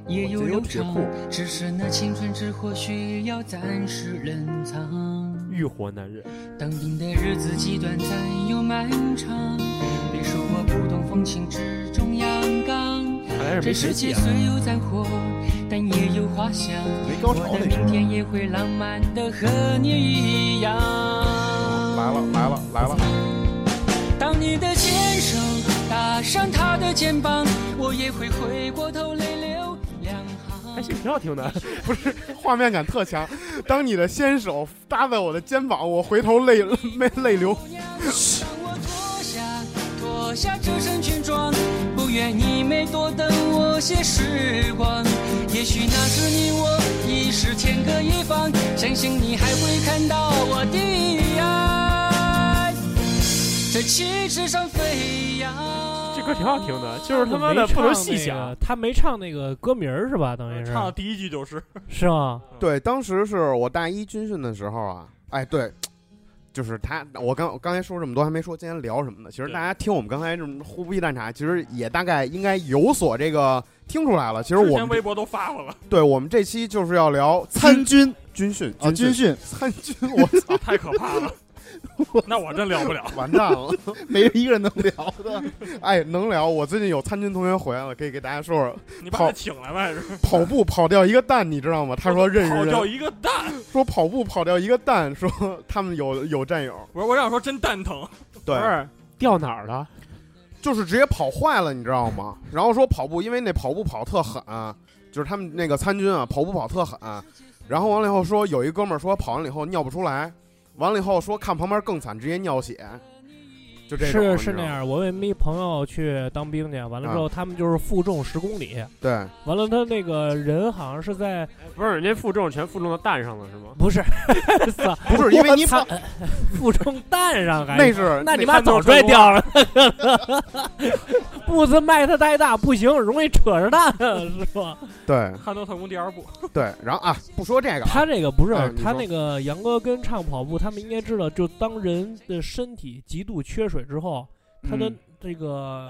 S7: 也有柔肠，只是那青春之火需要暂时冷藏。
S4: 欲火难忍，
S7: 当兵的日子既短暂又漫长，别说我不懂风情，只重阳刚。
S4: 看来是没
S7: 这
S4: 学
S7: 世界
S4: 习啊。
S7: 虽有战火，但也有花香。
S3: 没高
S7: 我
S3: 潮
S7: 的
S3: 那时
S7: 明
S3: 候。
S7: 天也会浪漫的和你一样。
S3: 来了来了来了，
S7: 当你的牵手搭上他的肩膀，我也会回过头泪流两
S4: 还
S7: 行。
S4: 行，挺好听的。
S1: 画面感特强。当你的纤手搭在我的肩膀，我回头泪泪泪流。
S7: 姑娘，让我脱下脱下这身军装，不愿你may 多等我些时光。也许那时你我已是天各一方，相信你还会看到我的爱在旗帜上飞扬。
S4: 这歌挺好听
S6: 哦
S4: 的，就是他
S6: 他
S4: 妈的不能细想。，
S6: 他没唱那个歌名儿是吧？等于是
S2: 呃唱的第一句就是
S6: 是吗？
S1: 对，当时是我大一军训的时候啊，哎，对，就是他，我刚我刚才说这么多，还没说今天聊什么呢。其实
S2: 对
S1: 大家听我们刚才这么胡逼乱查，其实也大概应该有所这个听出来了。其实
S2: 之
S1: 我
S2: 前
S1: 们
S2: 微博都发过了，
S1: 对我们这期就是要聊
S3: 参
S1: 参
S3: 军
S1: 军训
S3: 啊，
S1: 训
S3: 军训
S1: 参军， 我操，
S2: 啊太可怕了。那我真聊不了，
S1: 完蛋了！
S3: 没有一个人能聊的。
S1: 哎，能聊。我最近有参军同学回来了，可以给大家说说
S2: 你把
S1: 跑
S2: 他请来吧，还是
S1: 跑步跑掉一个蛋，你知道吗？他说认识
S2: 跑掉
S1: 人，
S2: 一个蛋。
S1: 说跑步跑掉一个蛋，说他们有有战友，
S2: 我说我想说真蛋疼，
S4: 不
S1: 对，
S4: 是掉哪儿了？
S1: 就是直接跑坏了，你知道吗？然后说跑步，因为那跑步跑特狠，就是他们那个参军啊，跑步跑特狠。然后完了以后说，有一哥们儿说跑完了以后尿不出来，完了以后说看旁边更惨，直接尿血，就这种你
S6: 是
S1: 知
S6: 是
S1: 道
S6: 那
S1: 吗啊
S6: 样。我们一朋友去当兵去，完了之后他们就是负重十公里，
S1: 对，
S6: 完了他那个人好像是在
S4: 不是人家负重全负重到蛋上了是吗？
S6: 不是，操
S1: 不是因为你
S6: 哎我操
S1: 跑，
S6: 负重蛋上 还
S1: 那是
S6: 那你妈早摔掉了， 步子迈的太大不行，容易扯着蛋， 是吧？
S1: 对
S2: 《汉斗特工》第二部，
S1: 对。然后啊，不说这个啊，
S6: 他这个不是
S1: 哎你说
S6: 他那个杨哥跟唱跑步，他们应该知道，就当人的身体极度缺水之后，他的
S3: 嗯
S6: 这个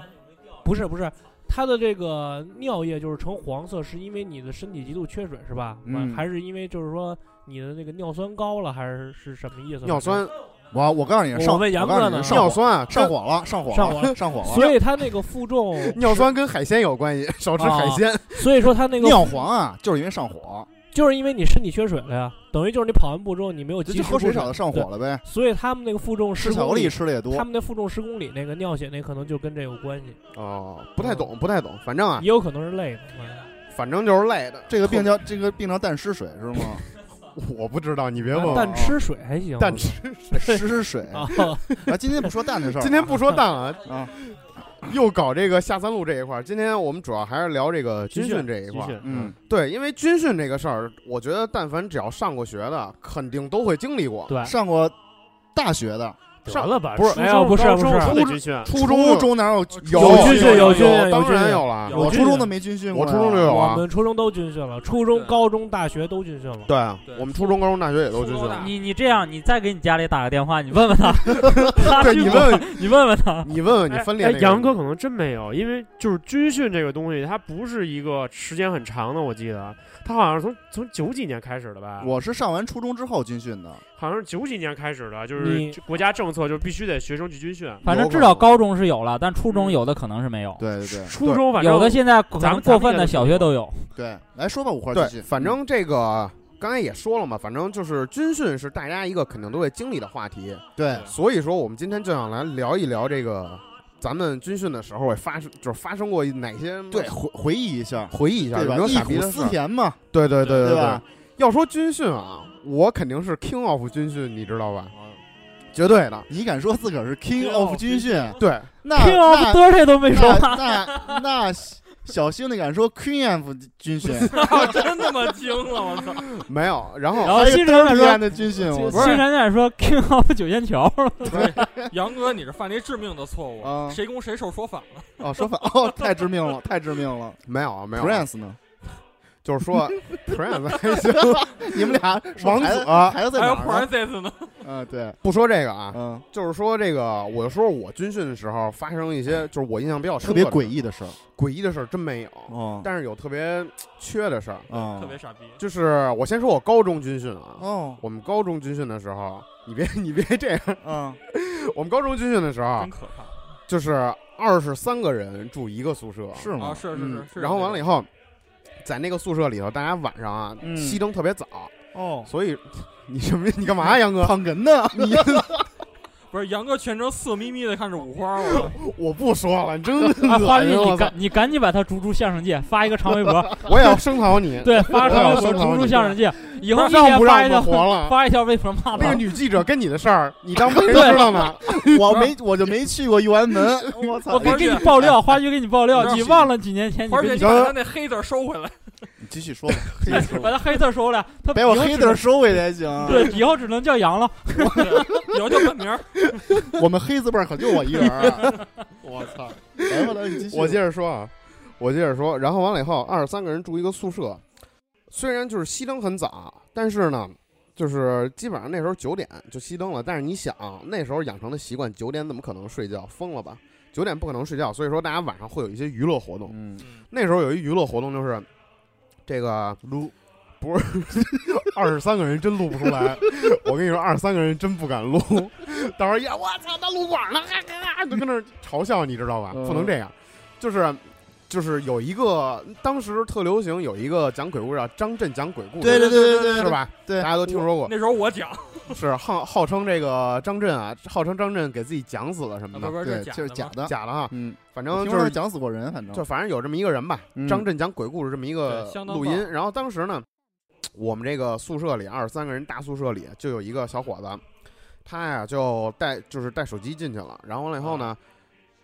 S6: 不是不是。他的这个尿液就是呈黄色，是因为你的身体极度缺水是吧？
S3: 嗯
S6: 还是因为就是说你的那个尿酸高了，还是是什么意思？
S1: 尿酸
S3: 我我告诉你，
S6: 我
S3: 上
S6: 问杨
S3: 我告诉
S6: 哥
S3: 你
S6: 呢
S3: 上
S1: 尿
S3: 火
S1: 酸啊，，
S3: 上火了，上火
S6: 上火
S3: 了，上火了。
S6: 所以他那个负 重
S1: 尿酸跟海鲜有关系，少吃海鲜。
S6: 所以说他那个
S3: 尿黄啊，就是因为上火，
S6: 就是因为你身体缺水了呀，等于就是你跑完步之后你没有
S3: 就
S6: 及
S3: 就
S6: 时
S3: 喝水
S6: 补
S3: 少了上
S6: 对
S3: 火了呗。
S6: 所以他们那个负重
S3: 吃
S6: 十
S3: 巧克
S6: 公
S3: 力
S6: 里，
S3: 吃的也
S6: 他
S3: 多，
S6: 们那负重十公里那个尿血那可能就跟这有关系，
S1: 哦，不太懂，不太懂。反正啊，
S6: 也有可能是累的。嗯
S1: 反正就是累的。
S3: 这个病叫这个病叫蛋湿水是吗？
S1: 我不知道，你别问我。
S2: 哦
S6: 但吃水还行，
S1: 但吃，
S3: 湿水
S6: 啊
S3: 啊！，今天不说蛋的事儿，
S1: 今天不说蛋啊，
S3: 啊，
S1: 又搞这个下三路这一块儿。今天我们主要还是聊这个军
S4: 军
S1: 训这一
S4: 军
S1: 块儿。
S4: 训，
S3: 嗯，
S1: 对，因为军训这个事儿，我觉得但凡只要上过学的，肯定都会经历过。
S6: 对，
S3: 上过大学的，
S4: 得了吧？
S1: 不是
S4: 初中
S6: 没有不是
S4: 高
S6: 不
S4: 中
S6: 是
S4: 都得军训，
S1: 初
S3: 初
S1: 中
S3: 中哪有
S1: 有
S6: 军训有军训有
S1: 当然
S6: 军训
S1: 有了。
S2: 有
S3: 我
S6: 军
S3: 初中
S6: 训
S3: 都没军训过
S1: 我
S3: 呀，
S1: 初中就有
S6: 我
S1: 啊。
S6: 们初中都军训了，初中、
S2: 对
S6: 高中、大学都军训了。
S1: 对啊
S2: 对，
S1: 我们初中、高中、大学也都军
S2: 初
S1: 训
S2: 高。大
S5: 你你这样，你再给你家里打个电话，你问 问他，他
S1: 对
S5: 去
S1: 你
S5: 过
S1: 问，
S5: 你问问他，
S1: 你问 问你
S4: 哎
S1: 分裂
S4: 哎
S1: 那个
S4: 杨哥可能真没有，因为就是军训这个东西，它不是一个时间很长的，我记得它好像是从从九几年开始的吧，
S3: 我是上完初中之后军
S1: 哦
S3: 训的，
S4: 好像是九几年开始的，就
S6: 你
S4: 是就国家政策就必须得学生去军训，
S5: 反正至少高中是有了，但初中有的可能是没有，
S3: 对对对
S4: 初中反正
S5: 有的现在可
S4: 咱
S5: 能
S4: 们
S5: 过分的小学都有。
S3: 对，来说吧，五花继
S1: 对，
S3: 续，
S1: 反正这个刚才也说了嘛，反正就是军训是大家一个肯定都会经历的话题，
S3: 对
S1: 所以说我们今天就想来聊一聊这个咱们军训的时候也发生，就是发生过哪些
S3: 对回回忆一下，
S1: 回忆一下
S3: 对
S1: 有
S3: 吧
S1: 没？有
S3: 忆
S1: 傻逼
S3: 苦
S1: 的事
S3: 思
S1: 儿？
S3: 甜嘛，
S1: 对对对
S3: 对
S1: 对
S3: 吧？
S1: 要说军训啊，我肯定是 king of 军训，你知道吧？
S3: 啊
S1: 绝对的，
S3: 你敢说自个儿是 king
S2: King
S3: of
S2: of
S3: 军训？
S1: 对
S3: 那
S5: King of
S3: 那
S5: Dirty 都没说话，
S3: 那那那小兄弟敢说 queen of 军训，
S2: 我 真他妈惊了，我 操！
S1: 没有。然后
S5: 然后啊新人
S3: 还
S5: 敢
S3: 有 dirty
S5: 说
S3: and 的军训，我
S1: 不是
S5: 新人敢说 King of 九仙桥了，
S2: 杨哥，你这犯了一致命的错误，
S3: 啊
S2: 谁攻谁受说反了。
S3: 哦说反哦太致命了，太致命了。
S1: 没有啊没有，
S3: Prince 呢？
S1: 就是说 Prince 还行，
S3: 你们俩说
S1: 王
S3: 孩
S1: 子
S3: 子
S1: 啊
S3: 孩子在
S2: 还有
S3: 哪儿呢？
S2: Princess 呢？
S3: 嗯，对，
S1: 不说这个啊，
S3: 嗯，
S1: 就是说这个，我就说我军训的时候发生一些，就是我印象比较深
S3: 特
S1: 刻的
S3: 别诡异的事儿
S1: 诡异的事儿真没有，
S3: 哦
S1: 但是有特别缺的事儿。
S3: 哦
S2: 特别傻逼。
S1: 就是我先说我高中军训啊，
S3: 哦
S1: 我们高中军训的时候，你别 你别这样，
S3: 嗯
S1: 我们高中军训的时候
S5: 嗯
S2: 真可怕
S1: 就是二十三个人住一个宿舍，
S3: 是吗？
S2: 啊！是是是
S3: 嗯
S2: 是。
S1: 然后完了以
S2: 以
S1: 后，在那个宿舍里头，大家晚上啊
S3: 嗯
S1: 熄灯特别早，
S3: 哦，
S1: 所以你什么你干嘛呀，杨哥？
S3: 捧哏呢？
S1: 你
S2: 不是杨哥全程色眯眯的看着五花， 我
S1: 我不说了，真恶心！
S5: 啊，花玉，
S1: 哎我
S5: 你
S1: 操
S5: 赶你赶紧把他逐出相声界，发一个长微博，
S1: 我也要声讨你，
S5: 对，发个长微
S1: 我要
S5: 博
S1: 声讨
S5: 逐出
S1: 你
S5: 相声界，以后一
S1: 让
S5: 天
S1: 不
S5: 发
S1: 让
S5: 一
S1: 我
S5: 条
S1: 活了？
S5: 发一条微博骂
S1: 那个
S5: 他。
S1: 女记者跟你的事儿，你 当没人知道呢？
S3: 我没，我就没去过玉安门。我操！
S5: 我可以
S2: 花
S5: 给
S2: 絮
S5: 你爆料，花絮给你爆
S2: 你
S5: 料，
S2: 知道
S5: 你
S2: 是
S5: 忘了几年前你
S2: 花
S5: 跟
S2: 姐，
S5: 你
S2: 你把他那黑字收回来。
S3: 你哎继续说吧，继续说吧
S5: 把他黑字收回来，他
S3: 把我
S5: 以后
S3: 黑
S5: 只能
S3: 字收回来行。
S5: 对，以后只能叫杨了。
S2: 以后叫本名儿，
S3: 我们黑字辈儿可就我一人儿啊。我操！来吧，来吧，你继续。
S1: 我接着说啊，我接着说，然后完了以后，二十三个人住一个宿舍，虽然就是熄灯很早，但是呢，就是基本上那时候九点就熄灯了。但是你想，那时候养成的习惯，九点怎么可能睡觉？疯了吧？九点不可能睡觉，所以说大家晚上会有一些娱乐活动。
S3: 嗯，
S1: 那时候有一娱乐活动就是这个
S3: 撸
S1: 不是二十三个人真录不出来，我跟你说，二十三个人真不敢录。到时候呀，我操，那撸管呢，哈哈哈，就跟那儿嘲笑，你知道吧？
S3: 嗯
S1: 不能这样，就是就是有一个当时特流行有一个讲鬼故事，啊，张震讲鬼故事，
S3: 对对对对对，
S1: 是？吧？
S3: 对
S1: 大家都听说过，
S2: 那时候我讲，
S1: 是号号称这个张震啊，号称张震给自己讲死了什么
S2: 不是
S1: 的，
S2: 不
S3: 对，
S2: 是，
S3: 啊这是假
S2: 的
S3: 的。
S1: 假的哈。
S3: 嗯，
S1: 反
S3: 我
S1: 正就
S3: 听说是
S1: 是
S3: 讲死过人，反
S1: 就
S3: 正
S1: 反正有这么一个人吧，
S3: 嗯
S1: 张震讲鬼故事这么一个
S2: 嗯对相当
S1: 录
S2: 棒
S1: 音。然后当时呢，我们这个宿舍里二十三个人大宿舍里就有一个小伙子，他呀就带就是带手机进去了，然后完了以后呢，
S2: 啊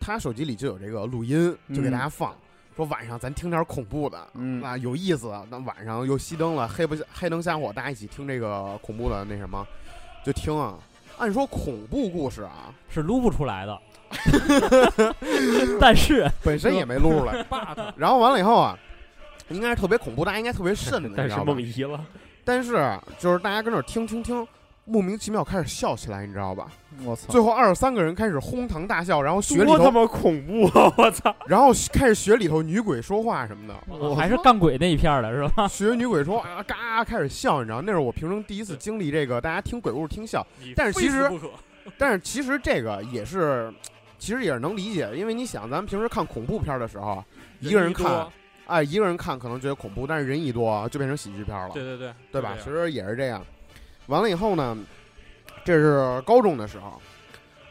S1: 他手机里就有这个录音，就给
S3: 嗯
S1: 大家放。说晚上咱听点恐怖的，
S3: 嗯
S1: 啊有意思。那晚上又熄灯了，黑不黑灯瞎火，大家一起听这个恐怖的那什么，就听啊。按说恐怖故事啊，
S5: 是撸不出 来的。但是
S1: 本身也没录出来，
S2: ，but
S1: 然后完了以后啊，应该是特别恐怖，大家应该特别瘆的，
S4: 但
S1: 你知
S4: 是
S1: 道吧
S4: 梦遗了，
S1: 但是啊就是大家跟那儿听听听，莫名其妙开始笑起来，你知道吧？
S3: 我操！
S1: 最后二十三个人开始哄堂大笑，然后学里
S4: 多他
S1: 头，
S4: 妈恐怖啊！我操！
S1: 然后开始学里头女鬼说话什么的，
S3: 我
S5: 还是干鬼那一片儿的是吧？
S1: 学女鬼说啊嘎开始笑，你知道？那是我平生第一次经历这个，大家听鬼故事听笑，
S2: 你
S1: 但是其
S2: 非死
S1: 实
S2: 不可，
S1: 但是其实这个也是。其实也是能理解，因为你想，咱们平时看恐怖片的时候，一个人看
S2: 多，，
S1: 哎，一个人看可能觉得恐怖，但是人一多啊就变成喜剧片了。
S2: 对对对，
S1: 对吧？其
S2: 是
S1: 实也是这样。完了以后呢，这是高中的时候，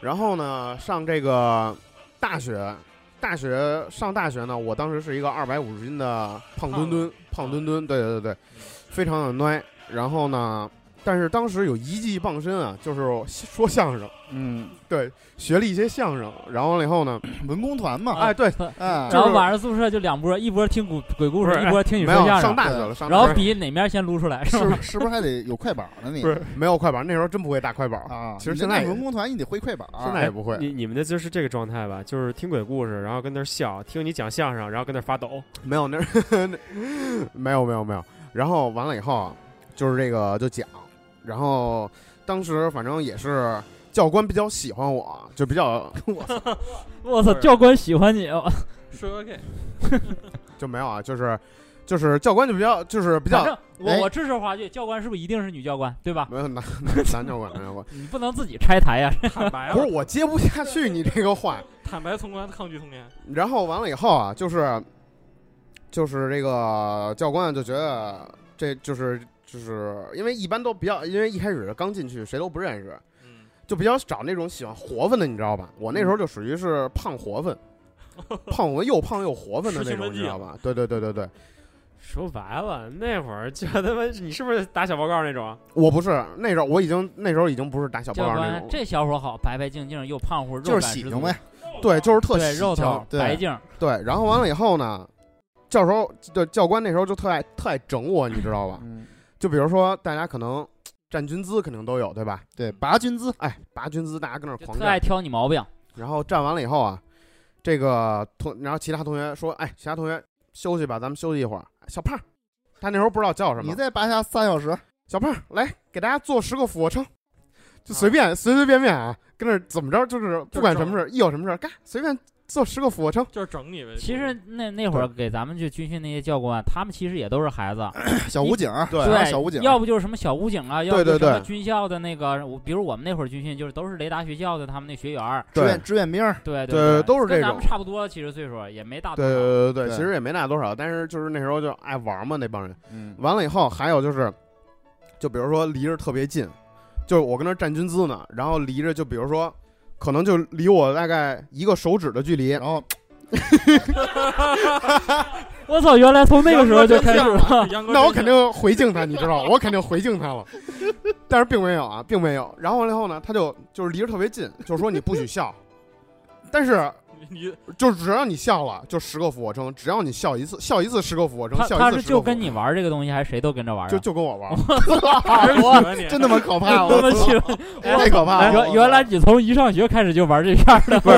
S1: 然后呢上这个大学，大学上大学呢，我当时是一个二百五十斤的胖墩墩，胖墩墩，对对对对，非常的乖。然后呢，但是当时有一技傍身啊，就是说相声，
S3: 嗯，
S1: 对，学了一些相声。然后了以后呢，
S3: 文工团嘛，
S1: 哎，对，
S3: 哎，
S5: 然后晚上宿舍就两波，一波听鬼鬼故
S4: 不
S5: 事，
S4: 是
S5: 一波听你
S1: 没
S5: 说
S1: 有
S5: 相
S1: 上
S5: 声，
S1: 大学了，上
S5: 然后
S1: 大学
S5: 比哪面先撸出来 是
S3: 是
S5: 吧？
S3: 不是是不是还得有快板呢？你
S1: 不是没有快板，那时候真不会打快板，
S3: 啊，
S1: 其实
S3: 你
S1: 现在
S3: 那
S1: 也
S3: 文工团你得会快板，
S1: 现在也不会。
S4: 你你们的就是这个状态吧，就是听鬼故事，然后跟那儿笑，听你讲相声，然后跟那儿发抖。
S1: 没有那儿 那没有没有没有。然后完了以后啊，就是这个就讲，然后当时反正也是教官比较喜欢我，啊就比较
S5: 我操，
S2: 不是
S5: 教官喜欢你，哦我
S2: 说 OK，
S1: 就没有啊，就是就是教官就比较就是比
S5: 反
S1: 较
S5: 正我
S3: 哎
S5: 我支持话剧，教官是不是一定是女教官对吧？
S1: 没有男 男男教官男教官，
S5: 你不能自己拆台呀，
S2: 坦白
S1: 不
S2: 了，
S1: 是我接不下去你这个话。
S2: 坦白从宽，抗拒从严，
S1: 然后完了以后啊，就是就是这个教官就觉得这就是就是因为一般都比较，因为一开始刚进去谁都不认识，
S2: 嗯，
S1: 就比较找那种喜欢活泛的，你知道吧？我那时候就属于是胖活泛，胖我又胖又活泛的那
S2: 吃兴
S1: 种，
S2: 奋
S1: 你
S2: 剂啊
S1: 知道吧？对对对对对，
S4: 说白了，那会儿就他妈你是不是打小报告那种啊？
S1: 我不是那时候我已经那时候已经不是打小报
S5: 教
S1: 告那
S5: 官
S1: 种，
S5: 这小伙好，白白净净又胖乎，肉
S3: 就是
S5: 感
S3: 喜
S5: 十
S3: 庆
S5: 足
S3: 呗，
S1: 对，就是特
S5: 对
S1: 喜
S5: 肉
S1: 庆
S5: 头
S3: 对
S5: 白净，
S1: 对。然后完了以后呢，教时候对教官那时候就特爱特爱整我，你知道吧？
S3: 嗯，
S1: 就比如说大家可能站军姿肯定都有，对吧？
S3: 对，拔军姿，
S1: 哎，拔军姿，大家跟那儿
S5: 就
S1: 狂
S5: 特
S1: 站
S5: 爱，挑你毛病。
S1: 然后站完了以后啊，这个同然后其他同学说，哎，其他同学休息吧，咱们休息一会儿。小胖，他那时候不知道叫什么
S3: 你，再拔下三小时，
S1: 小胖来给大家做十个俯卧撑，啊就随便、随随便便啊，跟那儿怎么着，就是不管什么事儿，一有什么事儿，嘎随便做十个俯卧撑，
S2: 就是整你呗。
S5: 其实
S1: 嗯
S5: 那那会儿给咱们去军训那些教官，他们其实也都是孩子，
S3: 小武警，
S1: 对
S3: 啊小武警，
S5: 要不就是什么小武警啊，要
S1: 对
S5: 不就是
S1: 对
S5: 什么
S1: 对
S5: 军校的那个，我比如我们那会儿军训就是都是雷达学校的他们那学员儿，
S3: 志
S1: 对
S3: 愿志愿兵，
S5: 对
S1: 对
S5: 对，
S1: 都是
S5: 跟
S1: 这
S5: 咱
S1: 种
S5: 们差不多，其实岁数也没大多
S1: 对
S5: 少。
S1: 对对对
S3: 对
S1: 其实也没大多少，但是就是那时候就爱玩嘛，那帮人。
S3: 嗯，
S1: 完了以后，还有就是，就比如说离着特别近，就是我跟那儿站军姿呢，然后离着就比如说，可能就离我大概一个手指的距离
S3: 然，后
S5: 我操，原来从那个时候就开始了。
S2: 杨哥真像，
S1: 那我肯定回敬他，你知道，我肯定回敬他了。但是并没有啊，并没有。然后完了以后呢，他就就是离着特别近，就是说你不许笑，但是
S2: 你你
S1: 就只要你笑了，就十个俯卧撑，只要你笑一次，笑一次十个俯卧撑，
S5: 他
S1: 笑
S5: 他
S1: 一
S5: 是
S1: 次十个俯
S5: 就
S1: 卧撑
S5: 跟你玩这个东西，还是谁都跟着玩啊？
S1: 就就跟我 玩儿，
S2: 还是喜欢你，
S3: 真他妈可怕，
S5: 我
S3: 我
S5: 们
S3: 操
S5: 去，
S3: 太可怕
S5: 哎
S3: 了，
S5: 原原来你从一上学开始就玩这片儿的，不是？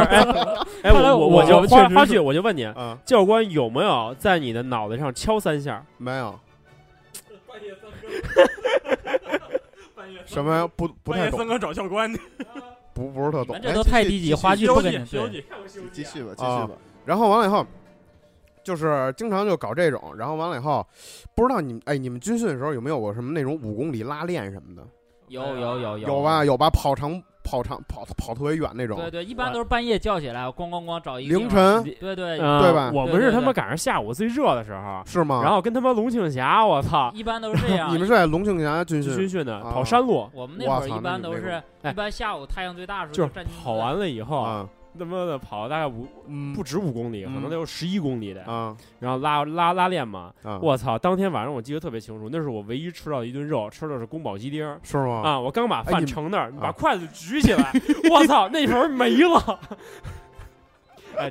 S4: 哎，
S5: 看来
S4: 我
S5: 我
S4: 就
S5: 我
S4: 花
S5: 确实
S4: 花
S5: 是
S4: 絮，我就问你，啊
S1: 嗯，
S4: 教官有没有在你的脑袋上敲三下？
S1: 没有
S2: 半夜三更，半夜三更
S1: 什么不不
S2: 半
S1: 太
S2: 夜三
S1: 懂，
S2: 更找教官 去，
S1: 不不是特
S5: 你
S1: 懂
S5: 们。这都太低级，话剧不
S2: 休
S5: 跟
S2: 息
S5: 你
S2: 休
S5: 对。
S2: 息，看我休息啊
S3: 继续吧，继
S1: 啊
S3: 续吧，
S1: 然后完了以后，就是经常就搞这种，然后完了以后，不知道你们哎，你们军训的时候有没有过什么那种五公里拉练什么的？
S5: 有有有
S1: 有啊吧，？有吧，跑长跑长跑跑特别远那种
S5: 对，对，一般都是半夜叫起来，咣咣咣找一个地
S1: 凌
S5: 方。
S1: 晨
S5: 对对，
S4: 嗯
S1: 哎对啊吧
S4: 我们
S5: 对
S4: 是
S5: 对
S4: 他妈
S5: 对
S4: 赶上下午最热的时候，
S1: 是吗？
S4: 然后跟他妈龙庆峡，我操，
S5: 一般都是这样。
S1: 你们是在龙庆峡军
S4: 去军
S1: 训，
S4: 训的，
S1: 啊
S4: 跑山路，
S5: 我们那会
S1: 哇
S5: 儿
S1: 操
S5: 一
S1: 那
S5: 般
S1: 你
S5: 都
S1: 那
S5: 是
S4: 种
S5: 一般下午太阳最大的时候
S4: 就是
S5: 站军姿
S4: 跑完了以后，
S1: 啊，
S4: 他妈的跑大概五
S1: 嗯
S4: 不止五公里，可能
S1: 嗯
S4: 得有十一公里的，
S1: 啊
S4: 然后拉拉拉练嘛。
S1: 啊，
S4: 我操！当天晚上我记得特别清楚，那是我唯一吃到的一顿肉，吃的是宫保鸡丁儿
S1: 是吗？
S4: 啊！我刚把
S1: 哎
S4: 饭
S1: 你
S4: 盛那儿，你
S1: 啊
S4: 把筷子举起 来，我操！那盆儿没了。哎，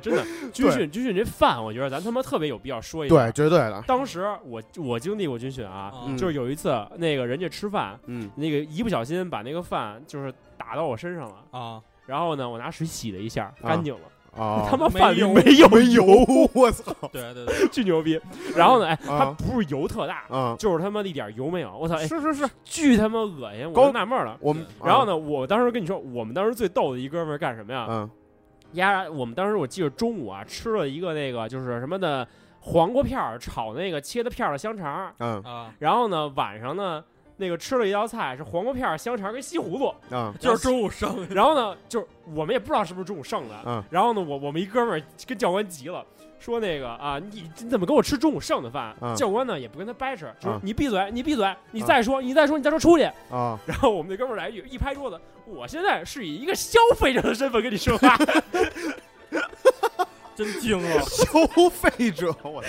S4: 真的，军训军训这饭，我觉得咱他妈特别有必要说一下。
S1: 对，，绝对的，
S4: 当时我我经历过军训啊，
S2: 啊
S1: 嗯
S4: 就是有一次那个人家吃饭，
S1: 嗯
S4: 那个一不小心把那个饭就是打到我身上了，
S2: 啊，
S4: 然后呢，我拿水洗了一下，干净了，
S1: 啊，
S4: 他妈
S2: 没
S4: 饭里
S2: 油
S4: 没有
S1: 没油， 我操
S2: 对对对，
S4: 巨 牛逼。然后呢，哎，它
S1: 啊
S4: 不是油特大，
S1: 啊！
S4: 就是他妈的一点油没有，我操，哎，
S1: 是是是，
S4: 巨他妈恶心，我
S1: 高啊
S4: 都纳闷了。
S1: 我们
S4: 然后
S1: 呢？
S4: 呢，我当时跟你说，我们当时最逗的一哥们儿干什么呀？
S1: 嗯
S4: 压，我们当时我记得中午啊吃了一个那个就是什么的黄瓜片儿炒那个切的片儿的香肠儿，
S1: 嗯
S2: 啊，
S4: 然后呢晚上呢那个吃了一道菜是黄瓜片儿、香肠儿跟西葫芦，
S1: 嗯
S2: 就是中午上
S4: 然后呢就是我们也不知道是不是中午剩的，
S1: 嗯
S4: 然后呢我我们一哥们儿跟教官急了。说那个啊，你你怎么给我吃中午剩的饭？啊
S1: 嗯
S4: 教官呢也不跟他掰扯，就
S1: 嗯
S4: 是你闭嘴，你闭嘴，你
S2: 嗯
S4: 再说，你再说，你再说出去。
S1: 啊，
S4: 然后我们那哥们儿来一句，一拍桌子，我现在是以一个消费者的身份跟你说话，
S2: 真惊了，
S1: 消费者，我操！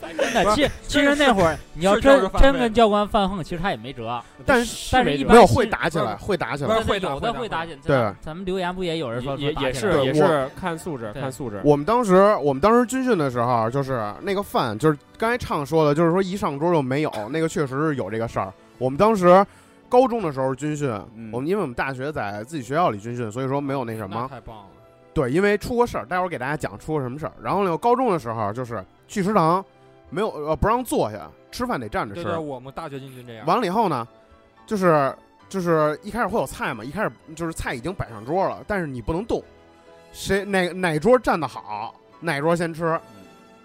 S5: 真的，其其实那会儿你要
S2: 是就是
S5: 真
S2: 犯
S5: 真
S2: 罪
S5: 跟教官犯横，其实他也没辙。
S1: 但
S5: 是但
S4: 没
S5: 是一
S4: 辙
S1: 没
S5: 般
S1: 有
S5: 是
S1: 会打起来，会打起来。
S2: 会打
S5: 有
S2: 会
S5: 的
S2: 打
S5: 会打起来。
S1: 对，
S5: 咱们留言不也有 人说说
S4: 也也
S5: 打起来
S4: 是
S5: 了
S4: 也
S1: 对
S4: 是看素质，
S5: 对
S4: 看素质。
S1: 我们当时我们当时军训的时候，就是那个饭，就是刚才畅说的，就是说一上桌就没 有，那个确实是有这个事儿。我们当时高中的时候军训，
S3: 嗯
S1: 我们因为我们大学在自己学校里军训，所以说没有那什
S2: 那
S1: 么。
S2: 太棒了，
S1: 对，因为出过事儿，待会儿给大家讲出过什么事儿。然后呢，高中的时候就是去食堂，没有呃不让坐下，吃饭得站着
S2: 对
S1: 吃。
S2: 对，我们大学军训这样，
S1: 完了以后呢，就是就是一开始会有菜嘛，一开始就是菜已经摆上桌了，但是你不能动，谁哪哪桌站得好，哪桌先吃。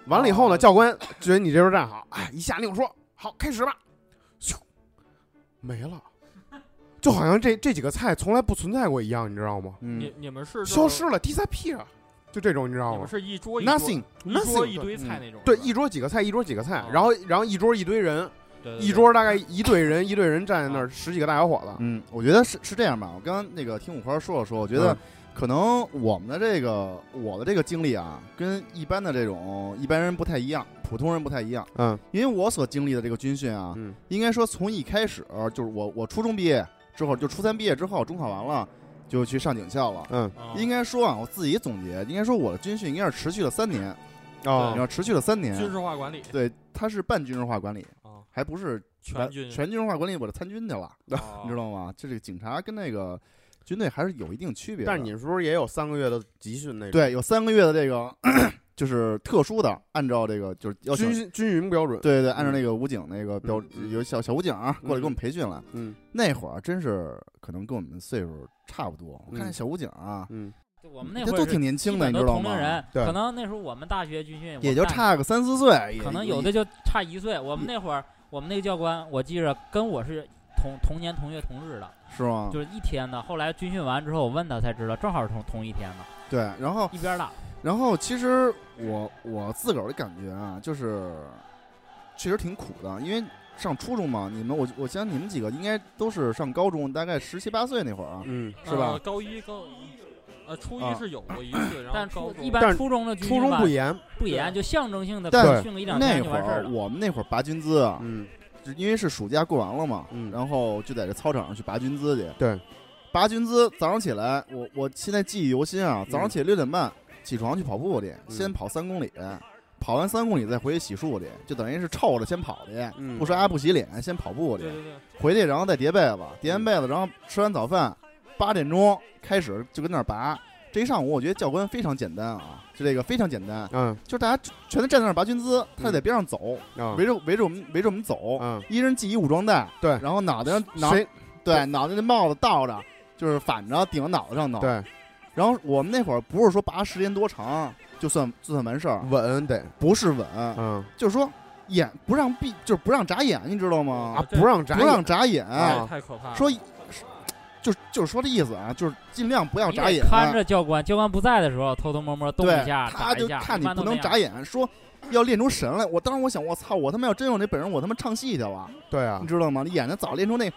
S1: 完了以后呢，
S2: 嗯哦
S1: 教官觉得你这桌站好，哎，一下令说好开始吧，咻，没了，就好像这这几个菜从来不存在过一样，你知道吗？
S2: 你
S3: 嗯
S2: 你们是就是
S1: 消失了，disappear，就啊这种你知道
S2: 你
S1: 吗
S2: 们是一桌一桌
S3: ，nothing，
S2: 一桌
S1: nothing，
S2: 一堆菜那种，
S1: 对，
S2: 是吧
S1: 一桌几个菜，一桌几个菜
S2: 哦，
S1: 然后然后一桌一堆人，
S2: 对对对
S1: 一桌大概一队人，一队人站在那儿，十几个大小伙子。
S2: 啊
S3: 嗯，我觉得是是这样吧。我刚刚那个听五花说了说，我觉得
S1: 嗯
S3: 可能我们的这个我的这个经历啊，跟一般的这种一般人不太一样，普通人不太一样。
S1: 嗯
S3: 因为我所经历的这个军训啊，
S1: 嗯
S3: 应该说从一开始就是我我初中毕业之后，就初三毕业之后，中考完了就去上警校了。
S1: 嗯
S2: 啊
S3: 应该说啊，我自己总结，应该说我的军训应该是持续了三年，
S1: 哦
S3: 你要持续了三
S2: 军
S3: 年，
S2: 事化管理
S3: 对，它是半军事化管理，
S2: 啊，
S3: 还不是
S2: 全军
S3: 全军事化管理，我就参军去 了。
S2: 你
S3: 你知道吗？就这个警察跟那个军队还是有一定区别的。
S1: 但是你是不是也有三个月的集训那种？
S3: 对有三个月的这个 就是特殊的，按照这个就是要求，
S1: 军
S3: 对
S1: 训军营标准。
S3: 对对，
S5: 嗯
S3: 按照那个武警那个标，
S1: 嗯
S3: 有小小武警啊过来给我们培训了。
S1: 嗯
S3: 那会儿真是可能跟我们岁数差不多，我看
S1: 嗯
S3: 小武警啊，
S1: 嗯
S5: 对我们那
S3: 这
S5: 会儿
S3: 都
S5: 是
S3: 挺年
S5: 基
S3: 轻的，
S5: 本
S3: 你
S5: 都
S3: 知道
S5: 同龄
S3: 吗
S5: 人？，
S1: 对
S5: 可能那时候我们大学军训我
S3: 也
S5: 们
S3: 就
S5: 大
S3: 差个三四岁，也嗯
S5: 可能有的就差一岁。我们那会儿，我们那个教官，我记着跟我是同同年同月同日的，
S3: 是吗？
S5: 就是一天的。后来军训完之后，我问他才知道，正好是同同一天的，
S3: 对，然后
S5: 一边儿大。
S3: 然后其实我我自个儿的感觉啊，就是确实挺苦的，因为上初中嘛，你们我我想你们几个应该都是上高中，大概十七八岁那会儿啊，
S1: 嗯，
S3: 是吧
S2: 呃高一高，呃，初
S3: 啊
S2: 一是有过一次，然后
S5: 但
S2: 高
S5: 初
S2: 中
S5: 一
S1: 但
S5: 般
S1: 是
S5: 初中的军
S1: 初
S5: 训
S1: 中
S5: 吧
S1: 不严，
S5: 不严，就象征性的
S3: 但
S5: 训个一两
S3: 那
S5: 天
S3: 会
S5: 就完事儿
S3: 儿
S5: 了。
S3: 我们那会儿拔军资啊，
S1: 嗯，
S3: 就因为是暑假过完了嘛，
S1: 嗯
S3: 然后就在这操场上去拔军资去。
S1: 对，
S3: 拔军资早上起来，我我现在记忆犹新啊，
S5: 嗯
S3: 早上起来六点半起床去跑步去，先跑三公里，跑完三公里再回去洗漱去，就等于是臭着先跑去，
S1: 嗯
S3: 不刷牙不洗脸，先跑步去
S2: 对，对对，
S3: 回去然后再叠被子，叠
S1: 嗯
S3: 完被子然后吃完早饭，八点钟开始就跟那儿拔。这一上午，我觉得教官非常简单啊，就这个非常简单，
S1: 嗯
S3: 就是大家全都站在那儿拔军资，他就在边上走，
S1: 啊
S3: 围着围着我们围着我们走，
S1: 嗯，
S3: 一人系一武装带，
S1: 对
S3: 然后脑袋上脑
S1: 谁
S3: 对脑袋那帽子倒着，就是反着顶脑袋上头。，
S1: 对
S3: 然后我们那会儿不是说拔时间多长就算就算完事儿，
S1: 稳得
S3: 不是稳，
S1: 嗯
S3: 就是说眼不让闭，就是不让眨眼，你知道吗
S1: 啊，？
S2: 这
S1: 不让眨
S3: 不
S1: 眼，啊
S3: 让眨眼，
S2: 这也太可
S5: 啊
S2: 怕了。
S3: 说就是就是说这意思啊，就是尽量不要
S5: 你
S3: 眨
S5: 得
S3: 眼，啊
S5: 看着教官，教官不在的时候偷偷摸摸动
S3: 对
S5: 一下，
S3: 他
S5: 打
S3: 就
S5: 一下，
S3: 看
S5: 一
S3: 你
S5: 般
S3: 不
S5: 都
S3: 能
S5: 那样
S3: 眨眼，说要练出神来。我当时我想，我操，我他妈要真有那本事，我他妈唱戏去了。
S1: 对啊
S3: 你，知道吗？你演的早练出那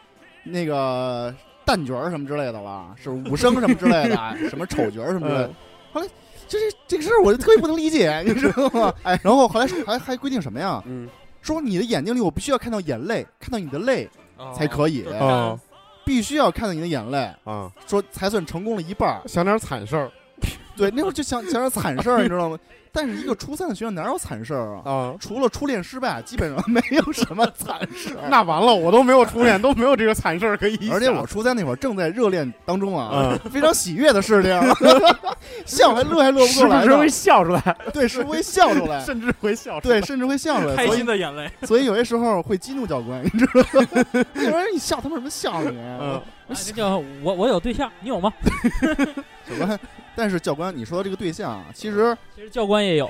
S3: 那个旦角儿什么之类的了，是武生什么之类
S5: 哎
S3: 的，什么丑角儿什么
S5: 嗯
S3: 之类的。后来这这这个事儿我就特别不能理解，你知 道吗？哎，然后后来说还还规定什么呀？
S1: 嗯，
S3: 说你的眼睛里我必须要看到眼泪，看到你的泪
S2: 啊
S3: 才可以，
S2: 就
S1: 哦
S2: 看
S3: 必须要看到你的眼泪，
S1: 啊，
S3: 说才算成功了一半儿。
S1: 想点惨事儿
S3: 对，那会儿就想想点惨事儿，你知道吗？但是一个初三的学生哪有惨事儿啊？
S1: 啊，
S3: 除了初恋失败，基本上没有什么惨事儿。
S1: 那完了，我都没有出现，都没有这个惨事儿可以一想。
S3: 而且我初三那会儿正在热恋当中啊，
S1: 嗯
S3: 非常喜悦的事情，笑还乐还乐不
S4: 时
S3: 过
S4: 不
S3: 来
S4: 时会
S3: 呢，
S4: 笑出来，
S3: 对，是不会笑出 来，
S4: 甚至会笑出来。
S3: 对，甚至会笑出来，
S2: 开
S3: 所
S2: 心
S3: 以
S2: 的眼泪，
S3: 所以有些时候会激怒教官，你知道吗？ 有人说你笑他们什么笑你？啊
S1: 嗯
S5: 哎这叫我我有对象，你有吗？
S3: 什么？但是教官，你说到这个对象啊，其实
S5: 其实教官也有，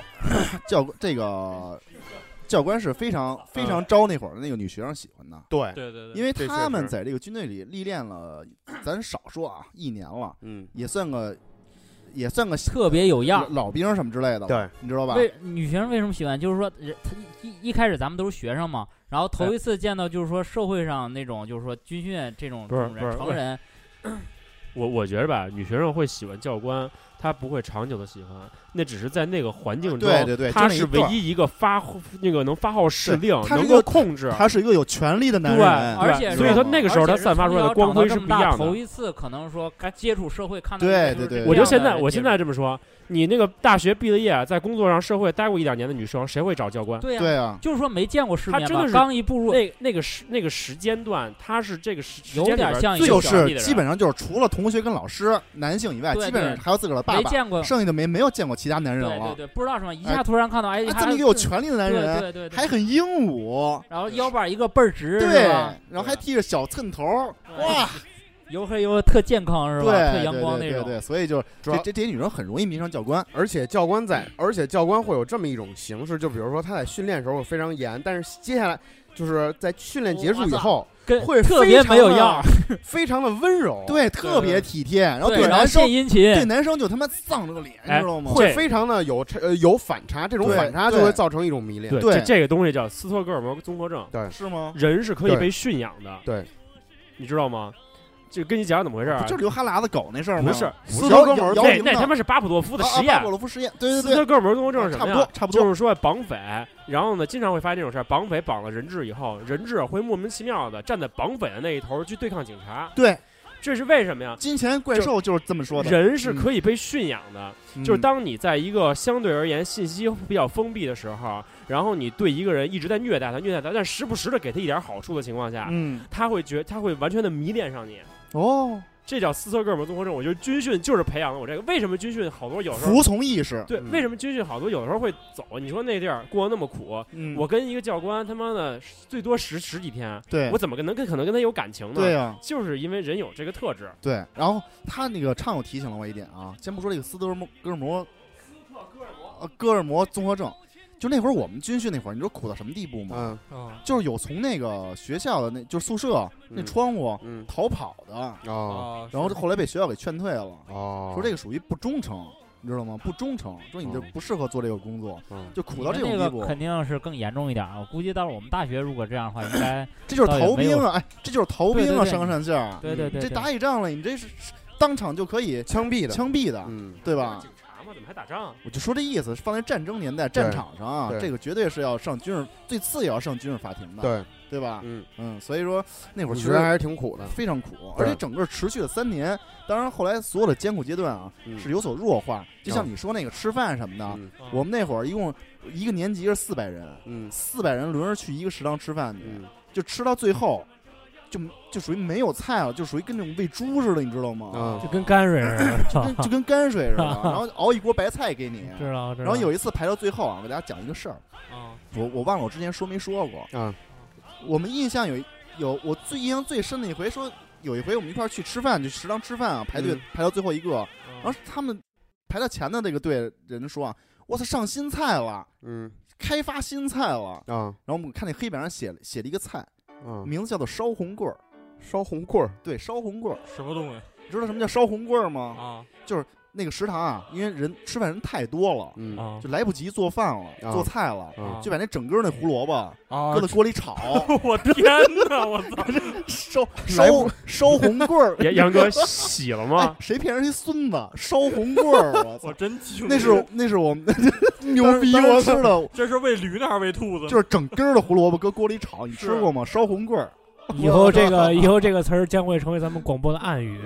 S3: 教这个教官是非常非常招那会儿的那个女学生喜欢的，
S1: 对，
S2: 对对对，
S3: 因为
S1: 这确
S3: 他们
S1: 实
S3: 在这个军队里历练了，咱少说啊，一年了，
S1: 嗯，
S3: 也算个也算个
S5: 特别有样
S3: 老。老兵什么之类的，
S1: 对，
S3: 你知道吧？
S5: 为女学生为什么喜欢？就是说，人她一一一开始咱们都是学生嘛，然后头一次见到就是说社会上那种就是说军训这种
S4: 不是
S5: 这种人
S4: 不是
S5: 成人，
S4: 我我觉得吧，女学生会喜欢教官，她不会长久的喜欢，那只是在那个环境中，
S3: 对对对
S4: 她
S3: 就是是一
S4: 唯
S3: 段
S4: 一一个发那个能发号施
S3: 对
S4: 令，
S3: 她是
S4: 能
S3: 一个
S4: 够控制。
S3: 他是一个有权力的男
S4: 对，
S3: 人，
S5: 而且
S4: 对
S5: 是
S4: 所以说那
S5: 那
S4: 个时候她散发出来的光辉是不一样
S5: 头
S4: 的。
S5: 一次可能说接触社会，看到
S3: 对
S5: 一个
S3: 对
S5: 就是
S3: 对
S4: 我就
S5: 这
S4: 现
S5: 样的
S4: 在，
S5: 人
S4: 我
S5: 接
S4: 现
S5: 触
S4: 在这么说，你那个大学毕了业，在工作上、社会待过一两年的女生，谁会找教官？
S5: 对呀、
S3: 对啊，
S5: 就是说没见过世
S4: 她
S5: 面
S4: 真的
S5: 吧，
S4: 是
S5: 刚一步入
S4: 那那个时那个时间段，她是这个时时
S5: 有
S4: 间里
S5: 点
S4: 边
S5: 像一
S4: 最
S5: 个
S4: 有
S3: 就
S4: 权
S3: 是
S4: 力的人
S3: 基本上就是除了同学跟老师，男性以外，
S5: 对
S3: 基本上
S5: 对
S3: 还有自个儿的爸
S5: 没
S3: 爸，
S5: 见过，
S3: 剩下的没没有见过其他男人
S5: 对对
S3: 了。
S5: 对，不知道什么，一
S3: 哎
S5: 下突然看到，哎，
S3: 啊
S5: 还
S3: 这么一个有权力的男
S5: 对
S3: 人，
S5: 对对对，
S3: 还很英武，
S5: 然后腰板一个倍儿直，是
S3: 对，
S5: 吧
S3: 然后还剃着小寸头，哇，
S5: 油黑油特健康是
S3: 对，
S5: 吧？特
S3: 对
S5: 阳光那
S3: 对对
S5: 种，
S3: 对，所以就是
S1: 主
S3: 这
S1: 要
S3: 这这些女生很容易迷上教官，
S1: 而且教官在，而且教官会有这么一种形式，就比如说他在训练的时候非常严，但是接下来就是在训练结束以后，
S5: 跟
S1: 会
S5: 特
S1: 非
S5: 别
S1: 常
S5: 没有
S1: 地
S5: 样儿，
S1: 非常的温柔，，
S3: 对，特别体贴，然后
S5: 对，然后
S3: 男生
S5: 献殷勤
S3: 对，男生就他妈丧着个脸，你
S4: 哎
S3: 知道吗？
S1: 会
S4: 这
S1: 非常的有差呃有反差，这种
S3: 嗯对
S1: 反差就
S3: 对
S1: 会造成一种迷恋。
S4: 对
S3: 对
S4: 这这个东西叫斯托哥尔摩综合症，
S3: 是吗？
S4: 人是可以
S1: 对
S4: 被驯养的，
S1: 对，
S4: 你知道吗？就跟你讲讲怎么回事儿啊
S3: 不就是流哈喇子狗那事儿吗？
S4: 不是
S3: 斯
S1: 德
S3: 哥
S1: 哥尔摩
S3: 摇
S4: 那
S3: 铃
S4: 那
S3: 铛
S4: 他妈是巴甫洛夫的
S3: 啊啊
S4: 实验
S3: 巴甫，洛夫实验，对
S4: 斯
S3: 对对
S4: 德哥尔摩综合症是什
S3: 差
S4: 么
S3: 不
S4: 呀？
S3: 多差不多
S4: 就是说绑匪，然后呢，经常会发生这种事儿。绑匪绑了人质以后，人质会莫名其妙的站在绑匪的那一头去对抗警察，
S3: 对，
S4: 这是为什么呀？
S3: 金钱怪兽就是这么说的，
S4: 人是可以被驯养的，
S3: 嗯
S4: 就是当你在一个相对而言信息比较封闭的时候，然后你对一个人一直在虐待他、虐待他，但时不时的给他一点好处的情况下，
S3: 嗯
S4: 他会觉他会完全的迷恋上你。
S3: 哦，
S4: 这叫斯德哥尔摩综合症。我觉得军训就是培养了我这个。为什么军训好多有时候
S3: 服从意识。
S4: 对？
S1: 嗯
S4: 为什么军训好多有的时候会走？你说那地儿过得那么苦，
S3: 嗯，
S4: 我跟一个教官他妈的最多十十几天，
S3: 对
S4: 我怎么跟能跟可能跟他有感情呢？
S3: 对呀，
S4: 就是因为人有这个特质。
S3: 对。然后他那个唱友提醒了我一点啊，先不说这个斯德哥尔摩，呃，哥尔摩综合症，就那会儿我们军训那会儿，你知道苦到什么地步吗？
S1: 嗯
S2: 啊
S3: 就是有从那个学校的那就是宿舍那
S1: 嗯
S3: 窗户
S1: 嗯
S3: 逃跑的，
S1: 哦
S2: 啊，
S3: 然后后来被学校给劝退了，
S1: 哦，
S3: 说这个属于不忠诚，你知道吗？不忠诚，说你这
S1: 嗯
S3: 不适合做这个工作，
S1: 嗯
S3: 就苦
S5: 哦你
S3: 到
S5: 们
S3: 这
S5: 那
S3: 种地
S5: 个
S3: 步。
S5: 肯定是更严重一点啊！我估计到了我们大学，如果这样的话，应该
S3: 这就是
S5: 倒也
S3: 逃
S5: 没有
S3: 兵啊！哎，这就是逃
S5: 对
S3: 兵
S5: 对
S3: 啊！
S5: 对
S3: 上纲上线儿，
S5: 对对对，
S3: 这
S5: 对
S3: 打起仗来，你这是是当场就可以
S1: 枪毙的，
S3: 枪毙的，
S1: 嗯，
S3: 对
S4: 对
S3: 吧
S4: 警？察嘛，怎么还打仗啊？
S3: 我就说这意思，放在战争年代战
S1: 对
S3: 场上啊，
S1: 对
S3: 这个绝对是要上军事，最次也要上军事法庭的，
S1: 对，
S3: 对吧？
S1: 嗯，
S3: 嗯，所以说那会
S1: 我
S3: 儿
S1: 觉
S3: 确
S1: 得
S3: 实
S1: 还是挺苦的，
S3: 非常苦，
S1: 对
S3: 而且整个持续了三年。当然，后来所有的艰苦阶段啊
S1: 嗯
S3: 是有所弱化，就像你说那个吃饭什么的，
S1: 嗯
S3: 我们那会儿一共一个年级是四百人，
S1: 嗯
S3: 四百人轮着去一个食堂吃饭去，
S1: 嗯，
S3: 就吃到最后，就就属于没有菜了，就属于跟那种喂猪似的，你知道吗？
S1: 嗯
S2: 哦
S6: 就跟泔水似的，知道
S3: 跟
S6: 吧
S3: 就跟泔水似 的，然后熬一锅白菜给你。
S6: 知道知道。
S3: 然后有一次排到最后啊，我给大家讲一个事儿，
S2: 啊
S3: 我我忘了我之前说没说过。
S1: 嗯，
S3: 我们印象有一有我最印象最深的一回，说有一回我们一块儿去吃饭，去食堂吃饭啊，排队、
S1: 嗯
S3: 排到最后一个，然后
S2: 啊
S3: 他们排到前的这个队人说啊，我操上新菜了，
S1: 嗯
S3: 开发新菜了。
S1: 啊
S3: 然后我们看那黑板上写了写了一个菜，
S1: 嗯，
S3: 名字叫做烧红棍儿。
S1: 烧红棍儿，
S3: 对，烧红棍儿，
S2: 什么东西
S3: 你知道什么叫烧红棍儿吗？
S2: 啊？
S3: 那个食堂啊，因为人吃饭人太多了，
S1: 嗯
S2: 哦
S6: 啊，
S3: 就来不及做饭了，
S1: 啊
S3: 做菜了，
S1: 啊
S3: 就把那整根儿那胡萝卜
S2: 啊
S3: 搁在锅里炒，
S2: 我天哪！我操！
S3: 烧烧
S1: 来不
S3: 烧红棍儿。
S4: 杨杨哥洗了
S3: 哎
S4: 吗？，
S3: 谁骗人一孙子烧红棍儿？我
S2: 我
S3: 操！
S2: 真惊了，
S3: 那是那是我们
S1: 牛逼
S3: 当时
S1: 我操
S3: 吃的，
S2: 这是喂驴呢还是喂兔子呢？
S3: 就是整根儿的胡萝卜搁锅里炒，你吃
S2: 是
S3: 过吗？烧红棍儿，
S6: 以后 这个以后这个词儿将会成为咱们广播的暗语。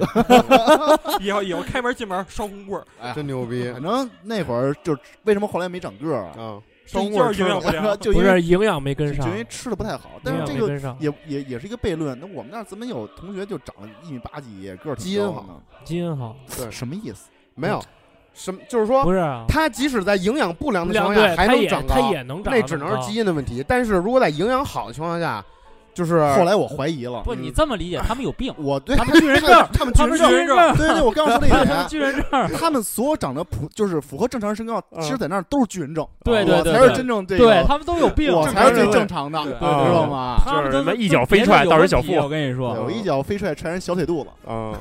S2: 以后以后开门进门烧红棍儿，
S1: 真牛逼
S3: 反正那会儿就为什么后来没长个儿 啊，
S1: 啊！
S2: 就
S1: 烧
S2: 是
S1: 红棍儿吃
S2: 营养
S1: 了
S2: 不 良
S3: 就
S6: 不
S3: 因为
S6: 是营养没跟
S3: 就
S6: 上
S3: 因，为吃的不太好，但
S6: 营
S3: 是这
S6: 养没
S3: 个
S6: 跟上，
S3: 也也也是一个悖论。那我们那儿怎么有同学就长一米八几，个儿挺
S1: 基因
S3: 高
S1: 好
S3: 呢？
S6: 基因好，
S3: 什么意思？
S1: 没有什么，就是说
S6: 不是啊？
S1: 他即使在营养不良的情
S6: 两
S1: 况下
S6: 对，
S1: 还
S6: 他
S1: 能
S6: 也
S1: 长
S6: 他
S1: 高，
S6: 也能长
S1: 那
S6: 得高，
S1: 只能是基因的问题。但是如果在营养好的情况下，就是
S3: 后来我怀疑了，，
S5: 不，
S1: 嗯
S5: 你这么理解，他们有病
S3: 我对
S5: 他们巨人症，
S3: 他们
S5: 他
S3: 巨
S5: 们
S3: 人
S5: 巨
S3: 症，
S5: 人症，
S3: 对对，我刚刚说那
S5: 他们
S3: 点，
S5: 巨人嗯症，
S3: 他们所有长得普就是符合正常身高，其实在那儿都是巨人症，
S5: 对对
S3: 我
S5: 对
S3: 才是
S5: 对
S3: 真正这
S5: 对
S3: 个，
S5: 他们都有病，
S3: 我才是最正
S5: 正，
S3: 常的，
S2: 对
S3: 知
S2: 对
S1: 对
S3: 道吗？
S5: 他们
S4: 就是
S5: 都
S4: 什么一脚飞踹
S5: 到
S4: 到人小腹
S5: 我跟你
S3: 对
S5: 说，
S3: 我一脚飞踹踹人小腿肚子，
S1: 啊，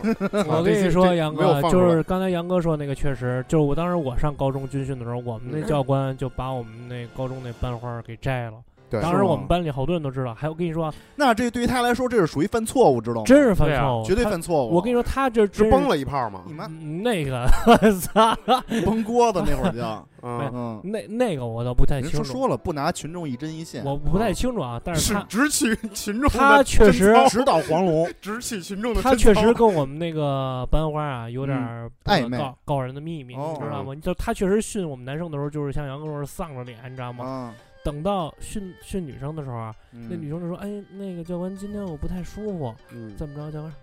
S6: 我跟你说，杨
S1: 没有
S6: 哥，
S1: 放出
S6: 就
S1: 来
S6: 是刚才杨哥说那个，确实，就是我当时我上高中军训的时候，我们
S3: 嗯
S6: 那教官就把我们那高中那班花给摘了。
S1: 对
S6: 当
S3: 是
S6: 时
S3: 吗哦
S6: 我们班里好多人都知道，还有我跟你说啊，
S3: 那这对于他来说这是属于犯错误，知道吗？
S6: 真是犯
S4: 对啊
S6: 错误，
S3: 绝对
S6: 他。
S3: 犯错误。
S6: 我跟你说，他这
S1: 是
S6: 真
S1: 崩了一炮嘛
S3: 你？妈
S6: 嗯那个， 我操，
S3: 崩锅子那会儿 就，
S1: 嗯，
S3: 嗯，
S6: 那那个我倒不太
S3: 人
S6: 清
S3: 说哦
S6: 楚，
S3: 说了不拿群众一针一线，嗯
S6: 我不太清楚啊，但是
S1: 是
S6: 他
S1: 直起群众的，
S6: 他确实
S3: 指导黄龙，
S1: 直起群众的真
S6: 他
S1: 操，
S6: 确实跟我们那个班花啊有点儿不可
S3: 暧昧
S6: 告告人的秘密，
S3: 哦
S6: 你知道吗？你知道他确实训我们男生的时候，就是像杨哥说是丧着脸，你知道吗？
S3: 啊，
S6: 等到训训女生的时候啊，那
S3: 那
S6: 女生就说：“哎，那个教官，今天我不太舒服，
S1: 嗯
S6: 怎么着，教官？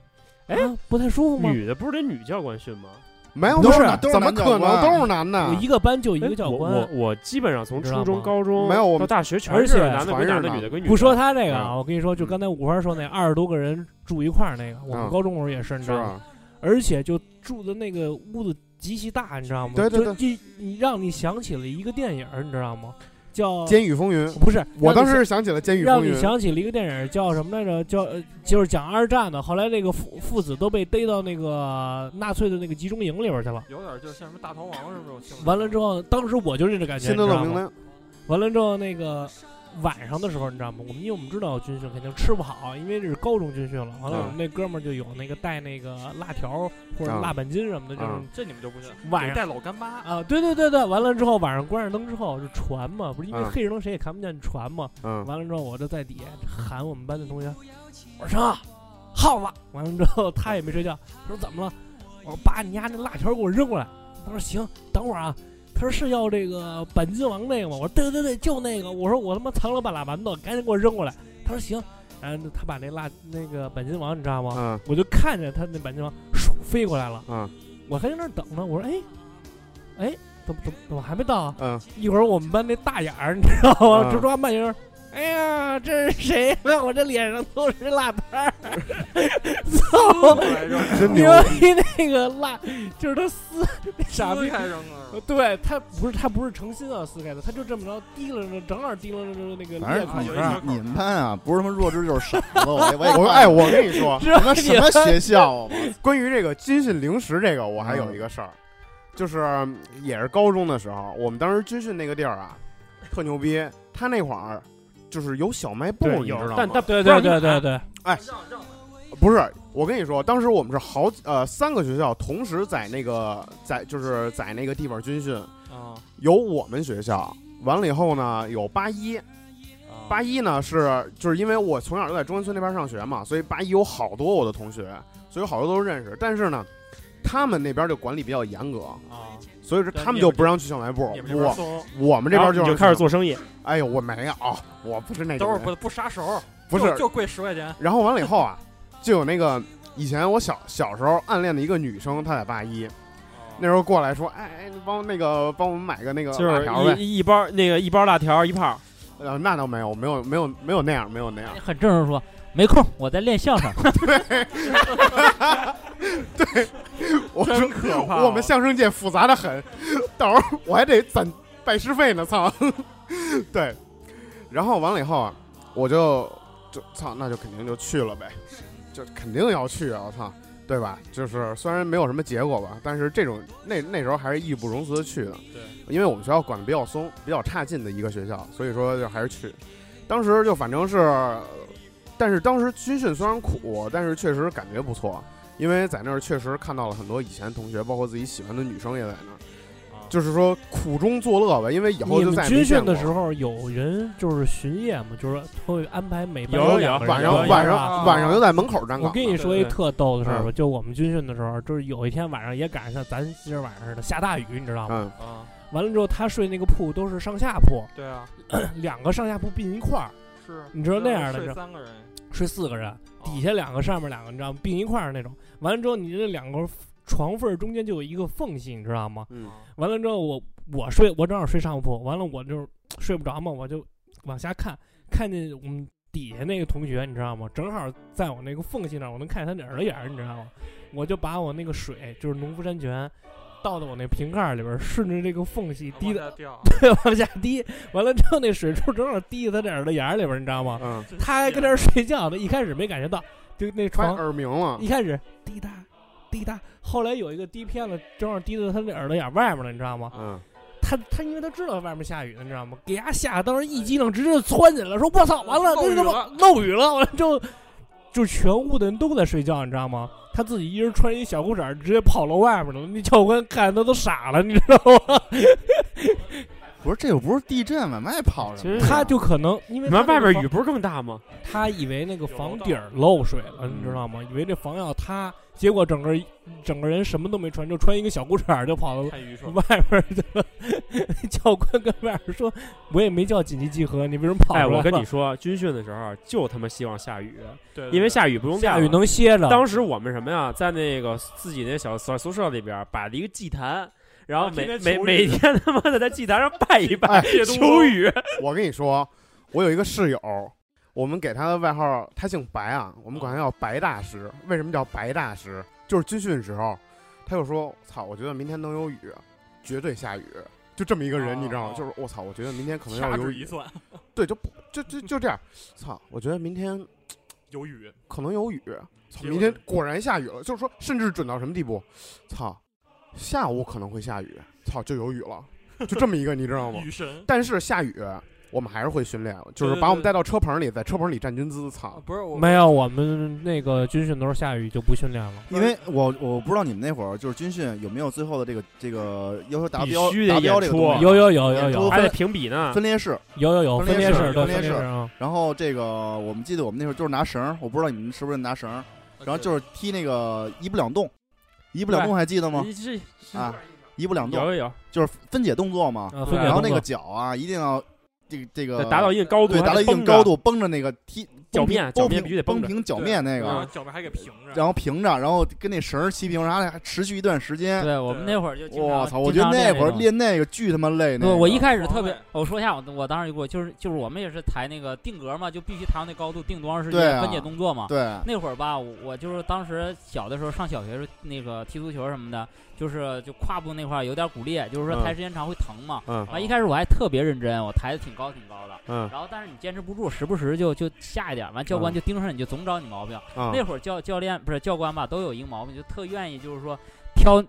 S4: 哎
S6: 啊，不太舒服吗？
S4: 女的不是得女教官训吗？
S1: 没有，
S3: 都是
S1: 没有
S3: 男都是
S1: 怎么
S3: 男教
S1: 可能
S3: 官
S1: 都是男
S6: 我
S1: 的？啊
S6: 一个班就一个
S4: 哎
S6: 教
S4: 我
S6: 官。
S4: 我我基本上从
S6: 知
S4: 初
S6: 道
S4: 中、
S6: 吗
S4: 高中
S1: 没有我们
S4: 到大学全
S6: 而
S4: 是
S6: 且
S4: 男的
S1: 全
S4: 归
S1: 是
S4: 男的，
S1: 男
S4: 女
S1: 的
S4: 的归女的。
S6: 不说他这个啊，
S1: 嗯
S6: 我跟你说，就刚才五花说那二十多个人住一块儿那个，我们
S1: 嗯
S6: 高中时候也是，你知
S1: 是
S6: 道吗？
S1: 吧？
S6: 而且就住的那个屋子极其大，你知道吗？
S1: 嗯对对
S6: 就一你让你想起了一个电影儿，你知道吗？叫
S1: 《监狱风云》，
S6: 不是，
S1: 我
S6: 让你
S1: 当时是想起了《监狱
S6: 让
S1: 风
S6: 你
S1: 云》，
S6: 想起了一个电影，叫什么来着？叫呃就是讲二战的。后来那个父父子都被逮到那个纳粹的那个集中营里边去了。
S2: 有点就像什么大逃亡什么这种。
S6: 完了之后，当时我就这种感觉，
S1: 辛德勒
S6: 你知
S1: 名
S6: 道
S1: 单，
S6: 吗？完了之后，那个晚上的时候，你知道吗？我们因为我们知道军训肯定吃不好，因为这是高中军训了。完了，
S1: 嗯
S6: 我们那哥们儿就有那个带那个辣条或者
S1: 嗯
S6: 辣板筋什么的，就是
S1: 嗯
S2: 这你们就不信，
S6: 晚上
S2: 带老干 妈，
S6: 啊，对对对对，完了之后晚上关上灯之后就传嘛，不是因为
S1: 嗯
S6: 黑着灯谁也看不见，你传嘛。
S1: 嗯，
S6: 完了之后我就在底下喊我们班的同学，我说啊，耗子。完了之后他也没睡觉，他说怎么了？我说把你家那辣条给我扔过来。他说行，等会儿啊。他说是要这个板筋王那个吗？我说对对对，就那个。我说我他妈藏了半拉馒头，赶紧给我扔过来。他说行。然后他把那蜡那个钣金王你知道吗？
S1: 啊
S6: 我就看见他那钣金王唰飞过来了，
S1: 啊
S6: 我还在那儿等呢，我说哎，哎，怎么怎么怎么还没到啊？
S1: 嗯，
S6: 一会儿我们班那大眼儿，你知道吗？
S1: 啊
S6: 直抓慢悠悠。哎呀，这是谁呀、 我这脸上都是蜡摊儿，
S2: 撕
S6: 操！
S2: 开扔，
S1: 真
S6: 牛
S1: 牛！
S6: 逼那个蜡，就是他撕那傻
S2: 撕
S6: 逼。
S2: 开扔啊了。
S6: 呃对他不是他不是诚心要撕开的，他就这么着提了着，正好提了着那个
S3: 反
S6: 裂
S3: 正
S6: 口
S3: 你
S2: 有
S6: 上
S2: 一门口
S3: 们你们班啊，不是他妈弱智就是傻子，我也
S6: 啊
S3: 我也
S1: 我哎，我跟你说，
S6: 之后
S3: 他妈
S6: 你
S3: 什么学校啊？我
S1: 关于这个军训零食这个，我还
S6: 嗯
S1: 有一个事儿，就是嗯也是高中的时候，我们当时军训那个地儿啊，特牛逼。他那会儿就是有小卖部，你知道吗？
S4: 但但
S6: 对
S4: 不让
S6: 对
S4: 你买
S6: 对对对，
S2: 让让
S1: 不是，我跟你说，当时我们是好几呃三个学校同时在那个在就是在那个地方军训，
S2: 啊
S1: 有我们学校，完了以后呢有八一，
S2: 啊
S1: 八一呢是就是因为我从小就在中关村那边上学嘛，所以八一有好多我的同学，所以有好多都认识。但是呢，他们那边就管理比较严格，
S2: 啊，
S1: 所以说他们就不让去小卖部
S2: 你。们这边
S1: 我
S2: 松，
S1: 我们这边
S4: 然后
S1: 就
S4: 你
S1: 是
S4: 就开始。做生意，
S1: 哎呦，我没有，我不是那种
S2: 都是
S1: 人
S2: 不不杀熟，
S1: 不是
S2: 就就贵十块钱
S1: 然后完了以后啊，就有那个以前我小小时候暗恋的一个女生，她在八一
S2: 哦
S1: 那时候过来说，哎哎，你帮那个帮我们买个那个
S4: 就
S1: 辣
S4: 是
S1: 条呗。
S4: 一一一包那个一包辣条一 泡，
S1: 呃，那倒没有，没有没有没有那样，没有 那样。
S5: 很正式说，没空，我在练相声。
S1: 我说
S2: 真可怕哦
S1: 我们相声界复杂的很，到时候我还得攒拜师费呢，操！对，然后完了以后啊，我就就操，那就肯定就去了呗，就肯定要去啊，我操，对吧？就是虽然没有什么结果吧，但是这种那那时候还是义不容辞的去的，
S2: 对，
S1: 因为我们学校管的比较松，比较差劲的一个学校，所以说就还是去。当时就反正是，呃但是当时军训虽然苦，但是确实感觉不错。因为在那儿确实看到了很多以前同学，包括自己喜欢的女生也在那儿，
S2: 啊
S1: 就是说苦中作乐吧。因为以后
S6: 你
S1: 就
S6: 们
S1: 再也
S6: 军
S1: 没见
S6: 训
S1: 过
S6: 的时候有人就是巡夜嘛，就是会安排每班
S4: 有有
S6: 两个人
S1: 晚
S4: 有
S1: 上
S4: 有
S1: 晚
S2: 啊
S1: 上晚上就在门口站岗呢。
S6: 我跟你说一
S4: 对对
S6: 特逗的事儿吧，
S1: 嗯
S6: 就我们军训的时候，就是有一天晚上也赶上咱今儿晚上似的下大雨，你知道吗？
S1: 嗯，
S2: 啊，
S6: 完了之后，他睡那个铺都是上下铺，
S2: 对啊，
S6: 两个上下铺并一块儿，
S2: 是，
S6: 你知道那样的
S2: 睡
S6: 是
S2: 三个人，
S6: 睡四个人，
S2: 哦
S6: 底下两个，上面两个，你知道吗？并一块儿那种。完了之后，你这两个床缝儿中间就有一个缝隙，你知道吗？
S1: 嗯
S2: 啊
S6: 完了之后我我睡我正好睡上铺，完了我就睡不着嘛，我就往下看，看见我们底下那个同学，你知道吗？正好在我那个缝隙那儿，我能看见他那耳朵眼儿，你知道吗？我就把我那个水就是农夫山泉。倒到我那瓶盖里边儿，顺着这个缝隙滴的
S2: 往下掉，
S6: 往下滴，完了之后那水柱正好滴到他这耳朵眼儿里边儿，你知道吗？
S1: 嗯，
S6: 他还跟那儿睡觉呢，一开始没感觉到，就那
S1: 揣
S6: 床
S1: 耳鸣了
S6: 一，开始滴答滴答，后来有一个滴偏了，正好滴到他那耳朵眼外面了，你知道
S2: 啊
S6: 吗？
S1: 嗯，
S6: 他他因为他知道外面下雨了，你知道吗？给他吓得当时一激灵，直接就窜起来了，说：“我操，完了，
S4: 哎
S2: 漏
S6: 这
S2: 雨
S6: 他妈
S2: 了
S6: 漏雨了！”完了之后，就全屋的人都在睡觉，你知道吗？他自己一人穿一小裤衩儿，直接跑楼外面了。那教官看他都傻了，你知道吗？
S3: 不是这又不是地震，往外跑什么呀？
S4: 其实
S6: 他就可能因为
S4: 你们外
S6: 他那个
S4: 边
S6: 房
S4: 雨，不是更大 吗？
S6: 他以为那个房顶儿漏水了，你知道吗？以为这房要塌，结果整个整个人什么都没穿，就穿一个小裤衩儿就跑到
S2: 太 愚蠢了，
S6: 外边去了。教官跟外边说：“我也没叫紧急集合，你为什么跑出来
S4: 哎，
S6: 了？”
S4: 我跟你说，军训的时候就他妈希望下雨，
S2: 对，对
S4: 因为
S2: 对
S4: 下雨不用
S6: 下
S4: 练
S6: 雨
S4: 了。
S6: 能歇着。
S4: 当时我们什么呀，在那个自己那小小宿舍里边摆了一个祭坛，然后
S2: 啊天
S4: 每
S2: 天
S4: 每
S2: 求雨
S4: 每天他妈的在祭坛上拜一拜
S1: 哎，
S4: 求雨。
S1: 我跟你说，啊我有一个室友，我们给他的外号，他姓白啊，我们管他
S2: 嗯
S1: 叫白大师。为什么叫白大师？就是军训时候，他就说：“操，我觉得明天能有雨，绝对下雨。”就这么一个人，
S2: 哦
S1: 你知道吗？就是我操，我觉得明天可能
S2: 掐
S1: 要有
S2: 指
S1: 雨
S2: 一，算，
S1: 对，就不就就就这样，操，我觉得明天
S2: 有雨，
S1: 可能有雨，操，
S2: 结果
S1: 明天
S2: 呢
S1: 果然下雨了，就是说，甚至准到什么地步，操，下午可能会下雨，操，就有雨了，就这么一个，你知道
S4: 哦
S1: 吗？
S2: 雨神。
S1: 但是下雨，我们还是会训练，就是
S2: 对对
S1: 把我们
S2: 对
S1: 带到车棚里，在车棚里站军姿，
S2: 啊
S1: 操，
S2: 不是我
S6: 没有，我们那个军训的时候下雨就不训练了。
S3: 因为我我不知道你们那会儿就是军训有没有最后的这个这个要求达
S4: 必
S3: 标
S4: 须得
S3: 达标
S4: 演
S3: 这个
S4: 出
S3: 东
S4: 啊
S3: 西
S6: 有有有有
S3: 演
S6: 有
S3: 出
S4: 还得评比呢，
S3: 分列式，
S6: 有有有
S3: 分
S6: 分
S3: 裂
S6: 裂
S3: 式
S6: 式，
S3: 分
S6: 对
S3: 裂
S6: 分裂
S3: 式
S6: 式啊，
S3: 然后这个我们记得我们那会儿就是拿绳儿，我不知道你们是不是拿绳儿，然
S2: 呃
S3: 后就是踢那个一步两动，一步两动还记得吗？
S4: 你这
S3: 啊，一步两
S4: 有
S3: 动
S4: 有有，
S3: 就是分解动作嘛，
S5: 呃
S6: 啊
S4: 对
S6: 分解
S3: 然后
S6: 动
S3: 那个
S6: 作。
S3: 脚啊一定要这个这个
S4: 得达到一定高度，
S3: 对
S4: 还
S3: 达到
S4: 得
S3: 一定
S4: 绷着
S3: 高，度，绷着那个踢
S4: 脚
S3: 绷平
S4: 面脚
S3: 绷
S4: 面
S3: 平
S4: 必须得绷
S3: 绷
S4: 着
S3: 平脚
S2: 对
S3: 面那
S2: 然
S5: 嗯
S2: 后
S3: 个，
S2: 脚面还给平着。
S3: 然后平着，然后跟那绳儿齐平，然后还持续一段时间。
S5: 对我们那会儿就经常
S3: 我操！我觉
S5: 经
S3: 得
S5: 常
S3: 那会儿
S5: 种
S3: 练那个巨他妈累。那
S5: 对，
S3: 个
S5: 我一开
S4: 哦
S5: 始
S2: 黄
S5: 特别
S2: 位，
S5: 我说一下我我当时过，就是就是我们也是抬那个定格嘛，就必须抬到那高度，定多长时
S3: 对
S5: 间
S3: 啊
S5: 分解动作嘛。
S3: 对
S5: 那会儿吧，我我就是当时小的时候上小学时候那个踢足球什么的，就是就胯部那块儿有点骨裂，就是说
S4: 嗯
S5: 抬时间长会疼嘛。
S4: 嗯
S5: 啊，一开始我还特别认真，我抬的挺高挺高的，
S4: 嗯
S5: 然后但是你坚持不住，时不时就就下一点儿，完教官
S4: 嗯
S5: 就盯上你，就总找你毛病。
S4: 啊
S5: 那会儿教教练不是教官吧，都有一个毛病，就特愿意就是说挑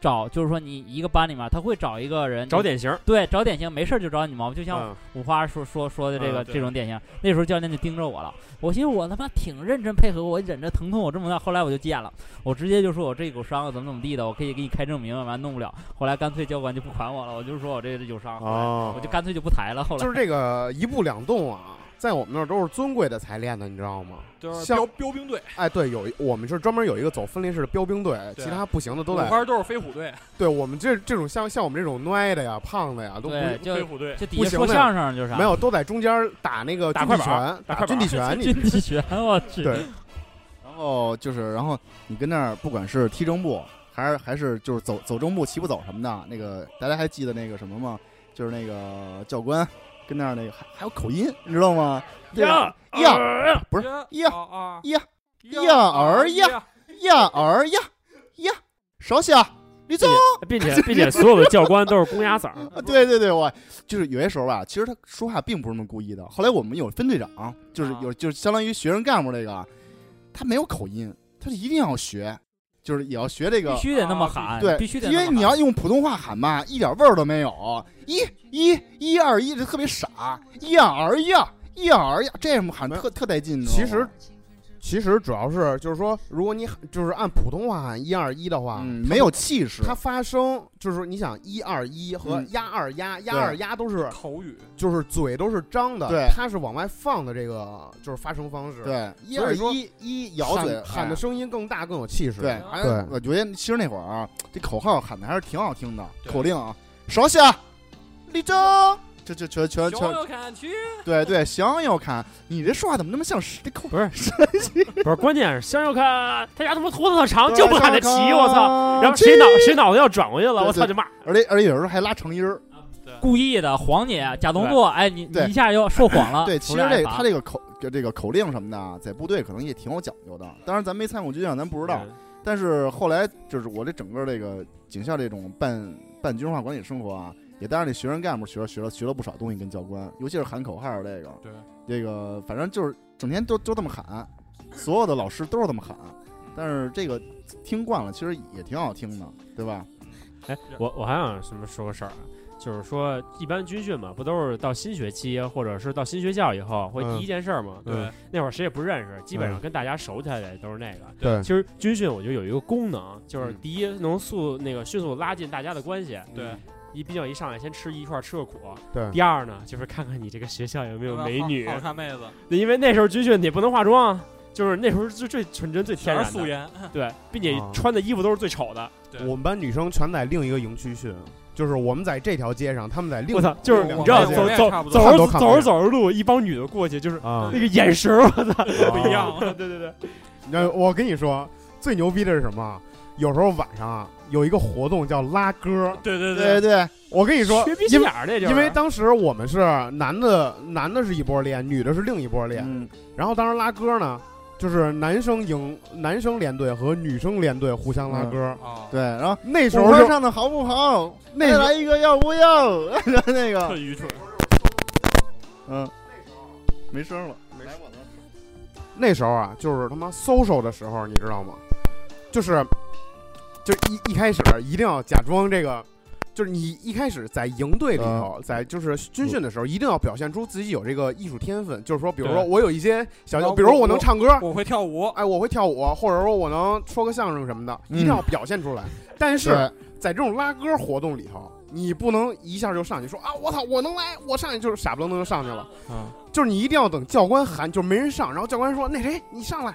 S5: 找，就是说你一个班里面他会找一个
S3: 嗯
S5: 人
S4: 找
S5: 就
S4: 典型儿，
S5: 对找典型，没事儿就找你毛病，就像
S4: 嗯
S5: 五花说说说的这
S4: 嗯
S5: 个、
S2: 对
S5: 这种典型。那时候教练就盯着我了，我寻思我他妈挺认真配合，我忍着疼痛我这么大，后来我就急眼了，我直接就说我这有伤怎么怎么地的，我可以给你开证明，完弄不了。后来干脆教官就不管我了，我就说我这有伤，后来
S4: 哦
S5: 我就干脆就不抬了。后来
S1: 就是这个一步两动啊，在我们那儿都是尊贵的才练的，你知道吗？
S2: 就是
S1: 像
S2: 呃标标兵队，
S1: 哎，对，有一我们是专门有一个走分类式的标兵队，
S2: 对
S1: 其他不行的都
S2: 五
S1: 在。
S2: 花都是飞虎队，
S1: 对我们这这种像像我们这种孬的呀、胖的呀，都不
S5: 对就
S2: 飞虎 队。
S5: 就底
S1: 不
S5: 下
S1: 行
S5: 说
S1: 的
S5: 相声就是
S1: 没有都在中间打那个
S4: 打
S1: 军
S4: 快
S1: 体
S4: 板
S1: 拳，
S4: 打
S1: 打
S4: 快
S1: 军
S4: 板
S1: 体拳，你
S5: 军 体拳，我去，
S1: 对
S3: 然后就是，然后你跟那儿不管是踢正步，还是还是就是走走正步、齐步走什么的，那个大家还记得那个什么吗？就是那个教官跟那儿那个还还有口音，你知道吗？对吧
S4: 呃
S3: 呀不是呀
S2: 啊
S3: 呀呀儿呀呀儿呀呀，手下立正。
S4: 并且并且所有的教 官都是公鸭嗓儿，
S3: 啊，对对对，我就是有些时候吧，其实他说话并不是那么故意的。后来我们有分队长，就是
S5: 啊
S3: 有就是相当于学生干部这个，他没有口音，他就一定要学，就是也要学这个
S5: 必，须得那么
S2: 啊
S5: 喊，
S3: 对，
S5: 必须得那
S3: 因
S5: 么喊，
S3: 为你要用普通话喊吧，一点味儿都没有，一一一二一就特别傻，一二一呀一二呀，这么喊特特带劲。 你知道
S1: 其
S3: 吗
S1: 实其实主要是就是说，如果你喊就是按普通话喊一二一的话，
S3: 嗯，没有气势，
S1: 它发声就是你想一二一和
S3: 嗯
S1: 压二压压二压都是
S2: 口语，
S1: 就是嘴都是张的，
S3: 对
S1: 它是往外放的这个就是发声方式，，
S3: 对，一
S1: 所
S3: 二
S1: 以说
S3: 一一咬
S1: 喊
S3: 嘴
S1: 喊的
S3: 哎
S1: 声音更大更有气势，
S4: 嗯
S3: 对，还有我觉得其实那会儿啊，这口号喊的还是挺好听的，
S2: 对
S3: 口令啊，手下立正，这这全全
S2: 熊
S4: 啊
S3: 全，
S2: 有看去，
S3: 对对，想要看你这说话怎么那么像是这口
S4: 不是不是，关键是向右看，他家他妈拖得特长，就不喊他齐，我操！
S3: 操
S4: 然后谁脑谁脑袋要转过去了，我操
S3: 对
S4: 就骂，
S3: 而且而且有时候还拉长音儿，
S5: 故意的晃你假动作，哎，你你
S3: 对
S5: 一下又说谎
S4: 啊
S5: 了，
S3: 对，
S5: 出
S3: 其实
S5: 来挨
S3: 这
S5: 罚
S3: 他这个口这个口令什么的啊，在部队可能也挺有讲究的，当然咱没参过军校，咱不知道，
S4: 嗯
S3: 但是后来就是我这整个这个警校这种半半军事化管理生活啊，也当然这学生干部学了学了学了不少东西跟教官，尤其是喊口号这个，
S2: 对，
S3: 这个反正就是整天都都这么喊，所有的老师都是这么喊，但是这个听惯了，其实也挺好听的，对吧？
S4: 哎，我我还想什么说个事儿啊，就是说一般军训嘛，不都是到新学期或者是到新学校以后会
S1: 嗯
S4: 第一件事儿嘛？
S1: 对
S2: 对，
S4: 那会儿谁也不认识，基本上
S1: 嗯
S4: 跟大家熟起来的都是那个。
S1: 对
S4: 其实军训我觉得有一个功能，就是
S3: 嗯
S4: 第一能速那个迅速拉近大家的关系。
S2: 对，
S4: 一毕竟一上来先吃一块儿吃个苦。
S1: 对
S4: 第二呢，就是看看你这个学校有没有美女
S2: 啊好，好看妹子，
S4: 对因为那时候军训你也不能化妆啊，就是那时候是最纯真、最天
S2: 全
S4: 然
S2: 是素
S4: 的。
S2: 颜，
S4: 对，并且
S1: 啊
S4: 穿的衣服都是最丑的。
S2: 对
S1: 我们班女生全在另一个营区训，就是我们在这条街上，他们在另
S4: 我操，就是
S2: 我
S4: 你知道
S2: 我们
S4: 走
S2: 也
S4: 走
S2: 差不多
S4: 走着
S1: 看都看
S4: 走
S1: 不
S4: 着
S1: 见
S4: 走着路，一帮女的过去就是
S1: 啊
S4: 那个眼神儿，我操，啊
S2: 不一样。
S4: 对对对，
S1: 你知道我跟你说，最牛逼的是什么？有时候晚上啊，有一个活动叫拉歌。
S2: 对对
S4: 呃
S3: 对，对，
S1: 我跟你说
S4: 缺，鼻
S1: 因
S4: 心
S1: 为
S4: 眼儿那就是啊
S1: 因为当时我们是男的，男的是一波练，女的是另一波练。
S3: 嗯，
S1: 然后当时拉歌呢，就是男生营、男生连队和女生连队互相拉歌。
S2: 啊，
S3: 对，然后
S1: 那时
S3: 手
S1: 候
S3: 环
S1: 就
S3: 上的好不好？
S1: 那
S3: 再
S1: 时候
S3: 来一个要不要？然后 那
S2: 特
S3: 个，
S2: 愚蠢。
S3: 嗯，没声了，没声了。
S1: 那时候啊，就是他妈 social 的时候，你知道吗？就是，就一一开始一定要假装这个，就是你一开始在营队里头，在就是军训的时候，一定要表现出自己有这个艺术天分。就是说，比如说
S4: 对
S1: 我有一些小
S2: 然后，
S1: 比如说我
S2: 我
S1: 能唱歌，
S2: 我会跳舞，
S3: 啊
S1: 哎，我会跳舞，或者说我能说个相声什么的，
S3: 嗯
S1: 一定要表现出来。但是
S3: 对
S1: 在这种拉歌活动里头，你不能一下就上去说啊，我操，我能来，我上去就是傻不愣登就上去了。
S2: 嗯，
S1: 就是你一定要等教官喊，就是没人上，然后教官说那谁你上来，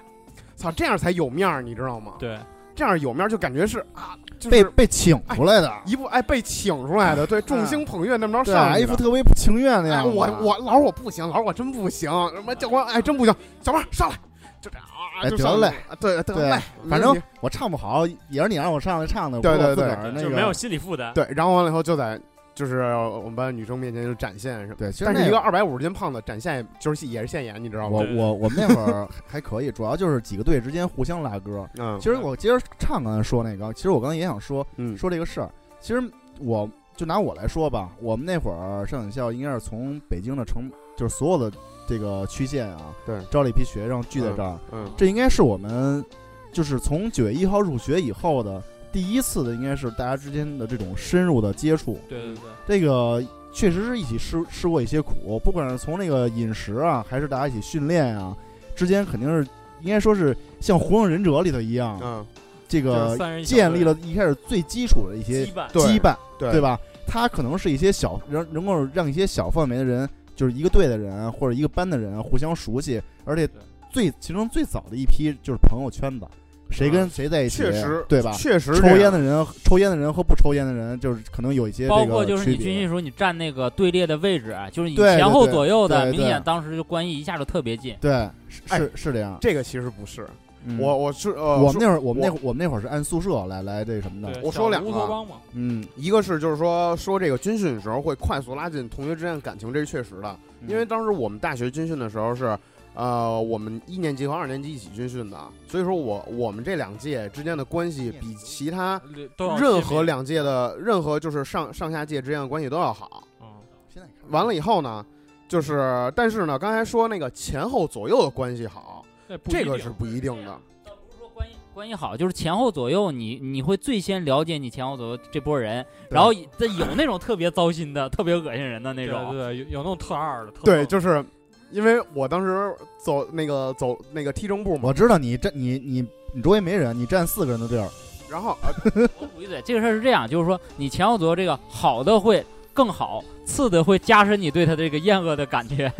S1: 操，这样才有面儿，你知道吗？
S2: 对，
S1: 这样有面儿就感觉是啊，就
S3: 被
S1: 是
S3: 被请出来的，
S1: 一部哎被请出来的，对，众星捧月那么着
S3: 对
S1: 上
S3: 啊，
S1: 去
S3: 一
S1: 的
S3: 副特别不情愿的
S1: 哎，
S3: 样子。啊
S1: 我我老师我不行，老师我真不行，什么教官哎真不行，小妹儿上来就这样啊，
S3: 哎
S1: 就
S3: 得
S1: 上去
S3: 嘞，
S1: 对
S3: 对
S1: 得嘞，
S3: 反
S1: 你
S3: 正我唱不好，也是你让我上来唱的，
S1: 对
S3: 不是我
S1: 对
S3: 自
S1: 对
S3: 个儿那
S4: 就
S3: 个
S4: 没有心理负担。
S1: 对，然后完了以后就在就是我们班女生面前就展现什么，
S3: 对，其实
S1: 但
S3: 那
S1: 是一个二百五十斤胖子展现就是也是现眼，你知道吗
S3: 我？
S4: 对
S3: 我我们那会儿 还可以，主要就是几个队之间互相拉歌。
S1: 嗯
S3: 其实我接着唱刚才说那个，其实我刚才也想说
S1: 嗯
S3: 说这个事儿。其实我就拿我来说吧，我们那会儿上警校应该是从北京的城，就是所有的这个区县啊，
S1: 对
S3: 招了一批学生聚在这儿。
S1: 嗯
S3: 这应该是我们就是从九月一号入学以后的第一次的，应该是大家之间的这种深入的接触。
S2: 对对对，
S3: 这个确实是一起吃吃过一些苦，不管是从那个饮食啊，还是大家一起训练啊，之间肯定是应该说是像《火影忍者》里头一样，
S1: 嗯，
S3: 这
S2: 就是
S3: 个
S2: 三人一小队
S3: 呃建立了一开始最基础的一些
S4: 羁绊，
S1: 对
S3: 羁绊，
S1: 对
S3: 对？吧？它可能是一些小能能够让一些小范围的人，就是一个队的人或者一个班的人互相熟悉，而且最其中最早的一批就是朋友圈子，谁跟谁在一起，
S1: 啊确实
S3: 对吧？
S1: 确实
S3: 抽
S1: 这样
S3: 烟的人，抽烟的人和不抽烟的人，就是可能有一些这个
S5: 包括就是你
S3: 区别
S5: 军训时候你站那个队列的位置啊，就是你
S3: 对
S5: 前
S3: 对
S5: 后
S3: 对
S5: 左右的，
S3: 对
S5: 明
S3: 对
S5: 显当时就关系一下就特别近。
S3: 对，是
S1: 哎
S3: 是是这样。
S1: 这个其实不是，
S3: 嗯
S1: 我我是呃
S3: 我
S1: 说
S3: 们那会儿，我们那
S1: 我
S3: 会儿我们那会儿是按宿舍来来这什么的。
S2: 对
S1: 我
S2: 小
S1: 说两
S2: 乌
S1: 个啊
S2: 托邦嘛，
S3: 嗯，
S1: 一个是就是说说这个军训的时候会快速拉近同学之间的感情，这是确实的。
S2: 嗯
S1: 因为当时我们大学军训的时候是，呃，我们一年级和二年级一起军训的，所以说我我们这两届之间的关系比其他
S2: 都要嗯
S1: 任
S2: 亲
S1: 何
S2: 密
S1: 两届的任何就是上上下届之间的关系都要好。
S2: 嗯
S3: 现在看
S1: 完了以后呢，就是但是呢，刚才说那个前后左右的关系好，
S2: 那不
S1: 这
S2: 一
S1: 个
S2: 定
S1: 是不一定的。
S5: 倒不是说关系关系好，就是前后左右你你会最先了解你前后左右这波人，然后这有那种特别糟心的、特别恶心人的那
S2: 对对
S5: 种，
S2: 对，有有那种特二的，特
S1: 对，
S2: 愣
S1: 就是因为我当时走那个走那个踢正步嘛
S3: 我，知道你站你你你周围没人，你站四个人的地儿，
S1: 然后呃
S5: 我补一嘴，这个事儿是这样，就是说你前后左右这个好的会更好，次的会加深你对他这个厌恶的感觉。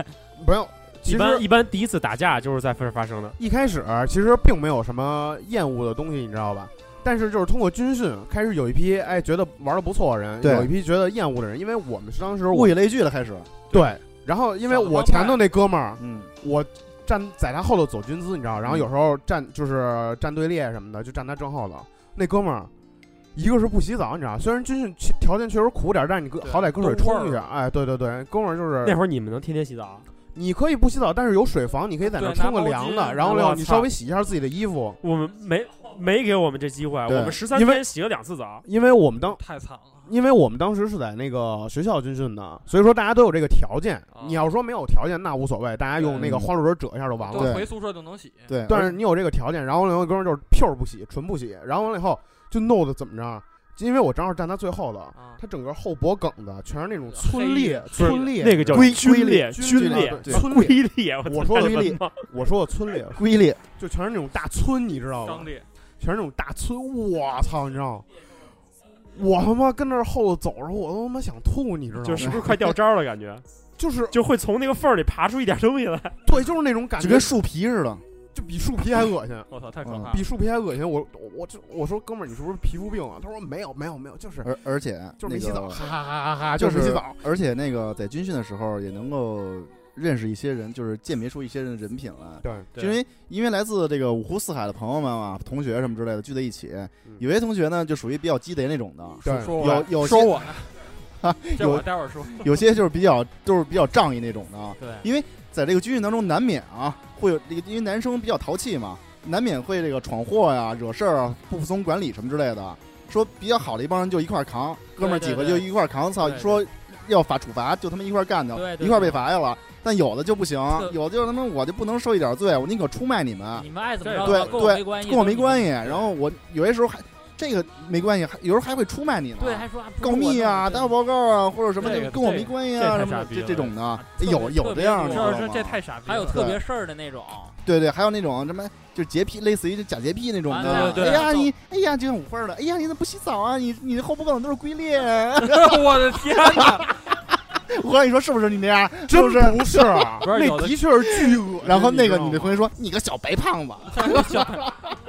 S1: 不用，其
S4: 一
S1: 实
S4: 般一般第一次打架就是在这儿发生的。
S1: 一开始其实并没有什么厌恶的东西，你知道吧？但是就是通过军训，开始有一批哎觉得玩的不错的人，
S3: 对
S1: 有一批觉得厌恶的人，因为我们是当时
S3: 物
S1: 我
S3: 以类聚了，开始。
S1: 对，然后因为我前头那哥们儿，
S3: 嗯，
S1: 我站在他后头走军姿，你知道，然后有时候站就是站队列什么的，就站他正后头。那哥们儿，一个是不洗澡，你知道，虽然军训确条件确实苦点儿，但是你哥
S2: 对
S1: 好歹搁水
S2: 冻味
S1: 冲一
S2: 儿
S1: 下，哎，对对对，哥们儿就是
S4: 那会儿你们能天天洗澡？啊
S1: 你可以不洗澡，但是有水房，你可以在那儿
S2: 对拿
S1: 冲个
S2: 毛
S1: 凉
S2: 巾
S1: 的，然后
S4: 我
S1: 你
S4: 操
S1: 稍微洗一下自己的衣服。
S4: 我们没没给我们这机会，啊
S3: 对
S4: 我们十三
S1: 因为
S4: 天洗了两次澡。啊
S1: 因为我们当
S2: 太惨了。
S1: 因为我们当时是在那个学校军训的，所以说大家都有这个条件
S2: 啊。
S1: 你要说没有条件，那无所谓，大家用那个花露水折一下就完
S2: 都
S1: 了。
S3: 对
S2: 回宿舍就能洗，
S3: 对。
S1: 但是你有这个条件，然后那哥们儿就是屁儿不洗，纯不洗，然后完了以后就弄得怎么着？就因为我正好站他最后头，
S2: 啊
S1: 他整个后脖梗子全是那
S3: 嗯
S1: 种
S2: 黑
S1: 皴裂，
S4: 不是
S1: 皴裂
S4: 那个叫
S3: 龟
S4: 皴裂，
S1: 龟
S4: 皴
S1: 裂
S4: 裂，
S1: 对
S4: 皴裂龟裂。
S1: 我
S4: 我
S1: 说龟
S4: 操看
S1: 裂
S4: 着文盲
S1: 我说我皴裂，
S3: 龟裂，
S1: 就全是那种大皴，你知道吗
S2: 张？力，
S1: 全是那种大皴，我操，你知道吗？我他妈跟那儿后头走着，我都他妈想吐，你知道吗？
S4: 就是不是快掉渣儿了？感觉
S1: 就是
S4: 就会从那个缝儿里爬出一点东西来。
S1: 对，就是那种感
S3: 就
S1: 觉，
S3: 跟树皮似的。
S1: 就比树皮还恶心，
S2: 我操，太可
S3: 嗯
S2: 怕了
S1: 比。树皮还恶心。我我我就我说哥们儿，你是不是皮肤病啊？他说没有没有没有，就是
S3: 而而且
S1: 就是没洗澡，哈
S3: 那
S1: 哈哈哈哈，
S3: 个就
S1: 没洗澡。。
S3: 而且那个在军训的时候也能够认识一些人，就是鉴别出一些人的人品来。
S1: 对，
S2: 对
S3: 因为因为来自这个五湖四海的朋友们啊、同学什么之类的聚在一起，
S1: 嗯
S3: 有些同学呢就属于比较鸡贼那种的，
S1: 对
S2: 说我
S3: 有
S2: 吧
S3: 有
S2: 说
S3: 些啊
S2: 我呢，这
S3: 有
S2: 我待会 儿说。
S3: 有些就是比较就是比较仗义那种的。啊
S2: 对
S3: 因为在这个军训当中难免啊会有这个，因为男生比较淘气嘛，难免会这个闯祸呀、惹事儿啊、不服从管理什么之类的。啊说比较好的一帮人就一块儿扛，哥们儿
S5: 对
S3: 几个
S5: 对
S3: 就一块儿扛，操！
S5: 对对
S3: 说要罚处罚就他妈一块儿干掉
S5: 对，对
S3: 一块儿被罚去了。但有的就不行
S5: 对，
S3: 有的就是他妈我就不能受一点罪，我宁可出卖你们。
S5: 你们爱怎么着
S2: 对
S5: 吧跟我
S3: 啊对
S5: 没关系，
S3: 跟我没关
S5: 系。
S3: 系。然后我有些时候还这个没关系，还有时候还会出卖你呢，
S5: 对，还说啊不是
S3: 告密
S5: 我弄
S3: 啊、打
S5: 的
S3: 小报告啊，或者什么
S2: 这
S3: 就
S2: 个
S3: 跟我
S2: 这
S3: 没关系
S4: 这
S3: 啊
S4: 太
S3: 什么
S4: 傻
S3: 的
S4: 逼
S3: 这
S4: 了
S3: 这种的，
S5: 特别
S3: 有有
S5: 特
S3: 这
S5: 别
S3: 样
S5: 多
S3: 的，
S5: 知
S3: 你知
S2: 这
S5: 道
S2: 这
S3: 道吗
S2: 这太傻逼了，
S5: 还有特别事儿的那种，
S3: 对对，还有那种什么就是洁癖，类似于这假洁癖那种
S5: 啊
S3: 的。
S5: 对对
S3: 哎呀
S5: 对
S3: 你，哎呀，就像五花的，哎呀，你怎么不洗澡啊？你你的后脖梗都是龟裂。
S2: 我的天哪！
S3: 我跟你说是不是你那样？
S1: 真
S3: 是不是？
S1: 不 是啊，
S2: 不是有
S1: 那
S2: 的
S1: 的确是巨恶心。
S3: 然后那个
S1: 你
S3: 你
S1: 知
S3: 的
S1: 道吗
S3: 同学说你个小白胖子，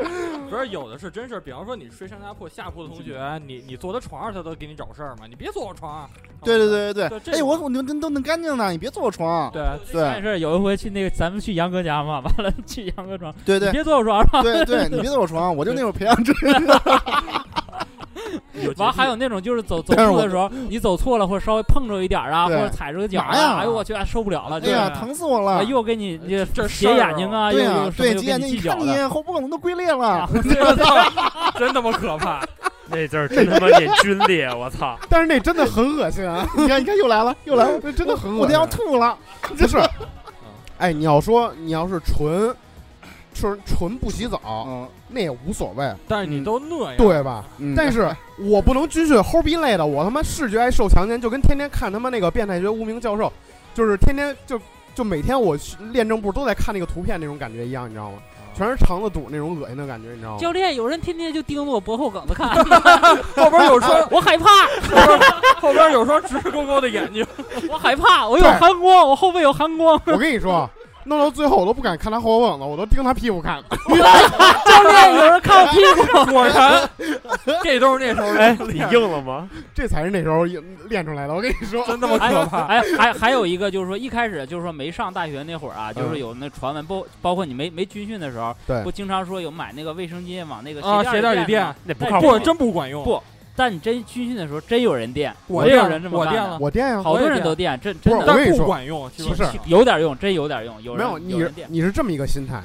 S2: 不是有的是真事儿，比方说你睡上下铺、下铺的同学，你你坐他床上，他都给你找事儿嘛，你别坐我床上。
S3: 对对对
S2: 对
S3: 对
S2: 这
S3: 对，哎，我我能都弄干净呢，你别坐我床。
S2: 对，啊
S5: 但是有一回去那个，咱们去杨哥家嘛，完了去杨哥床，
S3: 对
S5: 你
S3: 对
S5: 别坐我床上。
S3: 对对，你别坐我床，我就那会儿培养这
S2: 有洁
S5: 完
S2: 癖
S5: 还有那种就是走走
S3: 但是
S5: 路
S3: 我
S5: 的时候，你走错了或者稍微碰着一点儿啊，或
S3: 对
S5: 者踩着个脚
S3: 麻呀
S5: 啊，哎呦我去，哎受不了了，
S3: 哎
S5: 这
S3: 呀，
S5: 个
S3: 疼死我
S5: 啊
S3: 了。
S5: 又给你这
S2: 这事
S5: 斜
S2: 儿
S5: 眼睛啊，又
S3: 对
S5: 又
S3: 呀，
S5: 什么
S3: 对，
S5: 又
S3: 急
S5: 给
S3: 眼
S5: 你
S3: 睛，
S5: 系
S3: 你
S5: 脚
S3: 看你
S5: 的，哦
S3: 后脖梗都龟裂了。
S2: 真他妈可 怕！
S8: 那字儿真他妈念皲裂，我操！
S1: 但是那真的很恶心 啊！
S3: 你看，你看，又来了，又来了，
S1: 那真的很
S3: 我
S1: 恶
S3: 都
S1: 心
S3: 要
S1: 啊。
S3: 吐了。
S1: 就是，
S2: 啊
S1: 哎，你要说你要是纯纯纯不洗澡，
S3: 嗯
S1: 那也无所谓，
S2: 但是你都那样，
S1: 对吧？
S3: 嗯，
S1: 但是我不能军训齁逼累的，我他妈视觉爱受强奸，就跟天天看他妈那个变态学无名教授，就是天天就就每天我去练正步都在看那个图片那种感觉一样，你知道吗？全是肠子堵那种恶心的感觉，你知道吗？
S5: 教练有人天天就盯着我脖后梗子看，
S2: 后边有双，
S5: 我害怕，
S2: 后边后边有双直勾勾的眼睛，
S5: 我害怕，我有寒光，我后背有寒光。
S1: 我跟你说，弄到最后我都不敢看他后脖梗了，我都盯他屁股看。
S5: 教练有人看我屁股，
S2: 果然，这都是那时候
S8: 哎
S2: 人，
S8: 你硬了吗？
S1: 这才是那时候练出来的。我跟你说，
S2: 真他妈可怕。
S5: 哎，还还有一个就是说，一开始就是说没上大学那会儿啊，就是有那传闻，包包括你没没军训的时候，
S1: 嗯对
S5: 不经常说有买那个卫生巾往那个
S2: 啊，鞋
S5: 垫
S2: 垫
S5: 儿
S2: 里
S5: 垫
S2: 垫
S5: 吗。，
S8: 那不
S5: 哎
S8: 靠
S5: 不
S8: 谱
S2: 我。真不管用。
S5: 不但你真军训的时候，真有人垫，
S2: 我
S5: 也
S2: 垫
S5: 有
S2: 了
S5: 人这么
S2: 我
S5: 干
S2: 垫
S5: 的
S2: 了，
S1: 我垫啊，
S5: 好
S2: 我也
S5: 多人
S2: 垫
S5: 都垫，真真
S1: 不是
S5: 的
S1: 我跟
S2: 但
S1: 你
S2: 不
S1: 说
S2: 管用，其
S1: 不
S2: 实
S1: 是
S5: 有点用，真有点用。有
S1: 没
S5: 人
S1: 有你
S5: 有人
S1: 是
S5: 垫，
S1: 你是这么一个心态。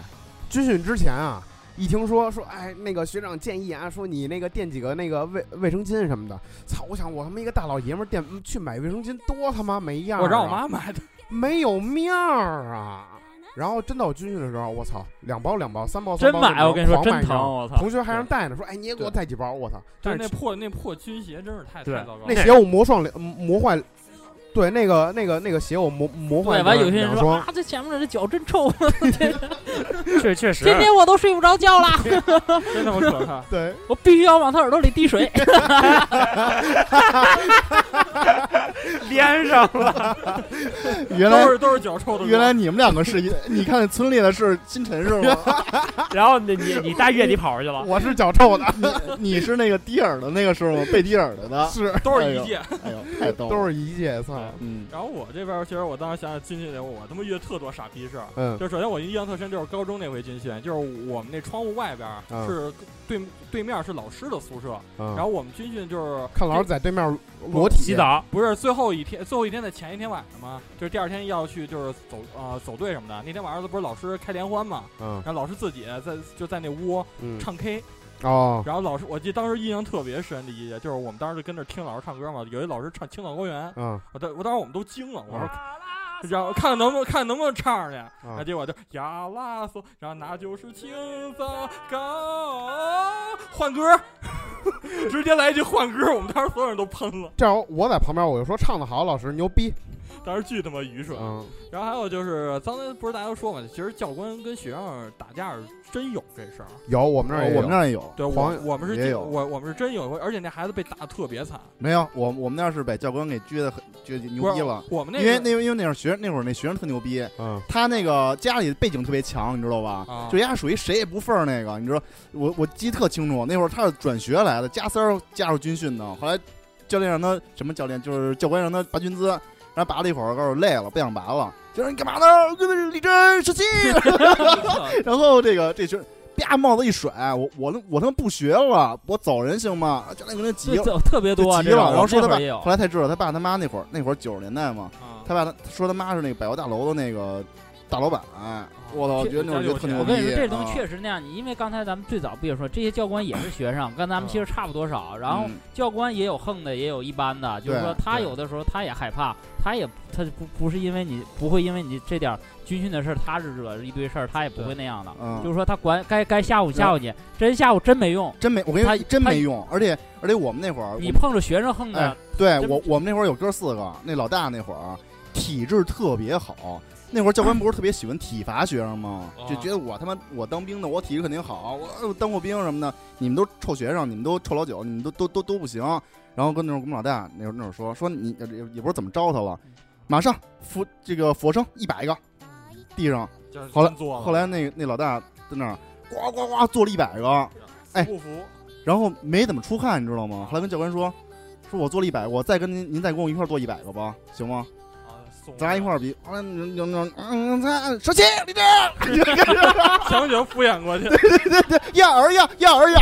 S1: 军训之前啊，一听说说，哎，那个学长建议啊，说你那个垫几个那个卫卫生巾什么的。操！我想我他妈一个大老爷们儿垫去买卫生巾多他妈没样儿、啊，
S2: 我让我妈买的。
S1: 没有面儿啊。然后真到军训的时候，我操，两包两包，三包
S5: 真
S1: 三包那种
S5: 买，我跟你说
S1: 狂买
S5: 真
S1: 你知
S5: 疼，
S1: 道吗
S5: 我操！
S1: 同学还让带呢，说哎你也给我带几包，我操！
S2: 但是
S8: 但
S2: 那
S8: 是
S2: 破那破军鞋真是太
S8: 对
S2: 太糟糕了
S1: 那。鞋我磨撞两嗯磨坏，对那个那个那个鞋我磨磨坏
S5: 对，完有些人
S1: 两
S5: 说
S1: 双
S5: 啊，，这前面这脚真臭，
S8: 确确实，
S5: 天天我都睡不着 觉啦，
S2: 真他妈可怕！
S1: 对，
S5: 我必须要往他耳朵里 滴水。
S8: 连上了。
S3: 原来
S2: 都是都是脚臭的。
S3: 原来你们两个是一，你看村里的是金晨是 吗？
S8: 然后你你你大月你跑出去
S5: 啊
S8: 了，
S1: 我是脚臭的，
S3: 你是那个低耳朵那个是吗？被低耳朵的，
S1: 是
S2: 都是一届。
S3: 哎呦，太逗了，
S1: 都是一届，操，
S3: 嗯
S2: 然后我这边儿其实我当时想想军训那会儿，我他妈遇到特多傻逼事儿。
S1: 嗯
S2: 就首先我印象特深，就是高中那回军训，就是我们那窗户外边儿
S1: 嗯
S2: 是对对面是老师的宿舍，
S1: 嗯，
S2: 然后我们军训就是
S1: 看老师在对面裸体
S8: 洗，澡
S2: 不是最后一天，最后一天的前一天晚上嘛，就是第二天要去就是走呃走队什么的。那天晚上不是老师开联欢嘛，
S1: 嗯
S2: 然后老师自己在就在那屋
S1: 嗯
S2: 唱 K，
S1: 哦，
S2: 然后老师我记得当时印象特别深的一节，就是我们当时就跟着听老师唱歌嘛，有一老师唱《青藏高原》，
S1: 嗯
S2: 我当我当时我们都惊了，我说。 然后看能不能看能不能唱上去，
S3: 啊
S2: 然后结果就呀啦嗦，然后那就是青藏高，换歌， 直接来一句换歌，我们当时所有人都喷了，
S1: 这样我在旁边我就说唱的好，老师牛逼，
S2: 当时巨他妈愚蠢。
S3: 啊
S1: 嗯
S2: 然后还有就是刚才不是大家都说嘛，其实教官跟学生打架是真有这事儿。啊
S1: 有我们那儿也
S3: 哦我们那
S1: 儿
S3: 儿也有，
S2: 对，我
S1: 黄
S2: 我们是
S3: 也
S2: 真
S3: 有
S2: 我我们是真有过，而且那孩子被打的特别惨，
S3: 没有，我我们那儿是把教官给撅的很撅得
S2: 不
S3: 牛
S2: 是
S3: 逼了。
S2: 我们那
S3: 因为
S2: 个
S3: 那因为那会儿学那会儿那学生特牛逼，
S1: 嗯
S3: 他那个家里背景特别强，你知道吧？
S2: 啊
S3: 就人家属于谁也不份儿那个，你知道，我我记得特清楚，那会儿他是转学来的，加三儿加入军训的，后来教练让他什么教练就是教官让他拔军姿，然后拔了一会儿，告诉累了不想拔了，就说你干嘛呢？我跟那李真生气，然后这个这学生啪帽子一甩，我我那我他妈不学了，我走人行吗？教练跟他急
S5: 这
S3: 了。
S5: 这特别多啊，
S3: 就急
S5: 这种
S3: 了，然后说他
S5: 那会
S3: 爸
S5: 儿也有，
S3: 后来才知道他爸他妈那会儿那会儿九十年代嘛，
S2: 啊
S3: 他爸他说他妈是那个百货大楼的那个大老板，
S5: 哦
S3: 我操，我觉得那会儿觉得特牛逼。
S5: 我跟你说，这东西
S3: 啊
S5: 确实那样。你因为刚才咱们最早不也说，这些教官也是学生，跟咱们其实差不多少。然后
S3: 嗯
S5: 教官也有横的，也有一般的，就是说
S3: 对
S5: 他
S3: 对
S5: 有的时候他也害怕，他也他不不是因为你不会因为你这点儿军训的事儿，他是惹一堆事儿，他也不会那样的。
S3: 嗯
S5: 就是说他管该该吓唬
S3: 然
S5: 吓
S3: 后
S5: 唬你，真吓唬真没用。
S3: 真没，我跟你
S5: 他
S3: 说真
S5: 他
S3: 没用，而且而且我们那会儿，
S5: 你
S3: 呃我
S5: 碰着学生横的
S3: 哎，对
S5: 真
S3: 我我们那会儿有哥四个，那老大那会儿啊体质特别好，那会儿教官不是特别喜欢体罚学生吗？
S2: 啊
S3: 就觉得我他妈我当兵的我体质肯定好，我呃我当过兵什么的，你们都臭学生，你们都臭老九，你们都都都都不行。然后跟那会儿我们老大那会儿那会儿说说你也也不知道怎么招他了，马上佛这个佛生一百个，地上。
S2: 就是
S3: 后来
S2: 真做了
S3: 后来那那老大在那儿呱呱呱做了一百个，哎
S2: 不服，
S3: 然后没怎么出汗，你知道吗？后来跟教官说，说我做了一百个，我再跟您您再跟我一块儿做一百个吧，行吗？
S2: 啊，
S3: 咱俩一块儿比。啊，嗯嗯嗯，咱手气，立正，
S2: 儿强行敷衍过去，
S3: 呀儿呀呀儿呀。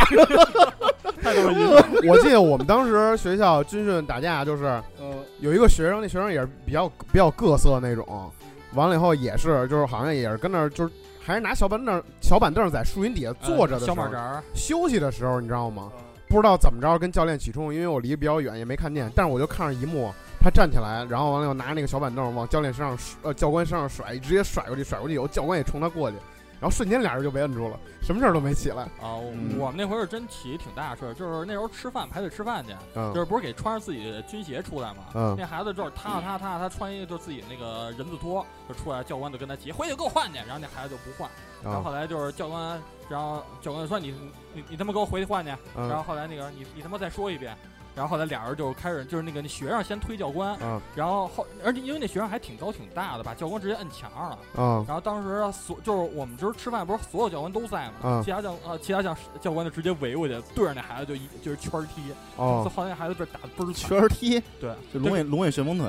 S2: 太他妈晕了。
S1: 我记得我们当时学校军训打架，就是
S3: 嗯，
S1: 有一个学生，那学生也是比较比较各色那种，完了以后也是就是好像也是跟那儿就是还是拿小板凳小板凳在树荫底下坐着的时
S2: 嗯小
S1: 候
S2: 马扎儿，
S1: 休息的时候，你知道吗？
S3: 嗯
S1: 不知道怎么着跟教练起冲突，因为我离比较远也没看见，但是我就看着一幕，他站起来，然后完了又拿那个小板凳往教练身上甩呃教官身上甩，直接甩过去，甩过去以后教官也冲他过去，然后瞬间俩人就被摁住了，什么事儿都没起来。
S2: 啊，我
S3: 嗯
S2: 我们那会儿是真起挺大事儿，就是那时候吃饭排队吃饭去，
S1: 嗯，
S2: 就是不是给穿着自己的军鞋出来嘛？
S1: 嗯
S2: 那孩子就是踏踏踏，他穿一个就是自己那个人字拖就出来，教官就跟他急，回去给我换去。然后那孩子就不换，然后
S1: 啊
S2: 后来就是教官，然后教官就说你你你他妈给我回去换去。
S1: 嗯
S2: 然后后来那个你你他妈再说一遍。然后后来俩人就开始就是那个那学生先推教官，
S1: 嗯
S2: 然后后而且因为那学生还挺高挺大的，把教官直接摁墙上了。
S1: 嗯
S2: 然后当时所就是我们就是吃饭不是所有教官都在嘛，
S1: 嗯
S2: 其他教呃其他教教官就直接围过去，对着那孩子就一就是圈儿踢，
S1: 哦
S2: 就好像那孩子被打得倍儿惨
S3: 圈儿踢，
S2: 对，
S3: 就龙眼龙眼旋风腿，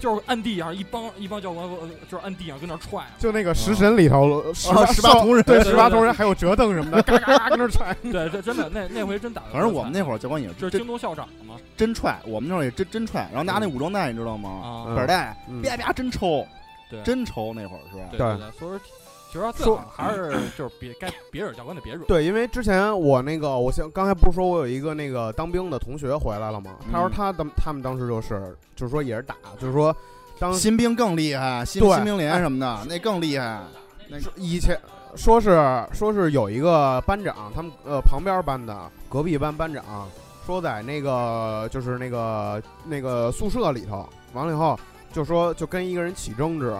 S2: 就是按地上一帮一帮教官，呃就是按地上跟那儿 踹，
S1: 就那个食神里头十八
S3: 啊十八铜人
S1: 对
S2: 对对
S1: 十八铜人还有折凳什么的，嘎嘎嘎跟那儿踹。
S2: 对，这真的那那回真打得特惨。
S3: 反正我们那会儿教官也
S2: 就是是
S3: 真
S2: 京东校长嘛
S3: 真踹，我们那会儿也真真踹，然后拿那武装带，你知道吗？
S2: 啊，
S1: 嗯
S3: 板带，
S1: 嗯
S3: 啪啪真抽
S2: 对，
S3: 真抽那会儿是吧？
S2: 对
S1: 对
S2: 对，所以说其实最好还是就是别该别惹教官的别惹，
S1: 对，因为之前我那个，我像刚才不是说我有一个那个当兵的同学回来了吗？他说
S3: 嗯
S1: 他当他们当时就是就是说也是打，就是说当时
S3: 新兵更厉害，新
S1: 对
S3: 新兵连什么的，那更厉害。
S1: 以前说是说是有一个班长，他们呃旁边班的隔壁班班长说在那个就是那个那个宿舍里头，完了以后就说就跟一个人起争执，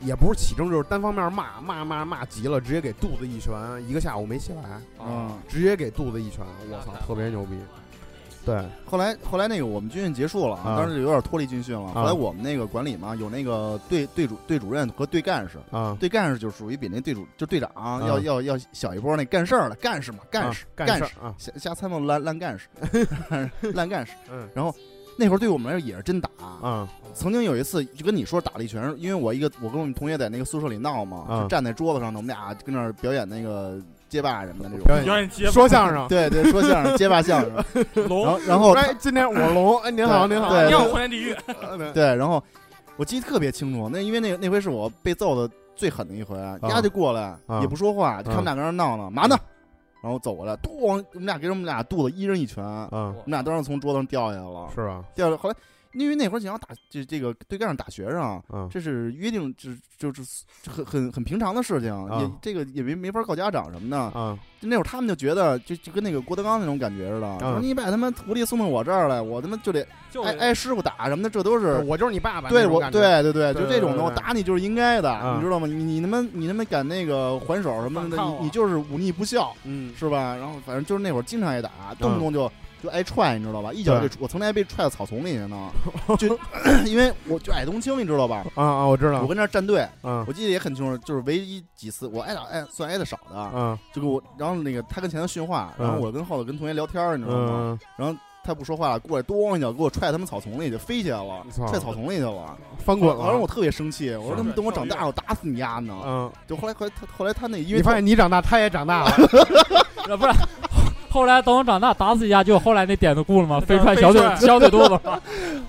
S1: 也不是起争执，就是单方面骂骂骂骂急了，直接给肚子一拳，一个下午没起来，
S2: 啊
S3: 嗯，
S1: 直接给肚子一拳，我操，特别牛逼。对，
S3: 后来后来那个我们军训结束了，
S1: 啊
S3: 当时就有点脱离军训了。
S1: 啊
S3: 后来我们那个管理嘛，有那个队队主、队主任和队干事，
S1: 啊，
S3: 队干事就属于比那队主就队长要要要小一波那干事儿的干事嘛，干事
S1: 啊
S3: 干
S1: 事
S3: 事
S1: 儿啊，
S3: 瞎瞎参谋烂烂 干事，烂干事。
S1: 嗯
S3: 然后那会儿对我们来说也是真打。
S1: 啊
S3: 曾经有一次就跟你说打了一拳，因为我一个我跟我们同学在那个宿舍里闹嘛，
S1: 啊
S3: 就站在桌子上，我们俩跟那儿表演那个街霸什么的那种。
S1: 表演
S2: 表演结
S1: 说相声。
S3: 对对，说相声，街霸相 声。然
S2: 龙
S3: 后然后他
S1: 哎，今天我龙，哎，您好，
S3: 对
S1: 您好，
S3: 对
S2: 要回天地狱，
S1: 呃 对
S3: 对，然后我记得特别清楚，那因为那那回是我被揍的最狠的一回，丫就过来、
S1: 啊
S3: 也不说话，就看我们俩跟那儿闹呢，嘛呢？然后走过来，咚，我们俩给我们俩肚子一人一拳，我
S1: 嗯，
S3: 们俩当时从桌子上掉下来了，
S1: 是吧？
S3: 掉下来。后来因为那会儿想要打这这个对干上打学生，啊
S1: 嗯
S3: 这是约定，就是就是很很很平常的事情，
S1: 啊
S3: 也这个也没没法告家长什么的。
S1: 啊
S3: 就那会儿他们就觉得，就就跟那个郭德纲那种感觉似的，说你把他妈徒弟送到我这儿来，我他妈就得
S2: 就
S1: 哎
S3: 挨挨师傅打什么的，这都是
S1: 我就是你爸爸那
S3: 对
S1: 种
S3: 我
S1: 感觉，
S3: 对对对，
S1: 对
S3: 就这种
S1: 对
S3: 的，
S1: 对
S3: 我打你就是应该的，
S1: 嗯
S3: 你知道吗？你你他妈你他妈敢那个还手什么的，
S2: 反抗我
S3: 你你就是忤逆不孝，
S1: 嗯，
S3: 是吧？然后反正就是那会儿经常挨打，动不动就就挨踹，你知道吧？一脚就我曾经还被踹到草丛里去呢， 就因为我就矮冬青，你知道吧？
S1: 啊啊，我知
S3: 我
S1: 道，
S3: 跟那儿站队，
S1: 嗯
S3: 我记得也很清楚，就是唯一几次我挨打挨算挨的少的，
S1: 嗯
S3: 就给我，然后那个他跟前头训话，然后
S1: 嗯
S3: 我跟后头跟同学聊天儿，你知道吗？
S1: 嗯，
S3: 然后他不说话了，过来咣一脚给我踹他们草丛里去，飞起来了，
S1: 操
S3: 踹草丛里去了。
S1: 翻滚
S3: 然后我
S1: 了，啊
S3: 特别生气，我说
S2: 是
S3: 他们等我长大，
S2: 受
S3: 我打死你丫呢！
S1: 嗯，
S3: 就后来后来他后来他那因
S1: 你
S3: 为
S1: 发
S3: 他
S1: 现你长大，他也长 大了，
S5: 啊不是。后来等我长大打死一架，就有后来那点子故了吗？飞踹小腿
S2: 飞踹
S5: 小腿 肚子，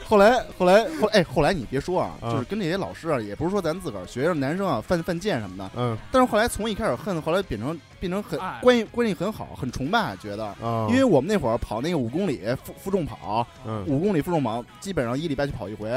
S3: 后来后来后来哎后来你别说啊，
S1: 啊
S3: 就是跟这些老师啊，也不是说咱自个儿学生男生啊犯犯贱什么的，
S1: 嗯
S3: 但是后来从一开始恨，后来变成变成很
S2: 爱，
S3: 关系关系很好，很崇拜，觉得。
S1: 啊，
S3: 因为我们那会儿跑那个五公里负负重跑，
S1: 嗯
S3: 五公里负重跑基本上一礼拜去跑一回。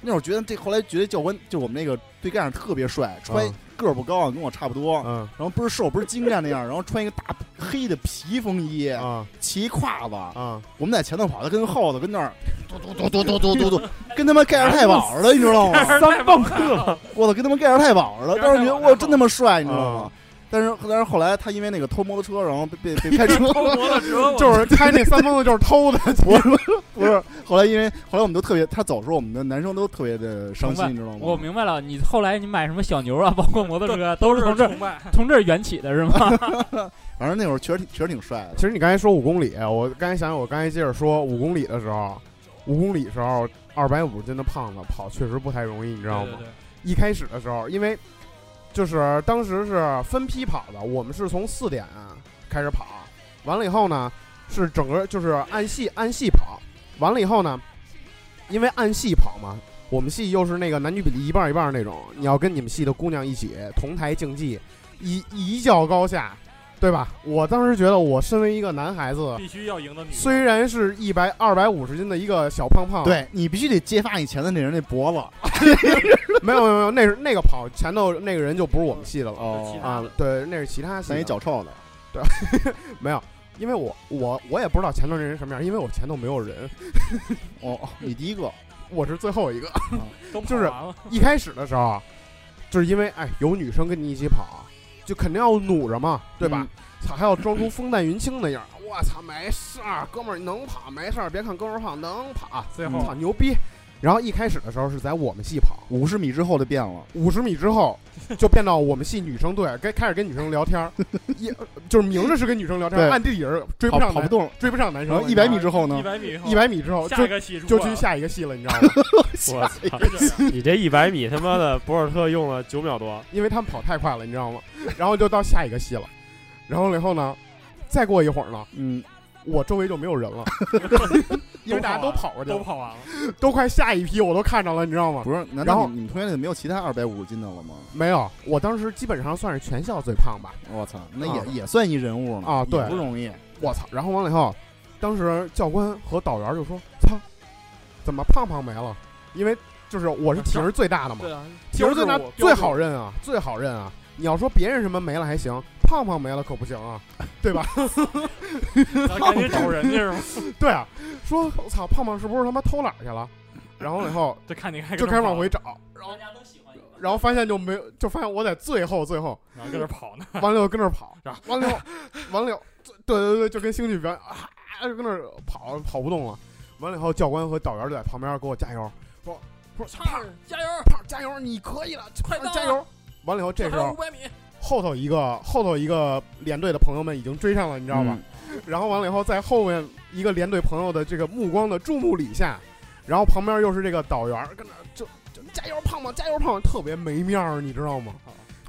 S3: 那会儿觉得这后来觉得教官就我们那个对干特别帅，穿
S1: 嗯
S3: 个儿不高，跟我差不多，
S1: 嗯
S3: 然后不是瘦不是精啊干那样，然后穿一个大黑的皮风衣，
S1: 啊
S3: 骑一胯子，
S1: 啊，
S3: 我们在前头跑，他跟后头跟那儿嘟嘟嘟嘟嘟嘟嘟嘟，跟他妈盖世太保似的， 你知道吗？
S8: 三棒克嘛，
S3: 我操，跟他妈盖世太保似的，当时觉得我真他妈帅，你知道吗？但是但是后来他因为那个偷摩托车，然后被 被被开除
S2: 偷摩托车，我
S1: 就是开那三蹦子就是偷的，
S3: 不是 不是，后来因为后来我们都特别，他走的时候我们的男生都特别的伤
S5: 明白
S3: 心，你知道吗？
S5: 我明白了，你后来你买什么小牛啊，包 括摩托车，都是
S2: 是
S5: 从这儿
S2: 崇拜。
S5: 从这儿缘起的是吗？
S3: 反正那会儿确实挺确实挺帅的
S1: 其。实你刚才说五公里，我刚才想想，我刚才接着说五公里的时候，五公里时候二百五十斤的胖子跑确实不太容易，你知道吗？
S2: 对对对，
S1: 一开始的时候，因为就是当时是分批跑的，我们是从四点开始跑，完了以后呢是整个就是按系按系跑，完了以后呢，因为按系跑嘛，我们系又是那个男女比例一半一半那种，你要跟你们系的姑娘一起同台竞技，一一较高下，对吧？我当时觉得我身为一个男孩子，
S2: 必须要赢的女的。
S1: 虽然是一百二百五十斤的一个小胖胖，
S3: 对你必须得揭发以前的那人那脖子
S1: 没有没有没有，那是那个跑前头那个人就不是我们系的了。
S2: 其他
S1: 啊
S2: 的，
S1: 对，那是其他系
S3: 咱一
S1: 的
S3: 脚臭的，
S1: 没有，因为我我我也不知道前头那人什么样，因为我前头没有人，
S3: 哦，你第一个，
S1: 我是最后一个。
S2: 都跑
S1: 就是
S2: 完了
S1: 一开始的时候，就是因为哎有女生跟你一起跑，就肯定要努着嘛，对吧？操、还要装出风淡云轻那样儿。我操，没事儿，哥们儿你能跑，没事儿，别看哥们儿胖，能跑，
S2: 最
S3: 嗯
S1: 操牛逼。然后一开始的时候是在我们系跑，
S3: 五十米之后就变了，
S1: 五十米之 后就变到我们系女生队，跟开始跟女生聊 天儿，也就是明着是跟女生聊天儿，
S3: 对
S1: 暗地里是追不
S3: 跑
S1: 上
S3: 跑不
S1: 男，
S3: 动。
S1: 追不上男生
S3: 然
S1: 了。
S3: 后
S1: 你
S3: 一
S1: 知道
S3: 百
S1: 吗
S3: 米之后
S2: 一
S3: 呢？
S2: 百米以后，
S1: 一百米之后
S2: 下
S1: 就
S2: 一个戏出
S1: 就
S2: 来
S1: 去
S2: 了
S1: 下一个戏了，你知 道吗？
S8: 我操！
S2: 就这样
S8: 你这一百米他妈的博尔特用了九秒多，
S1: 因为他们跑太快了，你知 道吗？然后就到下一个戏了，然后以后呢，再过一会儿呢，
S3: 嗯，
S1: 我周围就没有 人了，因为大家都跑过去
S2: 都
S1: 了，
S2: 跑完了，
S1: 都快下一批我都看着了，你知道吗？
S3: 不是，难
S1: 然
S3: 道
S1: 后
S3: 你你们同学里没有其他二百五十斤的了吗？
S1: 没有，我当时基本上算是全校最胖吧。
S3: 我操，那
S1: 啊
S3: 也也算一人物呢
S1: 啊对
S3: 也不容易。
S1: 我操！然后完了以后，当时教官和导员就说：“操，怎么胖胖没了？因为就是我是体型最大的嘛
S2: 对，啊，
S1: 体型最大
S2: 标志我
S1: 最好认啊，最好认啊。你要说别人什么没了还行，胖胖没了可不行啊，对吧？”
S2: 然后赶紧找人去是吗？
S1: 对啊，说我操，胖胖是不是他妈偷懒去了？然后以后
S2: 就看你还
S1: 就
S2: 跟
S1: 开
S2: 着
S1: 始往
S2: 跑
S1: 回，找，然后然后发现就没有，就发现我在最后最后，
S2: 然后跟这跑呢，
S1: 完了又跟那儿跑
S2: 然后，
S1: 完了又完了又，对对对，就跟星际表演啊，就跟那儿跑跑不动了。完了以后，教官和导员就在旁边给我加油，说说胖
S2: 加油，
S1: 胖加油，你可以了，
S2: 快
S1: 胖
S2: 到
S1: 加
S2: 了
S1: 油。完了以后，这时候
S2: 五百米，
S1: 后头一个后头一个连队的朋友们已经追上了，你知
S3: 知
S1: 道吧？？然后完了以后，在后面一个连队朋友的这个目光的注目礼下，然后旁边又是这个导员儿跟那儿就就加油胖胖加油胖胖，特别没面儿，你知道吗？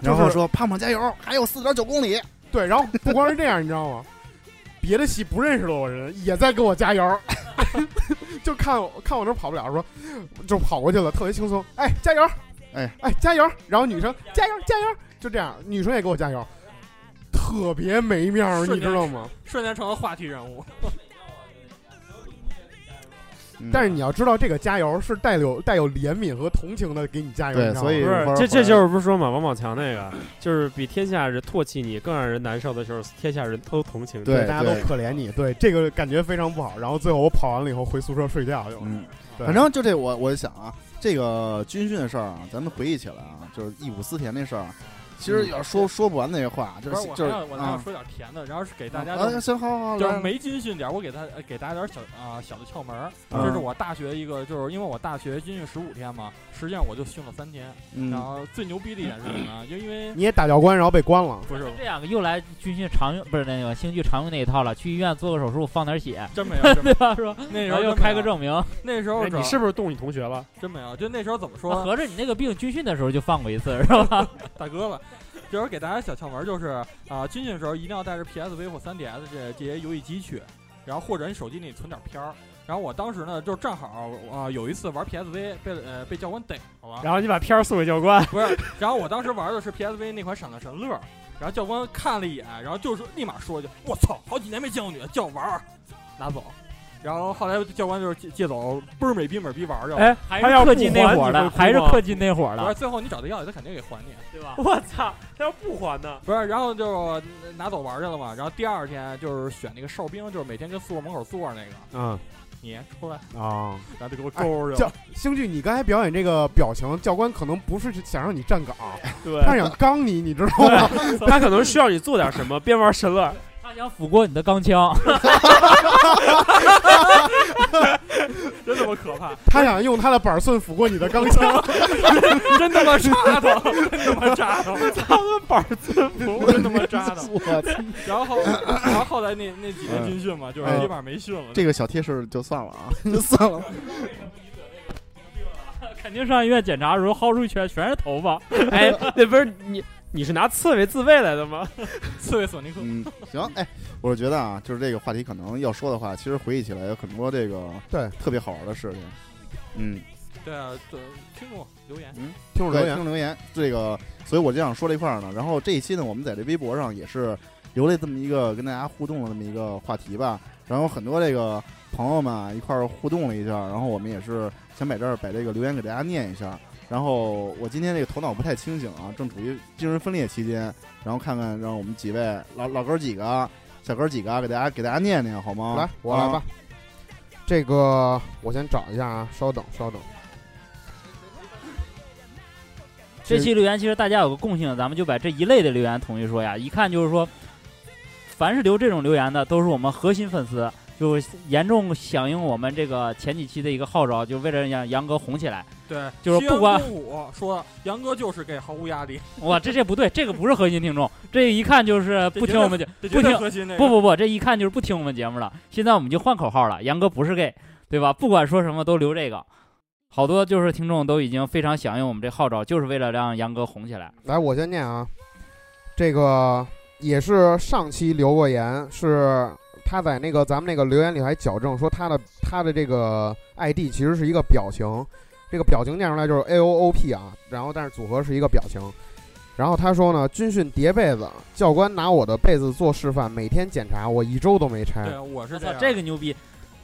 S3: 然
S1: 就
S3: 后
S1: 是
S3: 说胖胖加油，还有四点九公里。
S1: 对，然后不光是这样，你知道吗？别的系不认识的我人也在给我加油儿， 就看我看我这跑不了，说就跑过去了，特别轻松。哎，加油！
S3: 哎
S1: 哎，加油！然后女生加油加油，就这样，女生也给我加油，特别没面儿，
S2: 瞬
S1: 你知
S2: 间
S1: 道吗？
S2: 瞬间成了话题人物，
S3: 嗯
S1: 但是你要知道，这个加油是带有带有怜悯和同情的给你加油，
S3: 对
S1: 你知道吗
S3: 所以
S8: 不是
S3: 玩儿
S8: 这
S3: 回
S8: 这
S3: 来
S8: 就是不是说嘛，王宝强那个，就是比天下人唾弃你更让人难受的就是天下人都同情你。
S3: 对
S1: 大家都可怜你，对这个感觉非常不好。然后最后我跑完了以后回宿舍睡觉去了。
S3: 嗯，
S1: 对
S3: 反正就这我我想啊，这个军训的事儿啊，咱们回忆起来啊，就是义武思甜那事儿，啊其实要说说不完那些话，就
S2: 不是
S3: 是
S2: 我还
S3: 就是
S2: 要我还要
S3: 啊，
S2: 说点甜的，然后是给大家就
S3: 啊，
S2: 是
S3: 行，好好好，
S2: 就是
S3: 来
S2: 没军训点儿，我给他呃给大家点儿小啊小的窍门儿，
S3: 嗯
S2: 这是我大学一个，就是因为我大学军训十五天嘛，实际上我就训了三天，
S3: 嗯，
S2: 然后最牛逼的一点是什么呢？就因 为
S1: 你也打教官，然后被关了。
S2: 不是
S5: 这两个又来军训常用，不是那个星剧常用那一套了，去医院做个手术放点血，
S2: 真没有，真
S5: 对
S2: 没有
S5: 吧？说
S2: 那时
S5: 然
S2: 候
S5: 后又
S2: 真没
S5: 开个
S2: 有，
S5: 证明，
S2: 那时候
S8: 哎，
S2: 主
S8: 你
S2: 要
S8: 是不是动你同学了？
S2: 真没有，就那时候怎么说，
S5: 合着你那个病军训的时候就放过一次是吧？
S2: 大哥吧，就是给大家小窍门儿，就是啊，军训的时候一定要带着 PSV 或 3DS 这这些游戏机去，然后或者你手机里存点片儿。然后我当时呢，就正好啊、有一次玩 PSV 被呃被教官逮着了，
S8: 然后你把片儿送给教官，
S2: 不是，然后我当时玩的是 PSV 那款《闪亮神乐》，然后教官看了一眼，然后就说立马说一句：“我操，好几年没见过你了，叫我玩儿，拿走。”然后后来教官就是借借走，倍儿美逼美逼玩儿去了。
S8: 哎，
S5: 还
S8: 他要
S5: 是氪
S8: 不
S5: 金那
S8: 还
S5: 会儿
S8: 你
S5: 的，
S8: 会哭
S5: 还是
S8: 吗
S5: 氪金那会儿
S2: 不是，
S5: 的，
S2: 最后你找他要去，他肯定给还你。
S5: 对吧？
S8: 我操，他要不还呢？
S2: 不是，然后就拿走玩儿去了嘛。然后第二天就是选那个哨兵，就是每天跟宿舍门口坐着那个。
S4: 嗯，
S2: 你出来，
S1: 啊！
S2: 然后就给
S5: 哎
S2: 我勾
S1: 叫
S2: 上。
S1: 星剧，你刚才表演这个表情，教官可能不是想让你站岗，
S8: 对，
S1: 他是想刚你，你知道吗？
S8: 他可能需要你做点什么，别玩神了。
S5: 他想抚过你的钢枪，
S2: 真他妈可怕，
S1: 他想用他的板寸抚过你的钢枪。
S2: 真他妈扎的，真他妈扎的，
S8: 他的板儿子不
S2: 真他妈扎的。
S3: 我操
S2: 然后，然 后后来那那几天军训嘛，就是
S3: 嗯
S2: 基本上没训了。
S3: 这个小贴士就算了 啊，就算了。
S5: 肯定上医院检查的时候薅出一圈全是头发。
S8: 哎，那不是你， 你是拿刺猬自卫来的吗？
S2: 刺猬索尼克，
S3: 嗯，行，哎，我是觉得啊，就是这个话题可能要说的话，其实回忆起来有很多这个
S1: 对
S3: 特别好玩的事情。嗯，
S2: 对啊，对，听众留
S5: 嗯
S2: 言，
S1: 听我留
S3: 对，
S1: 言
S3: 听，众留言这个，所以我就想说这块儿呢。然后这一期呢，我们在这微博上也是留了这么一个跟大家互动的这么一个话题吧。然后很多这个朋友们啊一块儿互动了一下，然后我们也是想在这儿把这个留言给大家念一下。然后我今天这个头脑不太清醒啊，正处于精神分裂期间，然后看看让我们几位老老哥儿几个啊、小哥儿几个啊给大家给大家念念好吗？啊
S1: 来，我来吧。这个我先找一下啊，稍等，稍等。
S5: 这期留言其实大家有个共性，咱们就把这一类的留言统一说呀。一看就是说，凡是留这种留言的，都是我们核心粉丝，就是严重响应我们这个前几期的一个号召，就为了让杨哥红起来。
S2: 对，
S5: 就是不管
S2: 我说杨哥就是给毫无压力，
S5: 哇，这这不对，这个不是核心听众，这一看就是不听我们节，
S2: 这
S5: 不
S2: 绝对
S5: 听
S2: 核心那
S5: 不
S2: 个。
S5: 不不，这一看就是不听我们节目了。现在我们就换口号了，杨哥不是 gay，对吧？不管说什么都留这个。好多就是听众都已经非常响应我们这号召，就是为了让杨哥红起来。
S1: 来，我先念啊，这个也是上期留过言，是他在那个咱们那个留言里还矫正说他的他的这个 ID 其实是一个表情，这个表情念出来就是 A O O P 啊，然后但是组合是一个表情。然后他说呢，军训叠被子，教官拿我的被子做示范，每天检查，我一周都没拆。
S2: 对，我是
S5: 我
S2: 这
S5: 操，
S2: 样。
S5: 这个牛逼！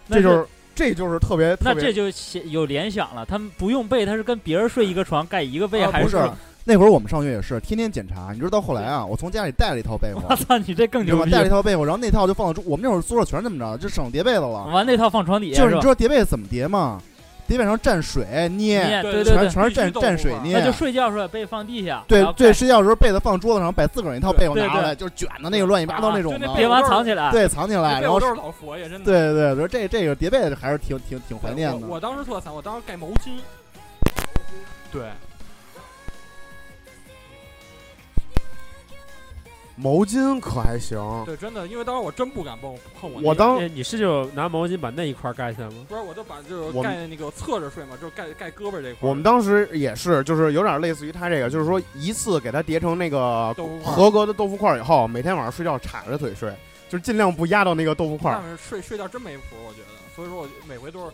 S5: 那
S1: 这就是这就是特别
S5: 那
S1: 特别
S5: 这就写有联想了，他们不用被，他是跟别人睡一个床，盖一个被，
S3: 啊
S5: 还
S3: 不
S5: 是
S3: 是？那会儿我们上学也是天天检查，你知道到后来啊，我从家里带了一 套被
S5: 我
S3: 子，
S5: 操，你这更
S3: 你知道
S5: 牛
S3: 吗？
S5: 逼！啊
S3: 带了一套被子，然后那套就放到桌我们那会儿宿舍全是这么着，就省叠被子了。
S5: 完那套放床底下
S3: 就是你
S5: 吧
S3: 知？道叠被子怎么叠吗？叠被上蘸水捏，
S5: 捏
S2: 对
S5: 对
S2: 对
S5: 对
S3: 全，全是蘸
S2: 必须
S3: 蘸水
S2: 豆腐
S3: 捏
S5: 那。就睡觉时候也被放地下，
S3: 对
S5: 然后
S3: 对，
S5: 盖
S3: 睡觉的时候被子放桌子上，把自个儿那套
S5: 对
S3: 被子
S5: 对
S3: 拿来，就是卷的那个乱七八糟那种
S2: 就那
S3: 的，
S2: 被
S5: 别
S2: 子
S5: 完藏起来。
S3: 对，藏起来，
S2: 这
S3: 啊然
S2: 啊我
S3: 后
S2: 都是老佛爷，真的。
S3: 对对对，这这个叠被子还是挺挺挺怀念
S2: 我。
S3: 的。
S2: 我当时特惨，我当时盖毛巾。对，
S1: 毛巾可还行，
S3: 哦
S2: 对，真的，因为当时我真不敢碰碰我那个。
S1: 我当
S8: 哎你是就拿毛巾把那一块儿盖起来吗？
S2: 不是，我就把就是
S1: 我们
S2: 盖那个侧着睡嘛，就是盖盖胳膊这块儿。
S1: 我们当时也是，就是有点类似于他这个，就是说一次给他叠成那个
S2: 都不怕
S1: 合格的豆腐块儿以后，每天晚上睡觉叉着腿睡，就是尽量不压到那个豆腐块
S2: 但
S1: 儿。
S2: 是睡睡觉真没谱，我觉得，所以说我每回都是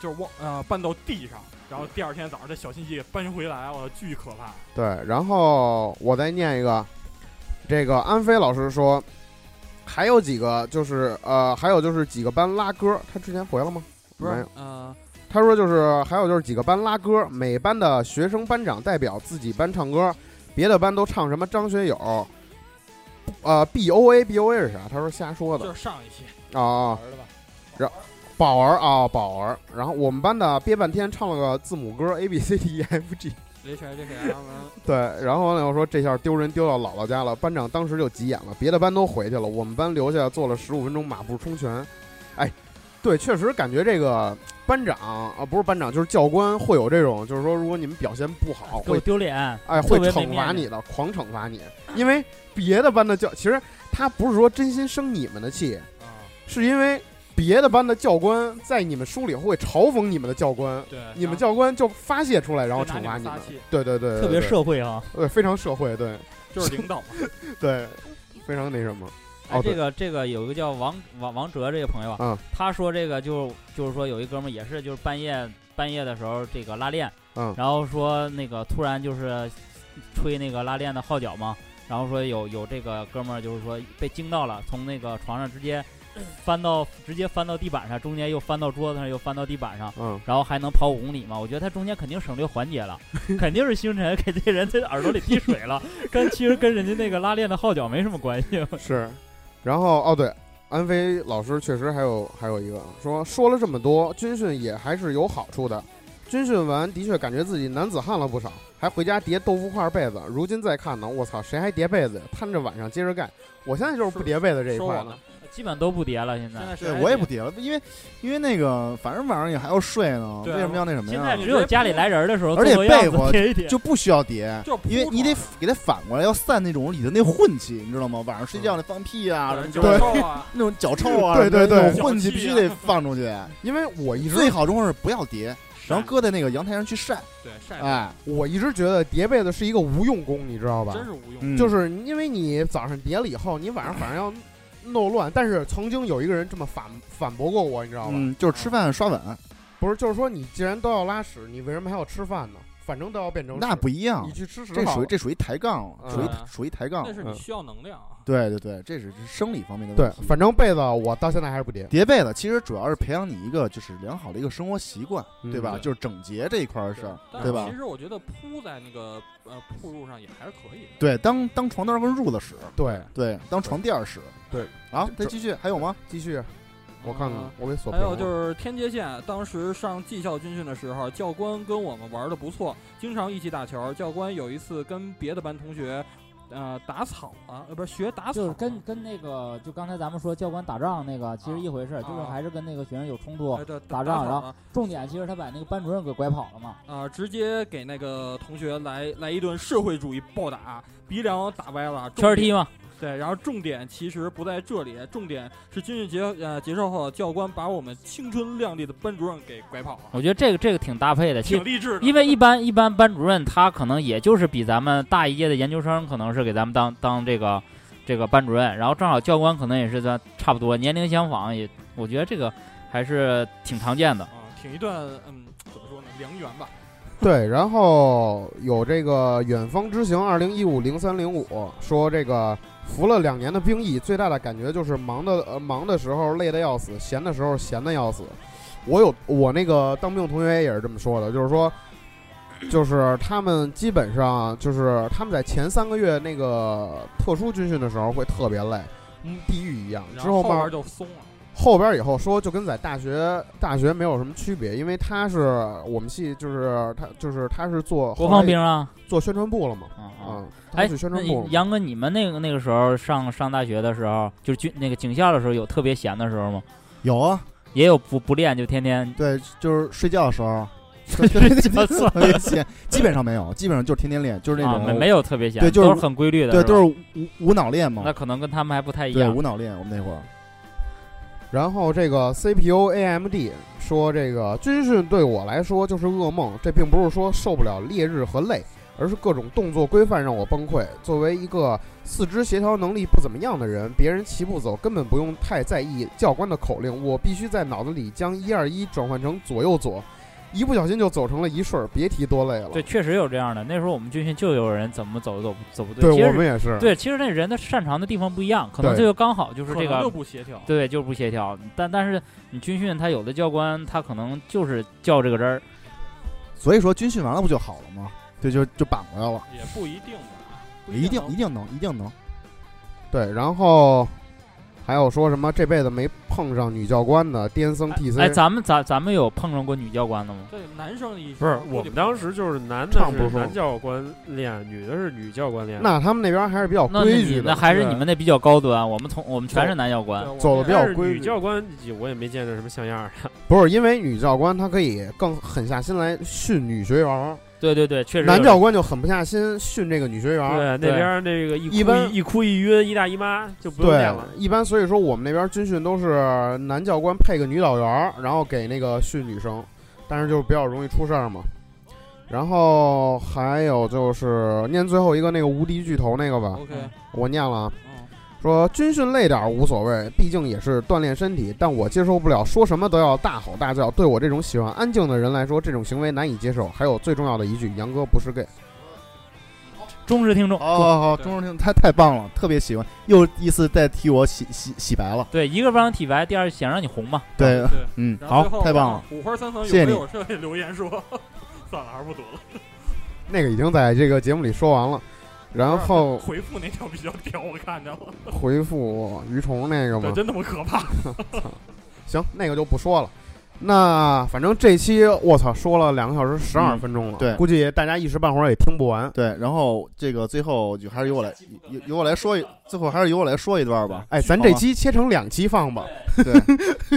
S2: 就是往呃绊到地上，然后第二天早上再小心翼翼地搬回来，我巨可怕。
S1: 对，然后我再念一个，这个安飞老师说，还有几个就是呃，还有就是几个班拉歌，他之前回了吗？
S2: 不
S1: 没
S2: 是
S1: 有，，
S2: 呃，
S1: 他说就是还有就是几个班拉歌，每班的学生班长代表自己班唱歌，别的班都唱什么张学友，呃，B O A B O A 是啥？他说瞎说的
S2: 就是上一期
S1: 啊啊。
S2: 玩的吧，
S1: 宝儿啊，宝儿。然后我们班的憋半天唱了个字母歌 A B C D E F G。
S2: 雷拳这个然后
S1: 对，然后呢，我说这下丢人丢到姥姥家了，班长当时就急眼了，别的班都回去了，我们班留下做了十五分钟马步冲拳。哎，对，确实感觉这个班长啊，不是班长就是教官会有这种，就是说如果你们表现不好，
S5: 给我
S1: 会
S5: 丢脸，
S1: 哎
S5: 特
S1: 会
S5: 别没
S1: 惩罚
S5: 面子
S1: 你的，狂惩罚你，因为别的班的教其实他不是说真心生你们的气，
S2: 啊，
S1: 是因为别的班的教官在你们书里会嘲讽你们的教官，
S2: 对，
S1: 你们
S2: 就
S1: 教官就发泄出来，然后
S2: 拿
S1: 惩罚
S2: 们
S1: 你
S2: 撒
S1: 们。
S2: 气，
S1: 对对对，对
S5: 特别
S1: 对
S5: 社会啊！
S1: 对，非常社会，对
S2: 就是领导嘛。
S1: 对，非常那什么。
S5: 哎，
S1: 哦对
S5: 这个这个有一个叫王王王哲这个朋友啊
S1: 嗯，
S5: 他说这个就就是说有一哥们儿也是就是半夜半夜的时候这个拉练，
S1: 嗯
S5: 然后说那个突然就是吹那个拉练的号角嘛，然后说有有这个哥们儿就是说被惊到了，从那个床上直 接翻到直接翻到地板上，中间又翻到桌子上，又翻到地板上。
S1: 嗯，
S5: 然后还能跑五公里吗？我觉得他中间肯定省略环节了， 肯定是星辰给这人这耳朵里滴水了，跟其实跟人家那个拉练的号角没什么关系。
S1: 是。然后哦对，安飞老师确实还有还有一个啊说说了这么多，军训也还是有好处的。军训完的确感觉自己男子汉了不少，还回家叠豆腐块被子。如今再看呢，我操，谁还叠被子呀？摊着晚上接着干。我现在就是不叠被子这一
S2: 说
S1: 块
S2: 我
S1: 了
S2: 呢，，
S5: 基本都不叠了。现在
S2: 现在
S3: 啊对
S2: 是
S3: 我也不叠了，因为因为那个反正晚上也还要睡呢，为
S2: 对啊
S3: 什么要那什么
S5: 现在
S3: 呀？
S5: 哎只有家里来人的时候，
S3: 而且
S5: 做做样
S3: 被
S5: 子
S3: 窝
S5: 叠一叠。
S3: 就不需要叠。
S2: 就是
S3: 因为你得给它反过来，要散那种里头那混气，你知道吗？晚上睡觉那放屁啊，什么
S2: 就
S3: 就是
S2: 啊，
S3: 那种脚臭啊，
S1: 对对对
S3: 那种混气
S2: 脚气啊
S3: 必须得放出去。
S1: 因为我一
S3: 最
S1: 直
S3: 好状况是不要叠， 然后搁在那个阳台上去晒。
S2: 对晒的
S3: 哎，
S1: 我一直觉得叠被子是一个无用功，你知道吧？
S2: 真是无用。
S3: 嗯
S1: 就是因为你早上叠了以后，你晚上反正要弄乱。但是曾经有一个人这么反反驳过我，你知道吧？
S3: 嗯，就是吃饭刷碗，
S1: 不是，就是说你既然都要拉屎，你为什么还要吃饭呢？反正都要变成
S3: 那
S1: 屎
S3: 不一样
S1: 嗯你。去吃屎
S3: 这
S1: 好
S3: 属于
S1: 了
S3: 这属于抬杠，
S1: 嗯
S3: 属于属于抬杠
S2: 那。是
S1: 嗯
S2: 你需要能量啊，
S3: 对对对，这只是生理方面的
S1: 对
S3: 问题。，
S1: 反正被子我到现在还是不叠。
S3: 叠被子其实主要是培养你一个就是良好的一个生活习惯，
S1: 嗯
S3: 对吧？
S2: 对
S3: 就是整洁这一块儿的事
S9: 啊
S3: 儿，
S2: 但
S3: 对
S2: 是
S3: 吧
S2: 其？实我觉得铺在那个呃铺路上也还是可以的。
S3: 对，当当床单跟褥子使，
S1: 对，
S3: 对，当床垫儿使。
S1: 对，
S3: 好，再
S1: 这
S3: 继续，还有吗？
S1: 继续，我看看
S2: 嗯，
S1: 我给锁
S2: 还
S1: 屏了。
S2: 有就是天街县，当时上技校军训的时候，教官跟我们玩的不错，经常一起打球。教官有一次跟别的班同学，呃，打草啊，呃，不是学打草
S9: 就
S2: 啊，
S9: 是跟跟那个，就刚才咱们说教官打仗那个，其实一回事儿，就是
S2: 啊
S9: 还是跟那个学生有冲突
S2: 哎。对
S9: 打
S2: 打
S9: 仗
S2: 草
S9: 然后
S2: 啊
S9: 重点其实他把那个班主任给拐跑了嘛。
S2: 啊，直接给那个同学来来一顿社会主义暴打，鼻梁打歪了，重
S5: 圈儿
S2: 点
S5: 踢嘛，
S2: 对，然后重点其实不在这里，重点是军训结呃结束后，教官把我们青春靓丽的班主任给拐跑了，
S5: 我觉得这个这个嗯挺搭配的。其实
S2: 挺励志的。
S5: 因为一般一般班主任他可能也就是比咱们大一届的研究生，可能是给咱们当当这个这个班主任，然后正好教官可能也是咱差不多年龄相仿，也我觉得这个还是挺常见的。
S2: 啊，挺一段嗯，怎么说呢，良缘吧。
S1: 对，然后有这个远方之行二零一五零三零五说这个服了两年的兵役，最大的感觉就是忙的呃忙的时候累的要死，闲的时候闲的要死。我有我那个当兵同学也是这么说的，就是说，就是他们基本上就是他们在前三个月那个特殊军训的时候会特别累，嗯，地狱一样。
S2: 然
S1: 之后慢
S2: 后
S1: 慢
S2: 边就松了。
S1: 后边以后说就跟在大学大学没有什么区别，因为他是我们系就是他就是他是做
S5: 国防兵啊，
S1: 做宣传部了嘛，
S5: 啊啊！
S2: 嗯
S1: 啊，他
S5: 哎，
S1: 去宣
S5: 那
S1: 传
S5: 你
S1: 部了嘛。
S5: 杨哥，你们那个那个时候上上大学的时候，就是军那个警校的时候，有特别闲的时候吗？
S3: 有啊，
S5: 也有不不练就天天
S3: 对，就是睡觉的 时候，
S5: 觉算
S3: 特别闲，基本上没有，基本上就是天天练，就是那
S5: 啊，
S3: 种
S5: 没没有特别闲，
S3: 对就是
S5: 都是很规律的，
S3: 对，
S5: 是
S3: 都
S5: 吧
S3: 是无无脑练嘛
S5: 那，可能跟他们还不太一
S3: 对，
S5: 样。
S3: 无脑练。我们那会儿，
S1: 然后这个 CPU AMD 说这个军训对我来说就是噩梦，这并不是说受不了烈日和累，而是各种动作规范让我崩溃。作为一个四肢协调能力不怎么样的人，别人齐步走根本不用太在意教官的口令，我必须在脑子里将一二一转换成左右左，一不小心就走成了一顺儿，别提多累了。
S5: 对，确实有这样的。那时候我们军训就有人怎么走走不走不
S1: 对，
S5: 其
S1: 我
S5: 实
S1: 们也是。
S5: 对，其实那人的擅长的地方不一样，可能
S1: 对
S5: 这就刚好就是
S2: 可
S5: 这
S2: 能
S5: 个，
S2: 就不协调。
S5: 对，就是不协调。但但是你军训，他有的教官他可能就是较这个真儿，
S3: 所以说军训完了不就好了吗？对，就就绑过来了，
S2: 也不一定吧，不
S3: 一定
S2: 能
S3: 一定能，一定能。
S1: 对，然后还有说什么这辈子没碰上女教官的癫僧 TC，、
S5: 哎，咱们咱咱们有碰上过女教官的吗？
S2: 对男生一
S4: 不是，我们当时就是男的
S1: 唱不
S4: 是
S1: 说
S4: 男教官练，女的是女教官练。
S1: 那他们那边还是比较
S3: 哦
S5: 那那
S1: 规矩
S5: 你
S1: 的。
S5: 那还是
S4: 对
S5: 你们那比较高端，我们从我们全是
S4: 走
S5: 男教官。
S1: 走得比较
S4: 但是
S1: 规
S4: 女
S1: 矩
S4: 教官我也没见着什么像样儿的。啊
S1: 不是因为女教官她可以更狠下心来训女学员儿，
S5: 对对对，确实
S1: 男
S5: 有
S1: 教官就狠不下心训这个女学员
S4: 对
S1: 儿。，
S4: 那边儿那个一哭
S1: 一般
S4: 一哭一晕一大姨妈就不用练
S1: 对
S4: 了。，
S1: 一般所以说我们那边军训都是男教官配个女导员儿，然后给那个训女生，但是就是比较容易出事儿嘛。然后还有就是念最后一个那个无敌巨头那个吧，
S2: OK，
S1: 我念了啊。
S2: 嗯，
S1: 说军训累点儿无所谓，毕竟也是锻炼身体，但我接受不了说什么都要大吼大叫。对我这种喜欢安静的人来说，这种行为难以接受。还有最重要的一句，杨哥不是 gay。
S5: 忠实听
S2: 哦
S5: 众。
S3: 好好好，
S2: 对
S3: 钟荣听他太棒了，特别喜欢，又一次再替我洗洗洗白
S2: 啊
S3: 了。
S5: 对，一个帮体白，第二想让你红嘛。
S3: 对，
S2: 对。
S3: 嗯，
S2: 然后最
S3: 好，
S2: 后
S3: 太棒了。，
S2: 五花三层有
S3: 谢谢
S2: 没有这位留言说，算了，还是不读了。
S1: 那个已经在这个节目里说完了。然 后
S2: 回复那条比较屌，我看着了，
S1: 回复鱼虫那个
S2: 对，
S1: 嘛，
S2: 真他妈可怕。
S1: 行，那个就不说了。那反正这期我操说了两个小时十二分钟了，
S3: 对
S1: 估计大家一时半会儿也听不完。
S3: 对，然后这个最后就还是由我来，由由我来说一，最后还是由我来说一段吧。
S1: 哎，咱这期切成两期放吧。
S3: 对，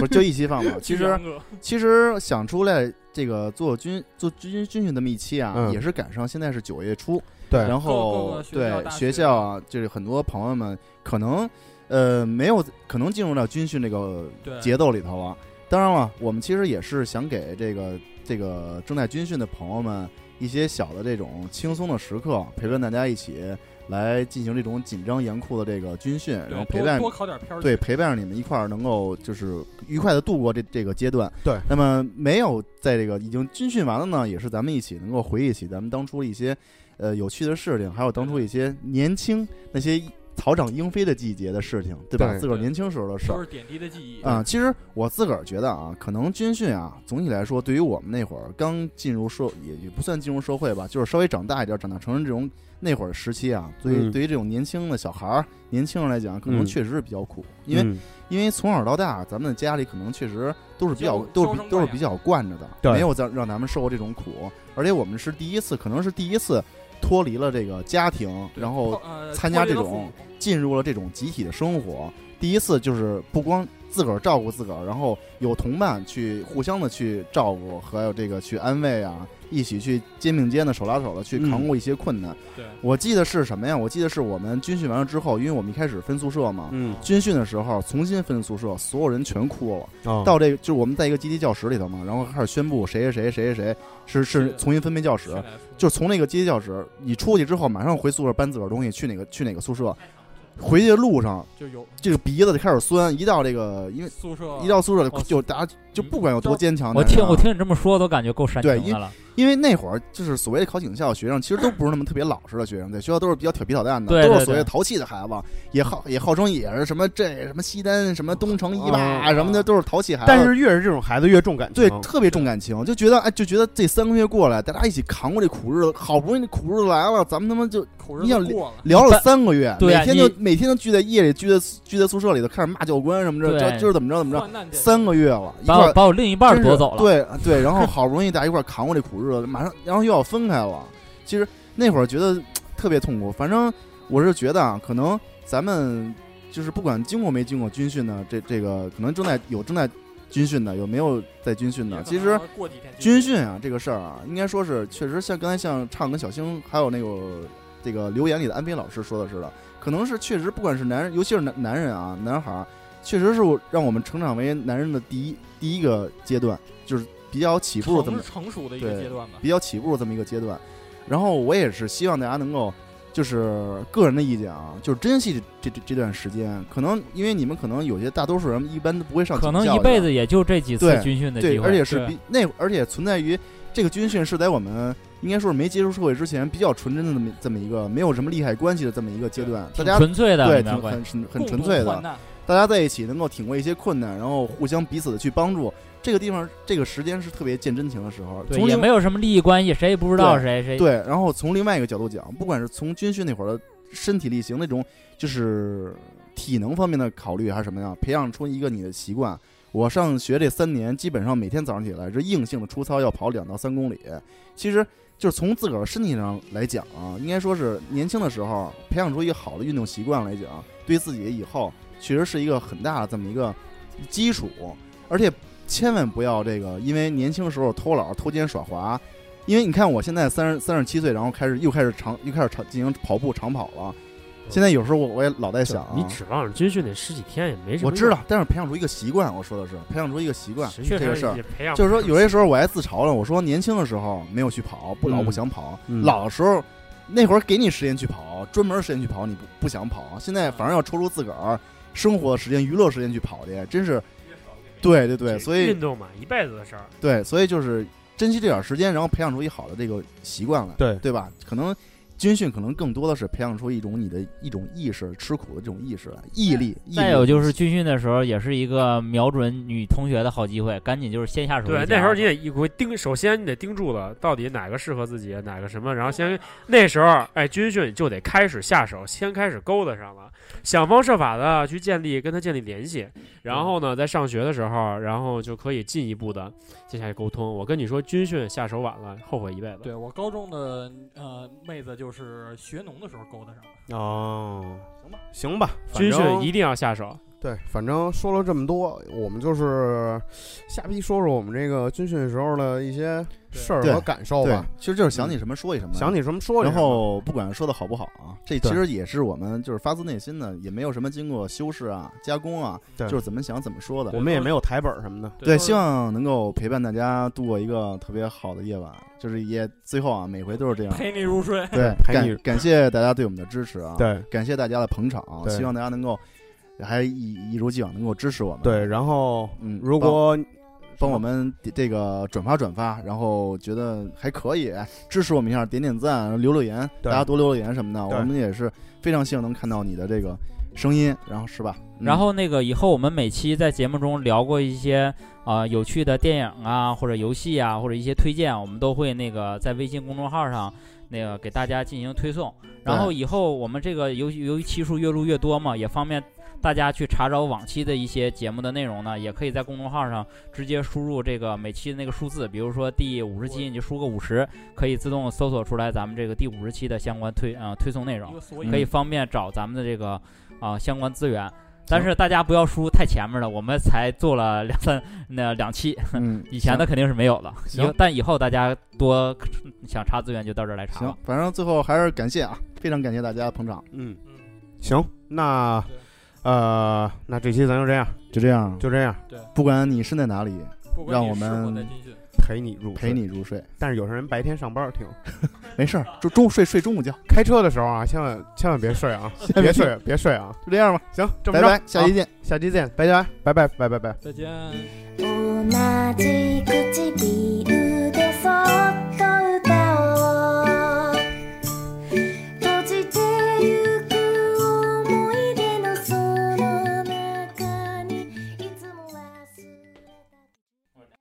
S3: 不是就一期 放吧。其实
S2: 杨哥
S3: 其实想出来这个做军做军军训那么一期啊，
S1: 嗯
S3: 也是赶上现在是九月初，
S1: 对
S3: 然
S2: 各
S3: 后
S2: 个学校
S3: 对
S2: 大
S3: 学
S2: 学
S3: 校啊，就是很多朋友们可能呃没有可能进入到军训这个
S2: 对
S3: 节奏里头啊。当然了，我们其实也是想给这个这个正在军训的朋友们一些小的这种轻松的时刻，陪伴大家一起来进行这种紧张严酷的这个军训，然后陪
S2: 对
S3: 伴
S2: 多多考点片儿去，
S3: 对，陪伴着你们一块儿能够就是愉快的度过这这个阶段。
S1: 对，
S3: 那么没有在这个已经军训完了呢，也是咱们一起能够回忆起咱们当初的一些呃有趣的事情，还有当初一些年轻那些草长莺飞的季节的事情，对吧？
S1: 对
S3: 自个儿
S2: 对
S3: 年轻时候的事
S2: 都
S3: 儿。
S2: 是点滴的记忆
S3: 啊、其实我自个儿觉得啊，可能军训啊，总体来说，对于我们那会儿刚进入社，也也不算进入社会吧，就是稍微长大一点，长大成人这种那会儿时期啊，对于、
S4: 嗯
S3: 对于这种年轻的小孩儿、年轻人来讲，可能
S4: 嗯
S3: 确实是比较苦，因为
S4: 嗯
S3: 因为从小到大，咱们的家里可能确实都是比较
S2: 娇
S3: 都
S2: 娇
S3: 是
S2: 生惯养
S3: 都是比较惯着的，
S1: 对
S3: 没有让让咱们受过这种苦，而且我们是第一次，可能是第一次脱离了这个家庭，然后
S2: 呃
S3: 参加这
S2: 脱离
S3: 种
S2: 了父母
S3: 进入了这种集体的生活，第一次就是不光自个儿照顾自个儿，然后有同伴去互相的去照顾，还有这个去安慰啊，一起去肩并肩的手拉手的去扛过一些困难。
S2: 对
S3: 我记得是什么呀？我记得是我们军训完了之后，因为我们一开始分宿舍嘛，
S4: 嗯
S3: 军训的时候重新分宿舍，所有人全哭了。
S1: 哦
S3: 到这个就是我们在一个集体教室里头嘛，然后开始宣布谁谁谁谁谁谁是
S2: 是
S3: 是
S2: 的
S3: 重新分配教室
S2: 谁，来负责
S3: 就从那个集体教室你出去之后，马上回宿舍搬自个儿东西去哪个去哪个宿舍。回去的路上，
S2: 就有
S3: 这个鼻子就开始酸，一到这个因为
S2: 宿舍
S3: 一到宿舍
S2: 哦
S3: 就大家就不管有多坚强，
S5: 我
S3: 男人
S5: 听
S3: 啊
S5: 我听你这么说，都感觉够煽
S3: 对
S5: 情
S3: 因
S5: 的了。
S3: 因为那会儿就是所谓的考警校的学生，其实都不是那么特别老实的学生，在学校都是比较调皮捣蛋的，
S5: 对对
S3: 都是所谓
S5: 对
S3: 淘气的孩子，也号也号称也是什么这什么西单什么东城一霸、
S1: 啊
S2: 哦
S3: 什么的，都是淘气孩子。
S1: 但是越是这种孩子越重感情。嗯
S3: 对特别重感情，就觉得哎，就觉得这三个月过来，大家一起扛过这苦日子，好不容易这苦日子来了，咱们他妈就
S2: 口
S3: 你
S2: 日
S3: 想
S2: 子过了，
S3: 聊了三个月，
S5: 对啊
S3: 每天就
S5: 你
S3: 每天都聚在夜里，聚在聚在宿舍里头，开始骂教官什么的，
S5: 对
S3: 这就是怎么着怎么着，
S2: 患难见
S3: 三个月了，一块
S5: 把
S3: 儿
S5: 我把我另一半
S3: 真是
S5: 夺走了，
S3: 对啊对，然后好不容易大家一块儿扛过这苦日子，马上然后又要分开了。其实那会儿觉得特别痛苦，反正我是觉得啊，可能咱们就是不管经过没经过军训的，这这个可能正在有正在军训的，有没有在军训的，其实。
S2: 过几天
S3: 军训啊，这个事儿啊，应该说是确实像刚才像唱跟小星还有那个这个留言里的安飞老师说的似的，可能是确实不管是男人，尤其是男男人啊，男孩儿，确实是让我们成长为男人的第一第一个阶段，就是比较起步这么
S2: 成成熟的一个
S3: 对
S2: 阶段吧。
S3: 比较起步这么一个阶段。然后我也是希望大家能够，就是个人的意见啊，就是珍惜这这这段时间。可能因为你们可能有些大多数人一般都不会上
S5: 可
S3: 警
S5: 能
S3: 校
S5: 一
S3: 的
S5: 辈子也就这几次
S3: 对
S5: 军训的
S3: 对
S5: 机，会，
S3: 而且是
S5: 对
S3: 比那，而且存在于这个军训是在我们应该说是没接触社会之前比较纯真的这么这么一个没有什么利害关系的这么一个阶段，大
S5: 挺
S3: 家
S5: 纯粹的，
S3: 对
S5: 没
S3: 挺
S5: 关系
S3: 很很很纯粹
S2: 共同患
S3: 的，
S2: 难
S3: 大家在一起能够挺过一些困难，然后互相彼此的去帮助。这个地方，这个时间是特别见真情的时候，
S5: 对
S3: 从
S5: 也
S3: 另
S5: 没有什么利益关系，谁也不知道谁谁。
S3: 对，然后从另外一个角度讲，不管是从军训那会儿的身体力行那种，就是体能方面的考虑，还是什么呀，培养出一个你的习惯。我上学这三年，基本上每天早上起来是硬性的出操，要跑两到三公里。其实就是从自个儿身体上来讲啊，应该说是年轻的时候培养出一个好的运动习惯来讲，对自己以后确实是一个很大的这么一个基础，而且千万不要这个，因为年轻时候偷懒、偷奸、耍滑。因为你看，我现在三十三十七岁，然后开始又开始长又开始长进行跑步长跑了。现在有时候我我也老在
S4: 嗯就
S3: 想、啊，
S4: 你指望着军训那十几天也没什么
S3: 我
S4: 用。
S3: 知道，但是培养出一个习惯，我说的是培养出一个习惯。
S4: 实际
S5: 确
S4: 上
S3: 这个事儿
S4: 也培养不
S3: 就是说，
S4: 出
S3: 有些时候我还自嘲了，我说年轻的时候没有去跑，不老
S4: 嗯
S3: 不想跑，
S4: 嗯
S3: 老的时候那会儿给你时间去跑，专门时间去跑，你不不想跑，现在反而要抽出自个儿生活时间、娱乐时间去跑去，真是，对对对，所以
S8: 运动嘛，一辈子的事儿。
S3: 对，所以就是珍惜这点儿时间，然后培养出一好的这个习惯来，
S1: 对
S3: 对吧？可能军训可能更多的是培养出一种你的一种意识，吃苦的这种意识来，毅力。毅
S5: 再
S3: 力
S5: 有就是军训的时候，也是一个瞄准女同学的好机会，赶紧就是先下手为
S4: 对
S5: 强。，
S4: 那时候你得一回盯，首先你得盯住了，到底哪个适合自己，哪个什么，然后先那时候，哎，军训就得开始下手，先开始勾搭上了，想方设法的去建立跟他建立联系，然后呢，在上学的时候，然后就可以进一步的接下去沟通。我跟你说，军训下手晚了，后悔一辈子。
S2: 对我高中的呃妹子就是学农的时候勾搭上的。
S1: 哦，行吧，反
S4: 军
S1: 正
S4: 训一定要下手，
S1: 对，反正说了这么多，我们就是下批说说我们这个军训时候的一些事儿
S3: 对
S1: 和感受
S3: 对
S1: 吧。，
S3: 其实就是想起什么说起什么，
S1: 想起什么说什
S3: 然
S1: 么。
S3: 后不管说的好不好啊，这
S1: 对
S3: 其实也是我们就是发自内心的，也没有什么经过修饰啊、加工啊，
S1: 对
S3: 就是怎么想怎么说的
S1: 我。们也没有台本儿什么的，
S3: 对，
S2: 都是
S3: 希望能够陪伴大家度过一个特别好的夜晚，就是也最后啊，每回都是这样。
S2: 陪你入睡。
S3: 对，
S1: 陪你
S3: 感感谢大家对我们的支持啊，，
S1: 对
S3: 感谢大家的捧场啊，
S1: 对
S3: 希望大家能够还一一如既往能够支持我们。，
S1: 对。然后
S3: 嗯，
S1: 如果
S3: 帮我们点这个转发转发，然后觉得还可以，支持我们一下，点点赞，留留言，
S1: 对
S3: 大家多留留言什么的，
S1: 对
S3: 我们也是非常希望能看到你的这个声音，然后是吧？嗯
S5: 然后那个以后我们每期在节目中聊过一些啊、呃有趣的电影啊，或者游戏啊，或者一些推荐，我们都会那个在微信公众号上那个给大家进行推送。然后以后我们这个由由于期数越录越多嘛，也方便大家去查找往期的一些节目的内容呢，也可以在公众号上直接输入这个每期的那个数字，比如说第五十期你就输个五十，可以自动搜索出来咱们这个第五十期的相关推啊、推送内容
S2: 一。个所
S5: 可以
S3: 嗯
S2: 以，
S5: 方便找咱们的这个啊、相关资源。但是大家不要输太前面了，我们才做了两三那两期，
S3: 嗯，
S5: 以前的肯定是没有了。以后
S3: 行
S5: 但以后大家多想查资源就到这儿来查
S3: 行
S5: 吧。，
S3: 反正最后还是感谢啊，非常感谢大家的捧场，
S1: 嗯
S2: 嗯，
S1: 行，那
S2: 对
S1: 呃，那这期咱就这样，
S3: 就这样，
S1: 就这样
S3: 不管你身在哪里，
S2: 不管
S3: 让
S2: 你
S3: 我
S2: 是否
S3: 们
S2: 在军训
S1: 陪你入
S3: 陪
S1: 睡。
S3: 你入睡，
S1: 但是有些人白天上班儿听，
S3: 没事儿，就中睡睡中午觉，
S1: 开车的时候啊，千万千万别睡 啊，别睡别睡啊。
S3: 就这样吧，
S1: 行，这么
S3: 拜
S1: 着，
S3: 拜，下期
S1: 啊
S3: 见。
S1: 下期见，拜拜拜拜拜拜拜。
S2: 再见。
S10: 同じ唇